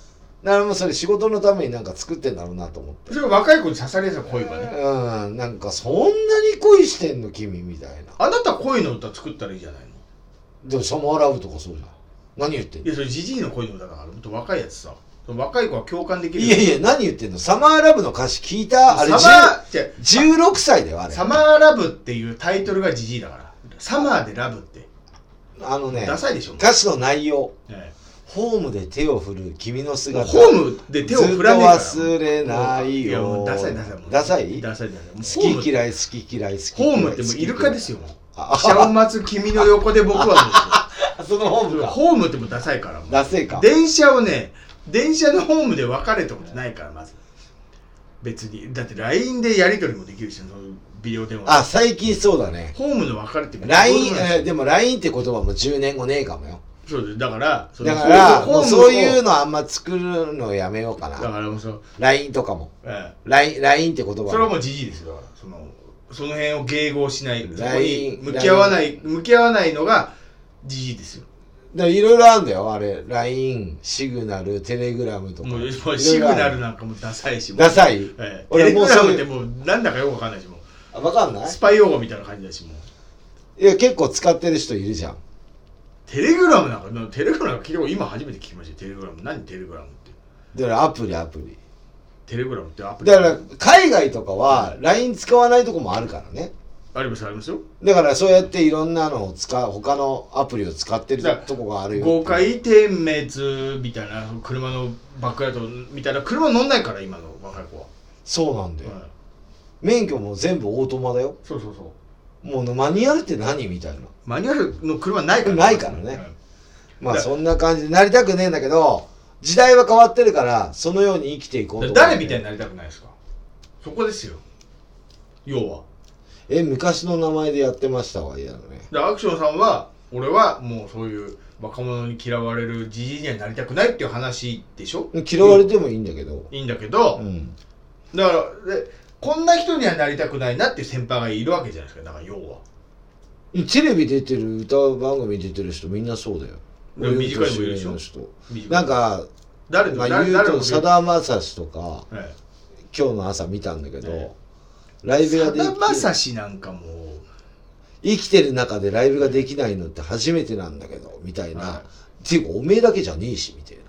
Speaker 1: だからもうそれ仕事のためになんか作ってんだろうなと思って
Speaker 2: それが若い子に刺されるんですよ恋がね
Speaker 1: うんなんかそんなに恋してんの君みたいな
Speaker 2: あなた恋の歌作ったらいいじゃないの
Speaker 1: でも「サマーラブ」とかそうじゃん何言ってん
Speaker 2: い
Speaker 1: の
Speaker 2: やそれジジイの恋の歌だからもっと若いやつさその若い子は共感できる
Speaker 1: いやいや何言ってんの「サマーラブ」の歌詞聞いたあれ
Speaker 2: サマ
Speaker 1: 10
Speaker 2: ー違う
Speaker 1: 16歳だよあれ
Speaker 2: サマーラブっていうタイトルがジジイだからサマーでラブって
Speaker 1: あのね
Speaker 2: ダサいでしょもう
Speaker 1: 歌詞の内容
Speaker 2: え
Speaker 1: 「ホームで手を振る君の
Speaker 2: え
Speaker 1: 姿」
Speaker 2: ホームで手を振らねえから
Speaker 1: ずっと忘れないよ
Speaker 2: やもうダサいダサいもう
Speaker 1: ダサい
Speaker 2: ダサいダサいもうホー
Speaker 1: 好
Speaker 2: ム
Speaker 1: き嫌い好き嫌い好き嫌
Speaker 2: ホ
Speaker 1: い
Speaker 2: ームってもうイルカですよ。もう
Speaker 1: あ
Speaker 2: 飛車を待つ君の横で僕はも
Speaker 1: あそのホー
Speaker 2: う
Speaker 1: ムか
Speaker 2: ホームってもうダサいからもう
Speaker 1: ダセえか
Speaker 2: 電車をね電車のホームで別れたことないからまず別にだって LINE でやり取りもできるしそのビデオ電話で
Speaker 1: あ最近そうだね
Speaker 2: ホームの別れってもう
Speaker 1: LINE、
Speaker 2: どう
Speaker 1: え
Speaker 2: でもない
Speaker 1: ーでも LINE って言葉も10年後ねえかもよ。
Speaker 2: そうですだからその
Speaker 1: だから、
Speaker 2: ホーム
Speaker 1: も
Speaker 2: を
Speaker 1: うそういうのあんま作るのやめようか
Speaker 2: だか
Speaker 1: な。
Speaker 2: らもうそう、
Speaker 1: LINE とかも。
Speaker 2: え
Speaker 1: LINE, LINE って言葉
Speaker 2: えそれはもうじじいですよだからそのその辺を迎合しないそこに
Speaker 1: LINE
Speaker 2: 向き合わない向き合わないのがじじいですよ
Speaker 1: だいろいろあるんだよ、あれ。LINE、シグナル、テレグラムとか。
Speaker 2: もう
Speaker 1: いろ
Speaker 2: もう
Speaker 1: いろある
Speaker 2: シグナルなんかもダサいしもう
Speaker 1: ダサい
Speaker 2: ええ、テ
Speaker 1: 俺
Speaker 2: レ
Speaker 1: も
Speaker 2: グ
Speaker 1: う
Speaker 2: ラ
Speaker 1: そ
Speaker 2: ム
Speaker 1: う
Speaker 2: って
Speaker 1: いう。
Speaker 2: もうなんだかよくわかんないしもう
Speaker 1: あわかんない
Speaker 2: スパイ用語みたいな感じだしもう
Speaker 1: いや、結構使ってる人いるじゃん。
Speaker 2: テレグラムなんかテレグラム聞いたこと今初めて聞きましたよテレグラム何テレグラムって
Speaker 1: だからアプリ、アプリ。
Speaker 2: テレグラムってアプリ
Speaker 1: だから、海外とかは LINE 使わないとこもあるからね。
Speaker 2: ありますありますよ
Speaker 1: だから、そうやっていろんなのを使う、他のアプリを使ってる
Speaker 2: だから
Speaker 1: とこがあるよ。
Speaker 2: 豪快点滅みたいな車のバックヤードみたいな車乗んないから今の若い子は、
Speaker 1: そうなんだよ。
Speaker 2: はい
Speaker 1: 免許も全部オートマだよ。
Speaker 2: そうそうそう
Speaker 1: もうマニュアルって何みたいな。
Speaker 2: マニュアルの車ないから
Speaker 1: ないからねまあ
Speaker 2: だ
Speaker 1: そんな感じになりたくねえんだけど、時代は変わってるから、そのように生きていこ
Speaker 2: う
Speaker 1: うんと
Speaker 2: だ
Speaker 1: 思う。
Speaker 2: から誰みたいになりたくないですかそこですよ要は
Speaker 1: え、昔の名前でやってましたわ、いやね。
Speaker 2: でアクションさんは俺はもうそういう若者に嫌われるじじいにはなりたくないっていう話でしょ
Speaker 1: 嫌われてもいいんだけど。
Speaker 2: いいんだけど、
Speaker 1: うん。
Speaker 2: だからでこんな人にはなりたくないなっていう先輩がいるわけじゃないですかだから要は
Speaker 1: テレビ出てる、歌番組出てる人みんなそうだよ。
Speaker 2: でも短いもいるでし
Speaker 1: 俺
Speaker 2: ょ
Speaker 1: より年上の人
Speaker 2: 短い
Speaker 1: なんか、
Speaker 2: 誰
Speaker 1: ま
Speaker 2: と
Speaker 1: あ
Speaker 2: 誰
Speaker 1: 言う
Speaker 2: 誰も
Speaker 1: と、さだまさしとか、
Speaker 2: ええ
Speaker 1: 今日の朝見たんだけ
Speaker 2: ええ
Speaker 1: ど、ライブが
Speaker 2: さ
Speaker 1: でき
Speaker 2: だまさしなんかもう
Speaker 1: 生きてる中でライブができないのって初めてなんだけど、みたいな。
Speaker 2: は
Speaker 1: っていうか、おめえだけじゃねえし、みたいな。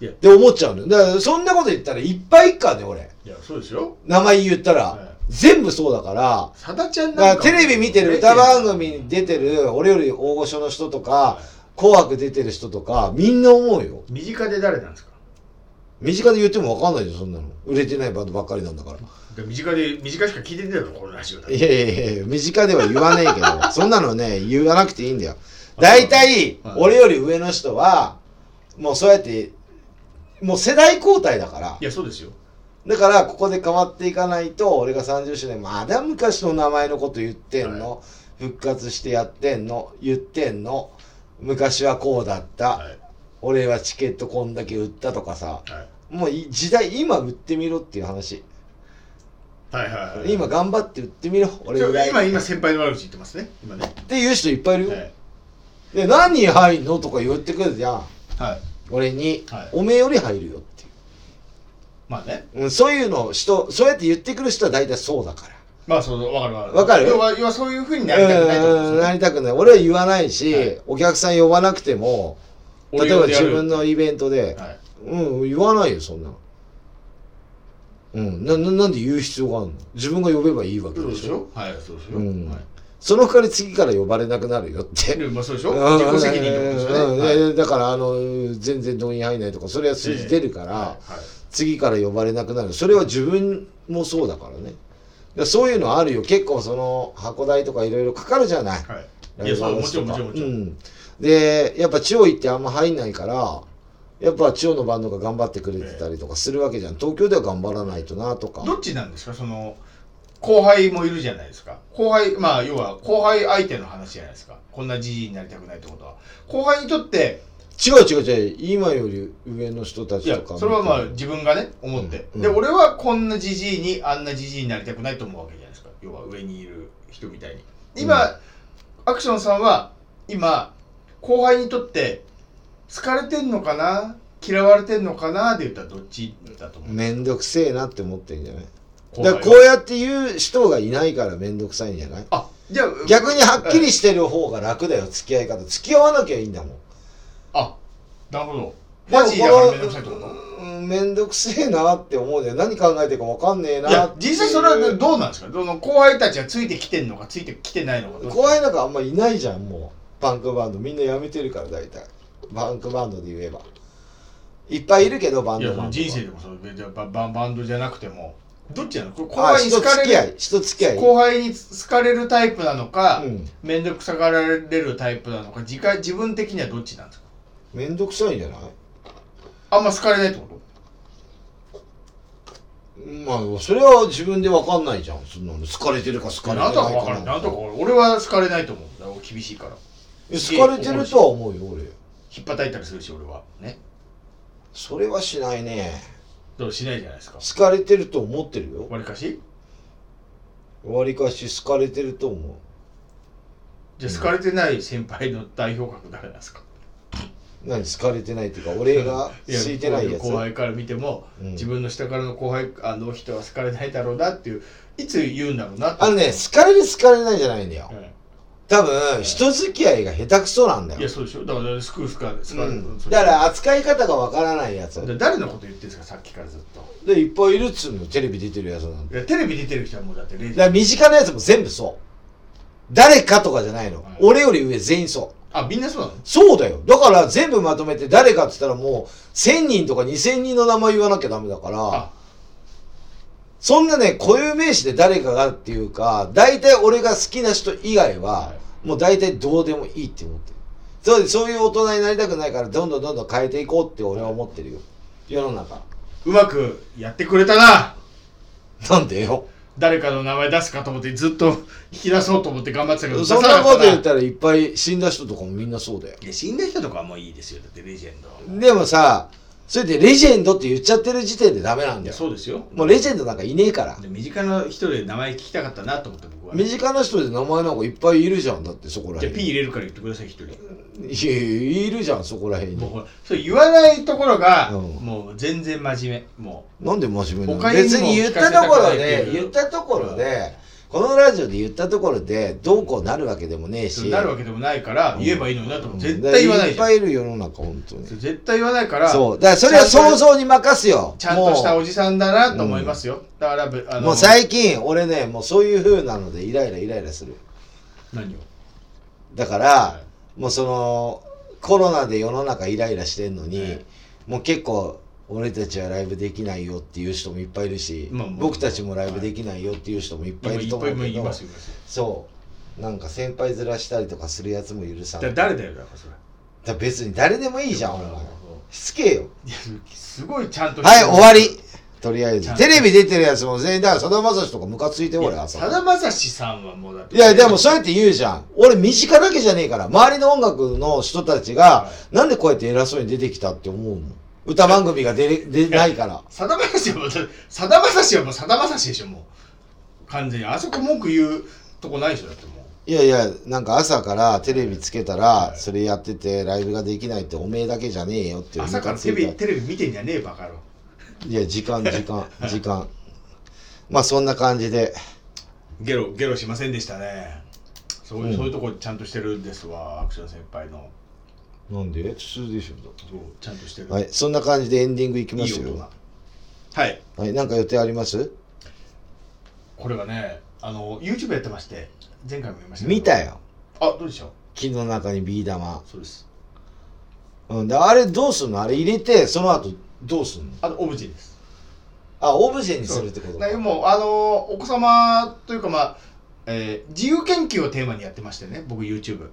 Speaker 2: いや
Speaker 1: で思っちゃうのよ。だから、そんなこと言ったらいっぱいいっからね、俺。
Speaker 2: いやそうですよ
Speaker 1: 名前言ったら、
Speaker 2: はい
Speaker 1: 全部そうだから、
Speaker 2: さだちゃんなんか
Speaker 1: だ
Speaker 2: も
Speaker 1: からテレビ見てる歌番組に出てる、俺より大御所の人とか
Speaker 2: は、
Speaker 1: 紅白出てる人とか、みんな思うよ。
Speaker 2: 身近で誰なんですか
Speaker 1: 身近で言ってもわかんないよ、そんなの。売れてないバンドばっかりなんだから。
Speaker 2: で身近で身近しか聞いてないだろこのラジオだ
Speaker 1: いやいやいや、身近では言わねえけ ど、そんなのね、言わなくていいんだよ。大体
Speaker 2: はい、
Speaker 1: 俺より上の人は、もうそうやって、もう世代交代だから
Speaker 2: い。やそうですよ
Speaker 1: だからここで変わっていかないと俺が30周年まだ昔の名前のこと言ってんの、復活してやってんの言ってんの昔はこうだった、
Speaker 2: はい
Speaker 1: 俺はチケットこんだけ売ったとかさ
Speaker 2: はい
Speaker 1: もうい時代今売ってみろっていう話、
Speaker 2: はいはいはい
Speaker 1: 今頑張って売ってみろ俺ぐ
Speaker 2: そ
Speaker 1: ら
Speaker 2: う
Speaker 1: い
Speaker 2: 今
Speaker 1: っ
Speaker 2: 今先輩の悪口言ってますね今ね
Speaker 1: ていう人いっぱいいるよ、
Speaker 2: はい
Speaker 1: で何人入んのとか言ってくるじゃん
Speaker 2: はい
Speaker 1: 俺に、
Speaker 2: はい
Speaker 1: おめえより入るよってい
Speaker 2: まあね
Speaker 1: う、うん、そういうの人そうやって言ってくる人は大体そうだから
Speaker 2: まあそうわかるわかる
Speaker 1: わかる
Speaker 2: 要は要はそういうふうになりたくないってこと
Speaker 1: うん
Speaker 2: です
Speaker 1: な
Speaker 2: ね
Speaker 1: りたくない俺は言わないし、
Speaker 2: はい
Speaker 1: お客さん呼ばなくても例えば自分
Speaker 2: の
Speaker 1: のイベントで、
Speaker 2: はい
Speaker 1: うん、言わないよ、そんなの。うん、な、ななんで言う必要があるの自分が呼べばいいわけ
Speaker 2: そう
Speaker 1: で
Speaker 2: で
Speaker 1: し
Speaker 2: し
Speaker 1: ょ。
Speaker 2: ょはいそうでしょ、
Speaker 1: うん
Speaker 2: はい
Speaker 1: その代わり次から呼ばれなくなるよって。
Speaker 2: でまあそうでし
Speaker 1: う
Speaker 2: ょ
Speaker 1: ん
Speaker 2: 自己責任ってことですよ
Speaker 1: うん
Speaker 2: ね、
Speaker 1: い
Speaker 2: は
Speaker 1: や
Speaker 2: い
Speaker 1: いやだから、あの、全然動員入んないとか、それは数字出るから、
Speaker 2: はいはい
Speaker 1: 次から呼ばれなくなるそれは自分もそうだからねだからそういうのあるよ結構その箱代とかいろいろかかるじゃない、
Speaker 2: はい。
Speaker 1: ライ
Speaker 2: いや、
Speaker 1: ブ
Speaker 2: そ
Speaker 1: ハ
Speaker 2: う、
Speaker 1: ウ
Speaker 2: も
Speaker 1: ス
Speaker 2: ちろ
Speaker 1: と
Speaker 2: ん、
Speaker 1: か
Speaker 2: もちろん、もちろ。
Speaker 1: うんんでやっぱ千代行ってあんま入んないからやっぱ千代のバンドが頑張ってくれてたりとかするわけじゃん東京では頑張らないとなとか
Speaker 2: どっちなんですか、その。後輩もいるじゃないですか。後輩、まあ、要は後輩相手の話じゃないですか。こんなじじいになりたくないってことは。後輩にとって、
Speaker 1: 違う違う違う今より上の人た
Speaker 2: い
Speaker 1: ち
Speaker 2: や
Speaker 1: とか、
Speaker 2: それはまあ、自分がね、思って。
Speaker 1: うん
Speaker 2: で、
Speaker 1: うん
Speaker 2: 俺はこんなじじいに、あんなじじいになりたくないと思うわけじゃないですか。要は上にいる人みたいに。今、アクションさんは、今、後輩にとって、疲れてんのかな嫌われてんのかなで言ったらどっちだと思う、
Speaker 1: 面倒くせえなって思ってんじゃない
Speaker 2: 後
Speaker 1: だ
Speaker 2: 輩
Speaker 1: か
Speaker 2: は
Speaker 1: らこうやって言う人がいないから面倒くさいんじゃない
Speaker 2: あ、じゃあ、
Speaker 1: 逆にはっきりしてる方が楽だよ付き合い方付き合わなきゃいいんだもん
Speaker 2: あ、なるほど。
Speaker 1: でも
Speaker 2: マジだから
Speaker 1: こ
Speaker 2: めんどくさいってこと
Speaker 1: のめんどくせえなって思うね何考えてるかわかんねえないっ
Speaker 2: や
Speaker 1: て、いう
Speaker 2: 実際それはどうなんですかその後輩たちはついてきてんのか、ついてきてないのか。
Speaker 1: 怖い
Speaker 2: な。
Speaker 1: なんかあんまいないじゃんもうパンクバンドみんなやめてるから大体パンクバンドで言えばいっぱいいるけどバン
Speaker 2: い
Speaker 1: ド
Speaker 2: や、そ
Speaker 1: マン
Speaker 2: の
Speaker 1: とか
Speaker 2: 人生でもそう、じゃあバババンドじゃなくても、どっちなのこれ後
Speaker 1: あ
Speaker 2: 輩に
Speaker 1: 人
Speaker 2: 好か
Speaker 1: 付き合
Speaker 2: れる
Speaker 1: い人付き合い
Speaker 2: 後輩に好かれるタイプなのか、
Speaker 1: うん
Speaker 2: めんどくさがられるタイプなのか、自家自分的にはどっちなんですか
Speaker 1: めんどくさいんじゃない
Speaker 2: あんま好かれないってこと
Speaker 1: まあそれは自分でわかんないじゃんそんなの好かれてるか好かれてな
Speaker 2: な
Speaker 1: んい
Speaker 2: と
Speaker 1: か
Speaker 2: か分かる。なんとか俺は好かれないと思う。だから俺厳しいから。
Speaker 1: え好かれてるとは思うよ俺
Speaker 2: 引っ叩いたりするし、俺は。ね。
Speaker 1: それはしないね
Speaker 2: どうしないじゃないですか。
Speaker 1: 好かれてると思ってるよ
Speaker 2: わりかし
Speaker 1: わりかし好かれてると思う
Speaker 2: じゃあ好かれてない先輩の代表格誰なんですか
Speaker 1: 何好かれてないっていうか俺が
Speaker 2: いや
Speaker 1: 好いてないやつ
Speaker 2: 後輩から見ても、
Speaker 1: うん
Speaker 2: 自分の下からの後輩あの人は好かれないだろうなっていういつ言うんだろうなって
Speaker 1: あのね好かれる好かれないじゃないんだよ
Speaker 2: う
Speaker 1: 多分人付き合いが下手くそなんだ
Speaker 2: んい
Speaker 1: よ、
Speaker 2: やそうでしょだからスクースかスカ
Speaker 1: うん、だから扱い方がわからないやつ
Speaker 2: 誰のこと言ってるんですかさっきからずっと
Speaker 1: でいっぱいいるっつうのテレビ出てるやつなんて
Speaker 2: いやテレビ出てる人はもうだって
Speaker 1: だ
Speaker 2: レジ
Speaker 1: から身近なやつも全部そう誰かとかじゃないの、
Speaker 2: はい
Speaker 1: 俺より上全員そう
Speaker 2: あみんなそうなの
Speaker 1: そうだよだから全部まとめて誰かって言ったらもう1000人とか2000人の名前言わなきゃダメだから
Speaker 2: あ
Speaker 1: そんなね、固有名詞で誰かがっていうか、大体俺が好きな人以外は
Speaker 2: は、
Speaker 1: もう大体どうでもいいって思ってる。そうそういう大人になりたくないから、どんどんどんどん変えていこうって俺は思ってるよ。世の中。
Speaker 2: うまくやってくれたな
Speaker 1: なんでよ。
Speaker 2: 誰かの名前出すかと思ってずっと 引き出そうと思って頑張ってたけど
Speaker 1: そんなこと言っ
Speaker 2: ら
Speaker 1: たらいっぱい死んだ人とかもみんなそうだよ。
Speaker 2: いや死んだ人とかはもういいですよだってレジェンドは
Speaker 1: でもさ、それでレジェンドって言っちゃってる時点でダメなん
Speaker 2: い
Speaker 1: だ
Speaker 2: や
Speaker 1: よ。
Speaker 2: そうですよ
Speaker 1: もうレジェンドなんかいねえから
Speaker 2: で。身近な人で名前聞きたかったなと思って僕は
Speaker 1: 身近な人で名前なんかいっぱいいるじゃん。だってそこら
Speaker 2: じゃあ P
Speaker 1: 辺
Speaker 2: 入
Speaker 1: に。
Speaker 2: れるから言ってください一人
Speaker 1: いやいやいるじゃん、そこら辺
Speaker 2: も
Speaker 1: に。
Speaker 2: うほらそう言わないところが、
Speaker 1: うん
Speaker 2: もう全然真面目も
Speaker 1: なんで真面目な
Speaker 2: 他
Speaker 1: の
Speaker 2: にも
Speaker 1: 別に言ったところ
Speaker 2: 聞かせたくないっ
Speaker 1: で
Speaker 2: ていう
Speaker 1: 言ったところでこのラジオで言ったところでどうこうなるわけでもねえ
Speaker 2: う
Speaker 1: し
Speaker 2: なるわけでもないから
Speaker 1: うん
Speaker 2: 言えばいいのになと思
Speaker 1: う
Speaker 2: うん絶対言わない
Speaker 1: っ
Speaker 2: じゃん
Speaker 1: ぱいいる世の中本当に
Speaker 2: そう絶対言わないから
Speaker 1: そうだからそれは想像に任すよ
Speaker 2: ちゃんとした
Speaker 1: も
Speaker 2: おじさんだなと思いますよ、だからぶあ
Speaker 1: う
Speaker 2: の
Speaker 1: もう最近俺ねもうそういう風なのでイライライライラする
Speaker 2: 何を
Speaker 1: だか
Speaker 2: は
Speaker 1: らもうそのコロナで世の中イライラしてんのに、
Speaker 2: はい
Speaker 1: もう結構俺たちはライブできないよっていう人もいっぱいいるし、
Speaker 2: まあまあ
Speaker 1: 僕たちもライブできないよっていう人もいっぱいいると
Speaker 2: 今
Speaker 1: 思
Speaker 2: いうっぱ
Speaker 1: け
Speaker 2: いい
Speaker 1: ど、
Speaker 2: ますよいますよ
Speaker 1: そうなんか先輩ずらしたりとかするやつも許さ
Speaker 2: だ
Speaker 1: な
Speaker 2: か
Speaker 1: い
Speaker 2: ら誰だよだからそれ
Speaker 1: だ別に誰でもいいじゃんお前しつけえよ
Speaker 2: いやすごいちゃんと
Speaker 1: はい終わりとりあえ
Speaker 2: ちゃ
Speaker 1: ず
Speaker 2: んと
Speaker 1: テレビ出てるやつも全員だからさだまさしとかムカついて俺朝
Speaker 2: さだまさしさんはもうだって
Speaker 1: いやでもそうやって言うじゃん俺身近だけじゃねえから周りの音楽の人たちが、
Speaker 2: は
Speaker 1: なんでこうやって偉そうに出てきたって思うもん歌番組が出れ出ないから
Speaker 2: さだまさしはもう、さだまさしはもうさだまさしでしょ、もう。完全に。あそこ文句言うとこないでしょ、だっても
Speaker 1: いやいやなんか朝からテレビつけたら
Speaker 2: はい
Speaker 1: それやっててライブができないっておめえだけじゃねえよって
Speaker 2: う。朝からテレビテレビ見てんじゃねえ、バカ野郎。
Speaker 1: いや、時間、時 間、時間。まあ、そんな感じで。
Speaker 2: ゲロ、ゲロしませんでしたね。そういう、
Speaker 1: うん
Speaker 2: そういうとこちゃんとしてるんですわ、アクション先輩の。
Speaker 1: なんで普通でしょだって
Speaker 2: そうちゃんとしてる
Speaker 1: はいいそんな感じでエンディングいき
Speaker 2: い
Speaker 1: ます
Speaker 2: 音
Speaker 1: よ
Speaker 2: がはい
Speaker 1: はいなんか予定あります
Speaker 2: これがねあの YouTube やってまして前回も言いましたけど
Speaker 1: 見たよ
Speaker 2: あどうでしょう
Speaker 1: 木の中にビー玉
Speaker 2: そうです
Speaker 1: うんであれどうすんのあれ入れてその後どうすんの
Speaker 2: あのオブジェです
Speaker 1: あオブジェにするってことか
Speaker 2: ねもうあのお子様というかまあ、えー自由研究をテーマにやってましてね僕 YouTube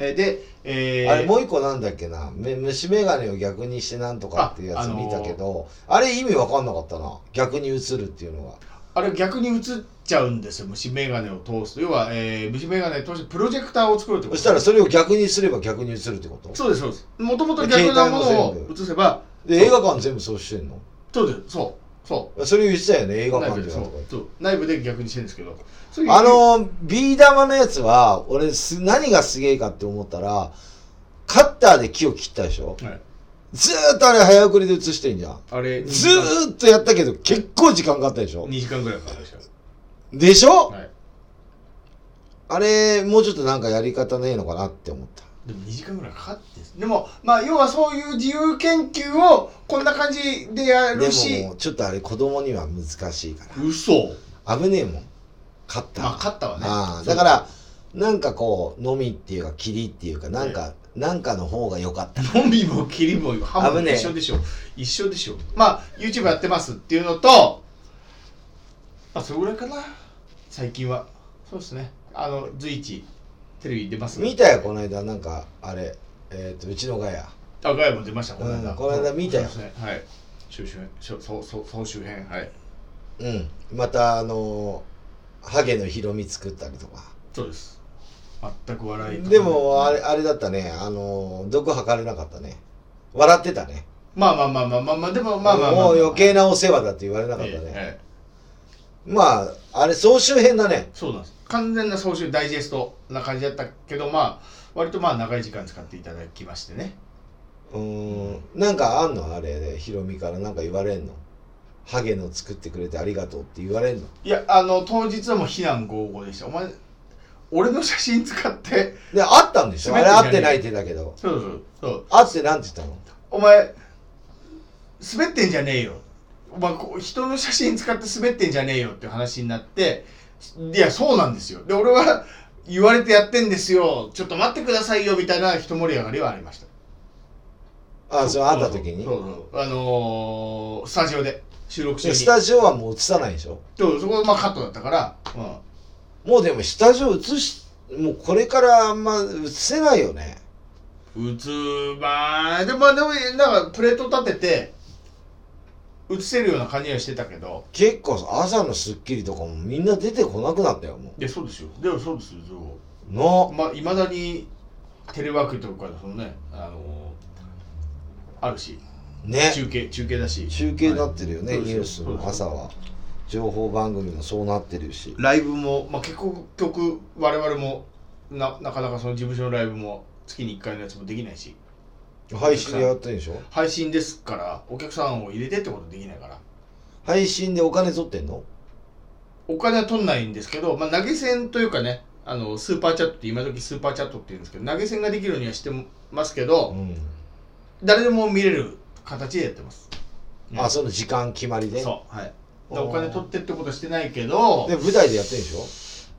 Speaker 2: えーで、えー
Speaker 1: あれもう一個なんだっけなめ虫眼鏡を逆にしてなんとかっていうや
Speaker 2: ああ
Speaker 1: つ
Speaker 2: のー
Speaker 1: 見たけどあ,、れ意味わかんなかったな逆に映るっていうのが
Speaker 2: あれ逆に映っちゃうんですよ虫眼鏡を通すと要は、えー、虫眼鏡を通してプロジェクターを作るってこ
Speaker 1: そし
Speaker 2: と
Speaker 1: たらそれを逆にすれば逆に映るってこと
Speaker 2: そうですそうですもともと逆なもの
Speaker 1: 携帯も
Speaker 2: を
Speaker 1: 全
Speaker 2: 映せば
Speaker 1: で映画館全部そうしてんの
Speaker 2: そうですそうそ
Speaker 1: それ言ってたよね映
Speaker 2: う
Speaker 1: 画
Speaker 2: 内
Speaker 1: 館
Speaker 2: 部で
Speaker 1: で
Speaker 2: そ
Speaker 1: なん
Speaker 2: う
Speaker 1: とか言って
Speaker 2: そう内部で逆にしてるんですけどそういう
Speaker 1: あのービー玉のやつは俺す何がすげえかって思ったらカッターで木を切ったでしょ
Speaker 2: はい
Speaker 1: ずーっとあれ早送りで映してんじゃん
Speaker 2: あれ
Speaker 1: ずーっとやったけど結構時間かかったでしょ
Speaker 2: 2時間ぐらいかかりましたよ
Speaker 1: でしょ
Speaker 2: はい
Speaker 1: あれもうちょっとなんかやり方ねえのかなって思った
Speaker 2: でも2時間ぐらいかかってんですでもまあ要はそういう自由研究をこんな感じでや
Speaker 1: で
Speaker 2: るし
Speaker 1: もちょっとあれ子供には難しいか
Speaker 2: 嘘
Speaker 1: ら危ねえもん勝った、
Speaker 2: まあ勝ったわね
Speaker 1: ああ
Speaker 2: そう
Speaker 1: だからなんかこうのみっていうか霧っていうかなんか、なんかの方が良かった
Speaker 2: コンビも切りもハム
Speaker 1: 危
Speaker 2: も
Speaker 1: ねえ
Speaker 2: 一緒でしょ、一緒でしょまあ YouTube やってますっていうのとまあそれぐらいかな最近はそうですねあの随一テレビ出ます
Speaker 1: 見たよこの間なんかあれえっ、とうちのガヤ
Speaker 2: あガヤも出ましたこの間、
Speaker 1: うんこの間見たよ
Speaker 2: そうですねはい周周辺しょそうそう総周辺はい
Speaker 1: うんまたあのーハゲのヒロミ作ったりとか
Speaker 2: そうです全く笑いとかね
Speaker 1: でもあれあれだったねあのー毒吐かれなかったね笑ってたね
Speaker 2: まあまあまあまあまあまあでもまあまあまあ、まあ、
Speaker 1: もう余計なお世話だって言われなかったね、
Speaker 2: ええええ
Speaker 1: まああれ総集編だね
Speaker 2: そうなんです完全な総集ダイジェストな感じだったけどまあ割とまあ長い時間使っていただきましてね
Speaker 1: うーんなんかあんのあれでヒロミからなんか言われんのハゲの作ってくれてありがとうって言われんの
Speaker 2: いやあの当日はもう非難合々でしたお前俺の写真使って
Speaker 1: であったんでしょあれ会
Speaker 2: 滑ってんじゃねえ
Speaker 1: ってないってだけど
Speaker 2: そうそうそう
Speaker 1: 会ってなんて言ったの
Speaker 2: お前滑ってんじゃねえよお前こう人の写真使って滑ってんじゃねえよっていう話になっていやそうなんですよで俺は言われてやってんですよちょっと待ってくださいよみたいな一盛り上がりはありました
Speaker 1: あそれ会った時に
Speaker 2: そうそうそうあのースタジオで収録中
Speaker 1: で
Speaker 2: に
Speaker 1: スタジオはもう映さないでしょ
Speaker 2: そうそこまあカットだったから、うん、
Speaker 1: もうでもスタジオ映しもうこれからあんま映せないよね
Speaker 2: うつまあでもまあでもなんかプレート立てて映せるような感じはしてたけど
Speaker 1: 結構朝の『スッキリ』とかもみんな出てこなくなったよも
Speaker 2: いやそうですよでもそうですよ
Speaker 1: うの
Speaker 2: まあいまだにテレワークとかそのねあのあるし
Speaker 1: ね
Speaker 2: 中継中継だし
Speaker 1: 中継になってるよね、
Speaker 2: はい
Speaker 1: ニュースの朝は情報番組もそうなってるし
Speaker 2: ライブも、まあ、結局我々もななかなかその事務所のライブも月に1回のやつもできないし
Speaker 1: 配信でやってるでしょ
Speaker 2: 配信ですからお客さんを入れてってことできないから
Speaker 1: 配信でお金取ってんの
Speaker 2: お金は取んないんですけど、まあ、投げ銭というかねあのスーパーチャットって今時スーパーチャットって言うんですけど投げ銭ができるようにはしてますけど、
Speaker 1: うん
Speaker 2: 誰でも見れる形でやってます、
Speaker 1: あその時間決まりで
Speaker 2: そうはいだから
Speaker 1: おー
Speaker 2: お金取ってってことはしてないけど
Speaker 1: で
Speaker 2: だか
Speaker 1: 舞台でやってるでし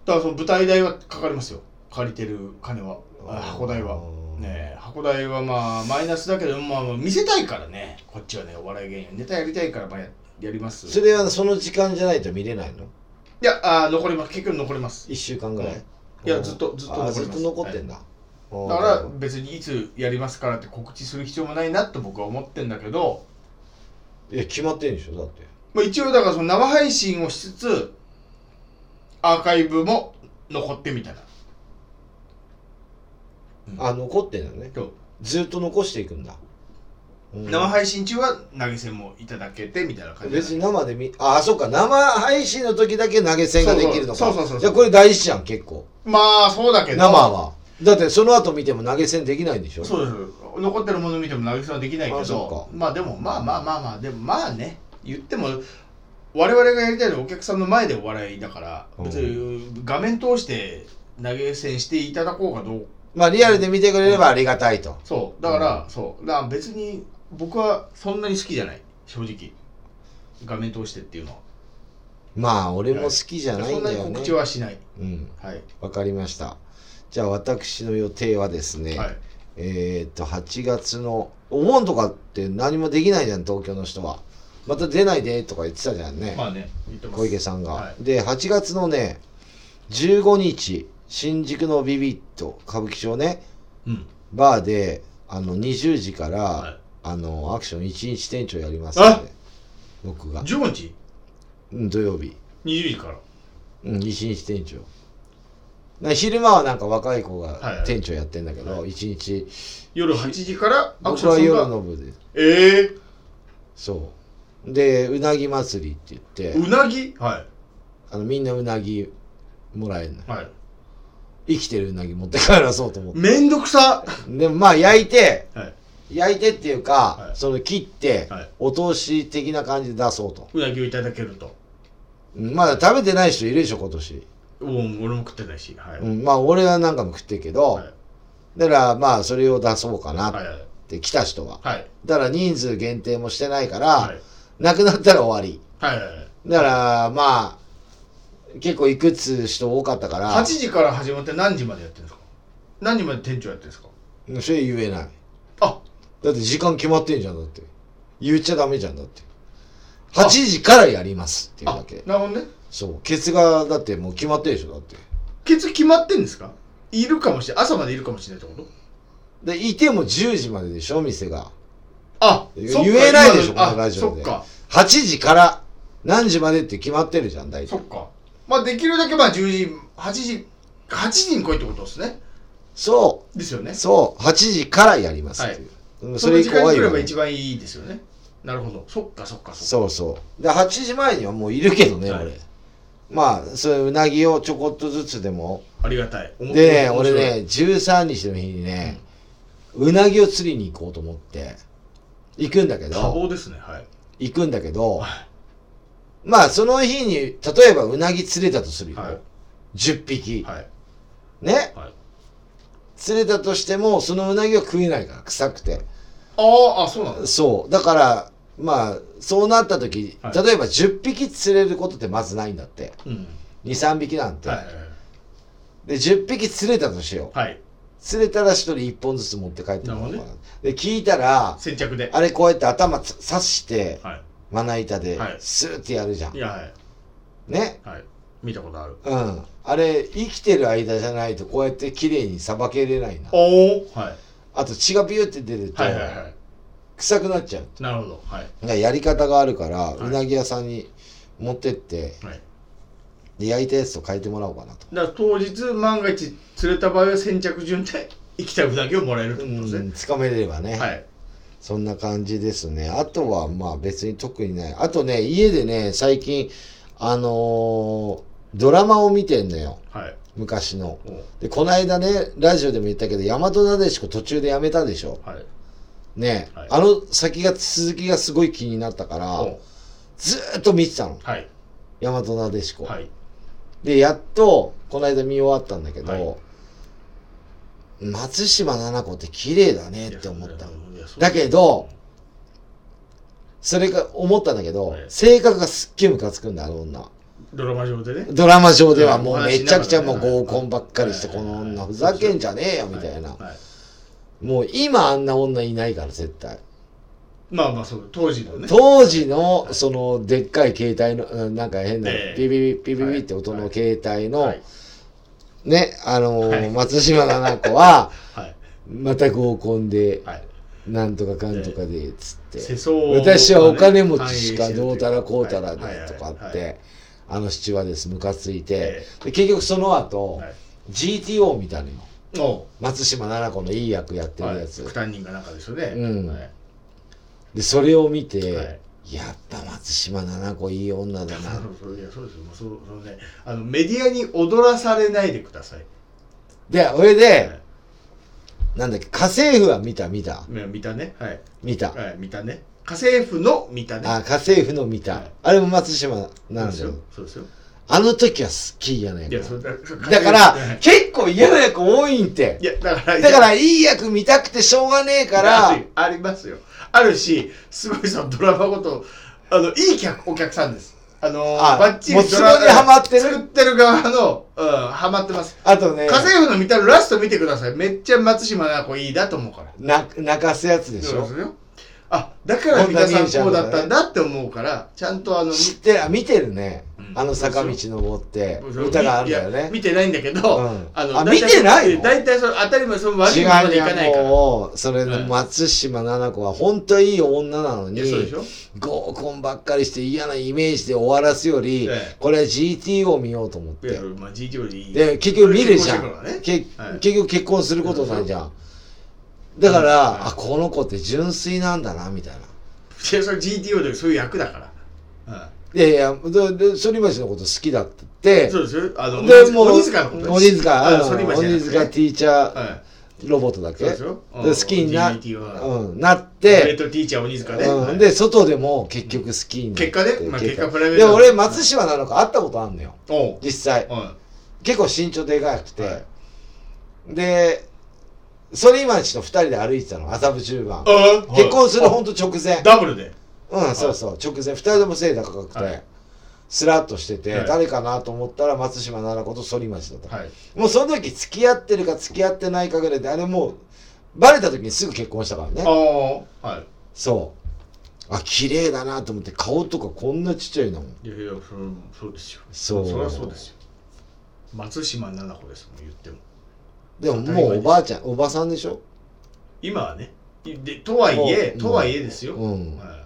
Speaker 1: ょ
Speaker 2: らその舞台代はかかりますよ借りてる金はあ箱代は
Speaker 1: うん
Speaker 2: ねえ箱代はまあマイナスだけど、まあ、見せたいからねこっちはねお笑い芸人ネタやりたいからまあややります
Speaker 1: それはその時間じゃないと見れないの
Speaker 2: いやあー残ります結局残ります
Speaker 1: 1週間ぐらい、
Speaker 2: うんいや
Speaker 1: うん
Speaker 2: ずっとずっと
Speaker 1: あ
Speaker 2: 残ります
Speaker 1: ずっと残ってんだ、うん
Speaker 2: だから別にいつやりますからって告知する必要もないなと僕は思ってんだけど、
Speaker 1: いや決まってんでしょだって
Speaker 2: まあ、一応だからその生配信をしつつアーカイブも残ってみたいな
Speaker 1: あ残ってんだね
Speaker 2: そう
Speaker 1: ずっと残していくんだ、うん
Speaker 2: 生配信中は投げ銭もいただけてみたいな感じ
Speaker 1: 別に生で見ああそうか生配信の時だけ投げ銭ができるのか
Speaker 2: そうそうそうそうそう
Speaker 1: じゃあこれ大事じゃん結構
Speaker 2: まあそうだけど
Speaker 1: 生はだってその後見ても投げ銭できないんでしょ
Speaker 2: そうです残ってるもの見ても投げ銭はできないけ
Speaker 1: あそ
Speaker 2: ど
Speaker 1: っか
Speaker 2: まあでもまあまあまあまあでもまあね言っても我々がやりたいのはお客さんの前でお笑いだから別に画面通して投げ銭していただこうかどうか
Speaker 1: まあリアルで見てくれればありがたいと。
Speaker 2: そうだから、そうだから別に僕はそんなに好きじゃない正直画面通してっていうのは
Speaker 1: まあ俺も好きじゃないんだ
Speaker 2: そ
Speaker 1: よ
Speaker 2: んなに
Speaker 1: ね
Speaker 2: 告知。はしない
Speaker 1: うん。
Speaker 2: はい、
Speaker 1: わかりました。じゃあ私の予定はですね、
Speaker 2: はい、
Speaker 1: えーっと、8月の、お盆とかって何もできないじゃん、東京の人は。また出ないでとか言ってたじゃんね、
Speaker 2: まあね言ってます
Speaker 1: 小池さんが、
Speaker 2: はい
Speaker 1: で、8月のね、15日、新宿のビビット、歌舞伎町ね、
Speaker 2: うん
Speaker 1: バーで、あの、20時から、
Speaker 2: はい
Speaker 1: あの、アクション1日店長やりますので、僕が、
Speaker 2: 15日
Speaker 1: うん、土曜日、
Speaker 2: 20時から
Speaker 1: うん、1日店長。な昼間はなんか若い子
Speaker 2: はいは
Speaker 1: が
Speaker 2: い
Speaker 1: 店長やってんだけど、
Speaker 2: は
Speaker 1: 1日、
Speaker 2: 夜8時からアクシ
Speaker 1: 僕は
Speaker 2: ョンさん
Speaker 1: 夜
Speaker 2: が
Speaker 1: の部で
Speaker 2: ええ
Speaker 1: そうでうなぎ祭りって言って
Speaker 2: うなぎは
Speaker 1: あのみんなうなぎもらえるの
Speaker 2: いはい
Speaker 1: 生きてるうなぎ持って帰らそうと思って
Speaker 2: めんどくさ
Speaker 1: でもまあ焼いて
Speaker 2: はい
Speaker 1: 焼いてっていうか、
Speaker 2: はい
Speaker 1: その切って、
Speaker 2: はい
Speaker 1: お通し的な感じで出そうと
Speaker 2: うなぎをいただけると
Speaker 1: うんまだ食べてない人いるでしょ今年、
Speaker 2: うん俺も食ってないしはい、
Speaker 1: うん、まあ俺はなんかも食ってるけど、
Speaker 2: はい
Speaker 1: だからまあそれを出そうかな
Speaker 2: はい
Speaker 1: っ
Speaker 2: はい
Speaker 1: て来た人は
Speaker 2: はい
Speaker 1: だから人数限定もしてないから、
Speaker 2: はい
Speaker 1: なくなったら終わり
Speaker 2: はいはい
Speaker 1: だからまあ結構いくつ人多かったから
Speaker 2: 8時から始まって何時までやってるんですか何時まで店長やってるんですか
Speaker 1: うんそれ言えない
Speaker 2: あ
Speaker 1: だって時間決まってんじゃんだって言っちゃダメじゃんだって8時からやりますっていう
Speaker 2: あ
Speaker 1: だけ
Speaker 2: なるほどね
Speaker 1: そうケツがだってもう決まってるでしょだって
Speaker 2: ケツ決まってんですかいるかもしれない朝までいるかもしれないってこと
Speaker 1: でいても10時まででしょ店が
Speaker 2: あ
Speaker 1: 言
Speaker 2: そっか
Speaker 1: えないでしょ
Speaker 2: 今
Speaker 1: このラジオで
Speaker 2: あそっか
Speaker 1: 8時から何時までって決まってるじゃん大
Speaker 2: そ
Speaker 1: 体
Speaker 2: っかまあできるだけまあ10時8時8時に来いってことですね
Speaker 1: そ
Speaker 2: ですよね
Speaker 1: うそう8時からやりますっていう、うん
Speaker 2: その時間に来れ
Speaker 1: な
Speaker 2: ば
Speaker 1: い
Speaker 2: 一番いいですよねなるほどそっかそっかそっ
Speaker 1: そ
Speaker 2: か
Speaker 1: うそう。で、8時前にはもういるけどね、
Speaker 2: はい
Speaker 1: 俺。まあ、そういううなぎをちょこっとずつでも。
Speaker 2: ありがたい面白い
Speaker 1: でね、
Speaker 2: 面
Speaker 1: 俺
Speaker 2: 白い
Speaker 1: ね、13日の日にね、うなぎを釣りに行こうと思って、行くんだけ
Speaker 2: 多
Speaker 1: ど、
Speaker 2: 忙ですねはい
Speaker 1: 行くんだけど
Speaker 2: は、
Speaker 1: まあ、その日に、例えばうなぎ釣れたとするよ。
Speaker 2: はい
Speaker 1: 10匹。
Speaker 2: はい
Speaker 1: ね
Speaker 2: はい
Speaker 1: 釣れたとしても、そのうなぎは食えないから、臭くて。
Speaker 2: あーあそうなんです
Speaker 1: そう。だから、まあ、そうなった時、
Speaker 2: はい
Speaker 1: 例えば10匹釣れることってまずないんだって。
Speaker 2: うん
Speaker 1: 2、3匹なんて。
Speaker 2: はいはい
Speaker 1: で10匹釣れたとしよう
Speaker 2: はいはい
Speaker 1: 釣れたら1人1本ずつ持って帰ってもらおうかな
Speaker 2: なる
Speaker 1: で聞いたら
Speaker 2: 先着で
Speaker 1: あれこうやって頭つ刺して
Speaker 2: は
Speaker 1: まな板で
Speaker 2: はい
Speaker 1: スーってやるじゃん、
Speaker 2: いいやはい
Speaker 1: ね
Speaker 2: はい見たことある
Speaker 1: うんあれ生きてる間じゃないとこうやって綺麗にさばけれないな
Speaker 2: おおはい
Speaker 1: あと血がビューって出ると
Speaker 2: はいはいは
Speaker 1: 臭くなっちゃう
Speaker 2: いなるほどはい
Speaker 1: だからやり方があるから、
Speaker 2: いう
Speaker 1: なぎ屋さんに持ってって
Speaker 2: はい
Speaker 1: で焼いたやつと変えてもらおうかなと
Speaker 2: だから当日万が一釣れた場合は先着順で行きたいだけをもらえるって
Speaker 1: う
Speaker 2: ことです
Speaker 1: ん
Speaker 2: ね
Speaker 1: つかめればね、
Speaker 2: はい
Speaker 1: そんな感じですね。あとは、まあ別に特にない。あとね、家でね、最近、あのードラマを見てんのよ。
Speaker 2: はい
Speaker 1: 昔の。
Speaker 2: おー
Speaker 1: で、この間ね、ラジオでも言ったけど、大和なでしこ途中でやめたでしょ。
Speaker 2: はい
Speaker 1: ね、
Speaker 2: はい
Speaker 1: あの先が、続きがすごい気になったから、
Speaker 2: おー
Speaker 1: ずーっと見てたの。
Speaker 2: はい
Speaker 1: 大和なでしこ。
Speaker 2: はい
Speaker 1: で、やっと、この間見終わったんだけど、
Speaker 2: はい
Speaker 1: 松島菜々子って綺麗だねって思ったの。だけ
Speaker 2: ど
Speaker 1: ど、それが思ったんだけど、
Speaker 2: はい
Speaker 1: 性格がすっげえムカつくんだ、あの女。
Speaker 2: ドラマ上でね
Speaker 1: ドラマ上ではも
Speaker 2: お
Speaker 1: う
Speaker 2: 話
Speaker 1: め
Speaker 2: し
Speaker 1: ち
Speaker 2: な
Speaker 1: ゃ
Speaker 2: がらね
Speaker 1: くちゃもう合コンばっかりして、
Speaker 2: はい
Speaker 1: この
Speaker 2: はい
Speaker 1: 女
Speaker 2: はい
Speaker 1: ふざけんじゃねえよ、みたいな
Speaker 2: は。はい
Speaker 1: もう今あんな女いないから、絶対。
Speaker 2: まあまあそう当時のね
Speaker 1: 当時の、その、でっかい携帯の、うんなんか変な
Speaker 2: ええ、
Speaker 1: ビビビ、ビビビって音の携帯
Speaker 2: は
Speaker 1: の
Speaker 2: い、
Speaker 1: ね、あの
Speaker 2: は
Speaker 1: ー、
Speaker 2: い
Speaker 1: 松島菜々子は、
Speaker 2: はい
Speaker 1: また合コンで、
Speaker 2: はい
Speaker 1: なんとかかんとかで、つって。
Speaker 2: 世相を
Speaker 1: 私はお金持ちしか
Speaker 2: 反映してるとい
Speaker 1: どうたらこうたらで
Speaker 2: はいはい
Speaker 1: とかっ
Speaker 2: はいはい
Speaker 1: て、あの父はです、ムカついて
Speaker 2: え、
Speaker 1: で結局その後
Speaker 2: はい、
Speaker 1: GTO みたいなの、
Speaker 2: お
Speaker 1: 松島奈々子のいい役やって
Speaker 2: う
Speaker 1: る
Speaker 2: はい
Speaker 1: や
Speaker 2: 副
Speaker 1: つ。
Speaker 2: 担任がなんかですよね
Speaker 1: うん
Speaker 2: はい
Speaker 1: で、それを見
Speaker 2: はい
Speaker 1: て、やっぱ松島奈々子いい女だ
Speaker 2: あ
Speaker 1: な。
Speaker 2: のそういやそうですよもうそうそのねあのメディアに踊らされないでください
Speaker 1: で、それ
Speaker 2: は
Speaker 1: で
Speaker 2: い、
Speaker 1: なんだっけ、家政婦は見た見た
Speaker 2: ね見たねはい
Speaker 1: 見た。
Speaker 2: はい見たね家政婦の見たね
Speaker 1: あ、家政婦の見
Speaker 2: は
Speaker 1: た
Speaker 2: い。
Speaker 1: あれも松島
Speaker 2: そうで
Speaker 1: 奈
Speaker 2: す
Speaker 1: 々
Speaker 2: よ
Speaker 1: 子。
Speaker 2: そうですよ
Speaker 1: あの時は好きやねん
Speaker 2: いやそれだ
Speaker 1: だ から結構嫌な役多いんて
Speaker 2: いやだか
Speaker 1: だか
Speaker 2: らいや
Speaker 1: らいい役見たくてしょうがねえから
Speaker 2: ありますよあるしすごいそのドラマごとあのいい客お客さんですあの
Speaker 1: あ
Speaker 2: バッチリ
Speaker 1: もう
Speaker 2: ドラ
Speaker 1: 壺にはまってる
Speaker 2: 作ってる側の、うん、はまってます
Speaker 1: あとね
Speaker 2: 家政婦の見たらラスト見てくださいめっちゃ松島菜々子いいだと思うから
Speaker 1: な泣かすやつでし
Speaker 2: そう
Speaker 1: ょ
Speaker 2: ですよあだから三田
Speaker 1: こんなにいいじ
Speaker 2: さ
Speaker 1: ゃ
Speaker 2: ん
Speaker 1: ん
Speaker 2: こうだったんだって思うからちゃんとあの
Speaker 1: 知ってるあ見てるね
Speaker 2: うん
Speaker 1: あの坂道登って歌があるんだよ
Speaker 2: いや
Speaker 1: ね
Speaker 2: 見てないんだけど、
Speaker 1: うん
Speaker 2: あの
Speaker 1: あ見てないの
Speaker 2: 大体その当たり前その悪
Speaker 1: 違
Speaker 2: いうまでい
Speaker 1: に
Speaker 2: かないから
Speaker 1: もうそれの
Speaker 2: うん
Speaker 1: 松島菜々子は本当いい女なの
Speaker 2: い
Speaker 1: に
Speaker 2: やそうでしょ
Speaker 1: 合コンばっかりして嫌なイメージで終わらすより
Speaker 2: ええ
Speaker 1: これは GT を見ようと思っ
Speaker 2: いや
Speaker 1: て
Speaker 2: まあ GT よりいい
Speaker 1: で結局見るじゃん、け
Speaker 2: はい
Speaker 1: 結局結婚することないじゃんだから、
Speaker 2: うん
Speaker 1: あこの子って純粋なんだなみたいない
Speaker 2: やそれ GTO でそういう役だから、はい
Speaker 1: やいやでで反町のこと好きだって
Speaker 2: そうですよあの
Speaker 1: で
Speaker 2: 鬼
Speaker 1: もう
Speaker 2: 鬼塚のこと
Speaker 1: 鬼塚
Speaker 2: あ
Speaker 1: あ
Speaker 2: の反町じゃなく
Speaker 1: 鬼
Speaker 2: て
Speaker 1: 塚ティーチャー
Speaker 2: はい
Speaker 1: ロボットだっけ、
Speaker 2: そうで
Speaker 1: です
Speaker 2: よう
Speaker 1: 好き
Speaker 2: ん
Speaker 1: にな,、
Speaker 2: GT は
Speaker 1: うん、なっ
Speaker 2: ベレッ
Speaker 1: て、
Speaker 2: トティーチャー鬼塚ね、は
Speaker 1: う
Speaker 2: い
Speaker 1: ん、で外でも結局好きになって
Speaker 2: 結果ねまあ結果プライベー
Speaker 1: で
Speaker 2: ト
Speaker 1: も俺松島なのか会ったことあんのよ
Speaker 2: おう
Speaker 1: 実際
Speaker 2: は
Speaker 1: 結構身長でかく
Speaker 2: い
Speaker 1: て、で反町と二人で歩いてたの麻布十番
Speaker 2: ああ
Speaker 1: 結婚する
Speaker 2: はい
Speaker 1: ほんと直前
Speaker 2: ダブルで
Speaker 1: うんそうそう直前二人とも背高く
Speaker 2: は
Speaker 1: て
Speaker 2: い
Speaker 1: スラッとしてて
Speaker 2: はい
Speaker 1: 誰かなと思ったら松島奈々子と反町だった
Speaker 2: はい
Speaker 1: もうその時付き合ってるか付き合ってないかぐらいであれもうバレた時にすぐ結婚したからね
Speaker 2: ああはい
Speaker 1: そうあ綺麗だなと思って顔とかこんなちっちゃいのもん
Speaker 2: いやいやそれそうですよ
Speaker 1: そう
Speaker 2: そりゃそうですよ松島菜々子ですもん言っても
Speaker 1: でももうおばあちゃんおばさんでしょ
Speaker 2: 今はねでとはいえ
Speaker 1: うん
Speaker 2: とはいえですよ、
Speaker 1: うん
Speaker 2: はい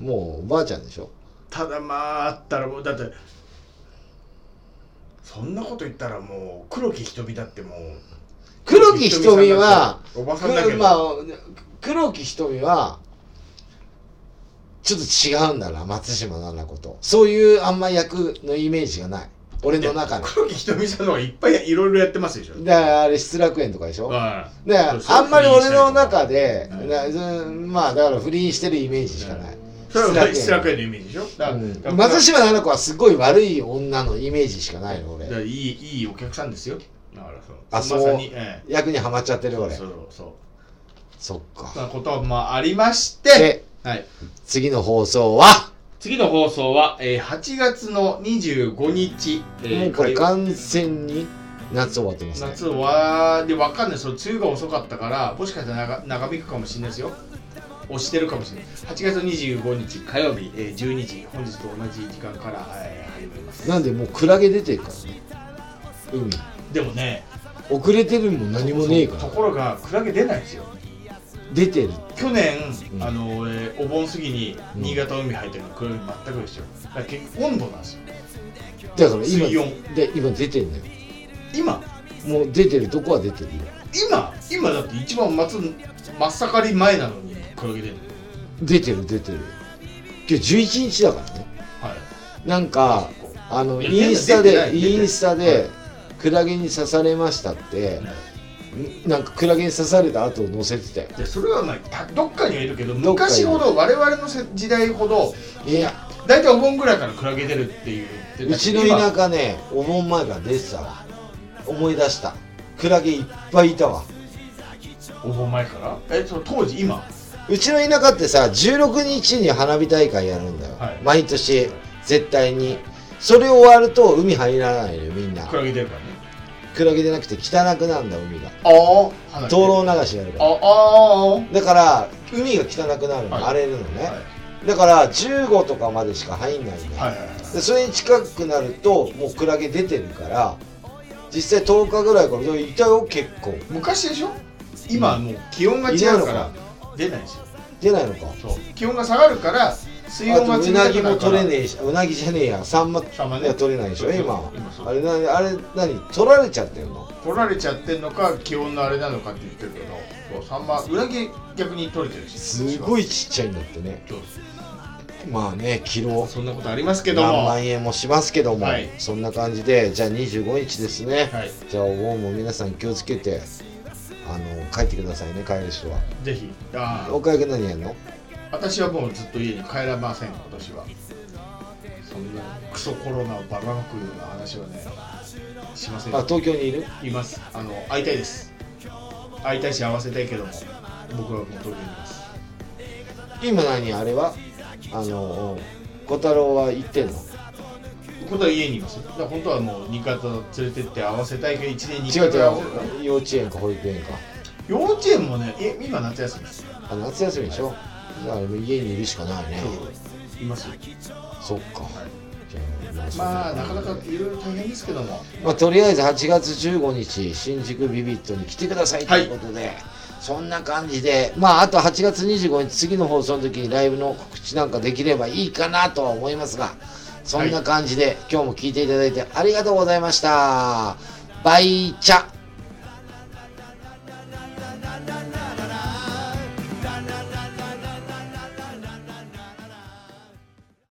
Speaker 1: もうおばあちゃんでしょ
Speaker 2: ただまああったらもうだってそんなこと言ったらもう黒木瞳だってもう
Speaker 1: 黒木瞳は
Speaker 2: おばさんだ
Speaker 1: く
Speaker 2: けど、
Speaker 1: まあ、黒木瞳は、ちょっと違うんだな、松島奈々子と。そういうあんま役のイメージがない。俺の中で。
Speaker 2: 黒木瞳さんの方がいっぱいいろいろやってますでしょ
Speaker 1: だからあれ、失楽園とかでしょだか
Speaker 2: はい
Speaker 1: ら
Speaker 2: そう
Speaker 1: あんまり俺の中で、
Speaker 2: うん
Speaker 1: なうんまあだから不倫してるイメージしかない。
Speaker 2: それは失楽
Speaker 1: 園。
Speaker 2: 園のイメージでしょだから,だから、
Speaker 1: うん松島奈々子はすごい悪い女のイメージしかないの、
Speaker 2: だ
Speaker 1: 俺
Speaker 2: か。らいいいいお客さんですよだからそう
Speaker 1: あそう
Speaker 2: まさに、え
Speaker 1: 役にはまっちゃって
Speaker 2: え
Speaker 1: る俺
Speaker 2: そ。うそう
Speaker 1: そっ
Speaker 2: そん
Speaker 1: か。
Speaker 2: なこともありまして、
Speaker 1: で、
Speaker 2: はい、
Speaker 1: 次の放送は、
Speaker 2: 次の放送は、えー、8月の25日、えー
Speaker 1: もうこれ
Speaker 2: 火曜
Speaker 1: 完全に夏終わってますね。
Speaker 2: 夏はでわかんないその梅雨が遅かったからもしかしたら長長引くかもしれないですよ押してるかもしれない8月25日火曜日、えー、12時本日と同じ時間から、えー、始まります
Speaker 1: なんでもうクラゲ出てるからね海
Speaker 2: でもね
Speaker 1: 遅れてるも何もねえか
Speaker 2: そう
Speaker 1: ら
Speaker 2: ところがクラゲ出ないんですよ
Speaker 1: 出てる
Speaker 2: 去年、
Speaker 1: うん
Speaker 2: あのえーお盆過ぎに
Speaker 1: うん
Speaker 2: 新潟海入ったけどクラゲ全くですよだから結構温度なんですよ
Speaker 1: だから今
Speaker 2: 水温
Speaker 1: で今出てるのよ
Speaker 2: 今
Speaker 1: もう出てるとこは出てるよ
Speaker 2: 今今だって一番松真っ盛り前なのにクラゲ出る
Speaker 1: 出てる出てる今日11日だからね
Speaker 2: はい
Speaker 1: なんかあの
Speaker 2: いや
Speaker 1: インスタ
Speaker 2: 出てな
Speaker 1: で
Speaker 2: い出てない
Speaker 1: インスタ
Speaker 2: は
Speaker 1: でクラゲに刺されましたってなんかクラゲに刺された後を載せてたよ
Speaker 2: でそれはまあたどっかにはいるけど
Speaker 1: どっかに
Speaker 2: 昔ほど我々のせ時代ほど
Speaker 1: いや
Speaker 2: 大体お盆ぐらいからクラゲ出るっていうで
Speaker 1: うちの
Speaker 2: 今
Speaker 1: 田舎ねお盆前から出てたわ思い出したクラゲいっぱいいたわ
Speaker 2: お盆前からえその当時今は
Speaker 1: うちの田舎ってさ16日に花火大会やるんだよ、
Speaker 2: はい
Speaker 1: 毎年絶対にそれ終わると海入らないのよみんな
Speaker 2: クラゲ出るからね
Speaker 1: クラゲじゃなくて汚くなんだ海が
Speaker 2: ああ
Speaker 1: 灯籠流しやる
Speaker 2: あ
Speaker 1: か
Speaker 2: あ
Speaker 1: ら
Speaker 2: あ
Speaker 1: だから海が汚くなるの、
Speaker 2: はい
Speaker 1: 荒れるのね、
Speaker 2: はい
Speaker 1: だから15とかまでしか入んないの、
Speaker 2: あはいはいはい
Speaker 1: でそれに近くなるともうクラゲ出てるから実際10日ぐらいからいたよ結構
Speaker 2: 昔でしょ今はもう気温が違うから出ないんですよ
Speaker 1: 出ないのか
Speaker 2: そう気温が下がるから水
Speaker 1: あ
Speaker 2: 温が
Speaker 1: とう
Speaker 2: 冷
Speaker 1: な
Speaker 2: た
Speaker 1: ぎ
Speaker 2: くな
Speaker 1: も
Speaker 2: るか
Speaker 1: 取
Speaker 2: ら
Speaker 1: れねえしうなぎじゃねえやサンマ
Speaker 2: サンマね
Speaker 1: は取れないでし
Speaker 2: そ
Speaker 1: ょ
Speaker 2: うそう
Speaker 1: 今は
Speaker 2: 今そう
Speaker 1: あれなあれ何取られちゃってるの
Speaker 2: 取られちゃってんのか気温のあれなのかって言ってるけどそうサンマ裏毛逆に取れてるし
Speaker 1: すごいちっちゃいんだってね
Speaker 2: そう
Speaker 1: まあねキロ
Speaker 2: そんなことありますけど
Speaker 1: 何
Speaker 2: も
Speaker 1: 万円もしますけども、
Speaker 2: はい
Speaker 1: そんな感じでじゃあ25日ですね、
Speaker 2: はい
Speaker 1: じゃあお盆も皆さん気をつけてあの帰ってくださいね帰る人は
Speaker 2: ぜひあ
Speaker 1: おかげ何やんの
Speaker 2: 私はもうずっと家に帰らません今年はそんなクソコロナをばらまくような話はねしません
Speaker 1: あ東京にいる
Speaker 2: いますあの会いたいです会いたいし会わせたいけども僕はもう東京にいます
Speaker 1: 今何あれはあの小太郎は行ってんの
Speaker 2: ことは家にいますよだから本当はもう新潟連れてって会わせたいけど1年に
Speaker 1: 違う
Speaker 2: 1回ぐらい会お
Speaker 1: 違う幼稚園か保育園か
Speaker 2: 幼稚園もねえ今夏休みです
Speaker 1: あ夏休みでしょだから家にいるしかないね
Speaker 2: いますよ
Speaker 1: そっかじゃあ
Speaker 2: まあなかな、
Speaker 1: そ
Speaker 2: か
Speaker 1: うだね
Speaker 2: いろいろ大変ですけども
Speaker 1: まあ、とりあえず8月15日新宿ビビットに来てくださいと
Speaker 2: はい
Speaker 1: いうことで、そんな感じでまああと8月25日次の放送の時にライブの告知なんかできればいいかなとは思いますがそんな感じで、今日も聞いていただいてありがとうございましたバイチャ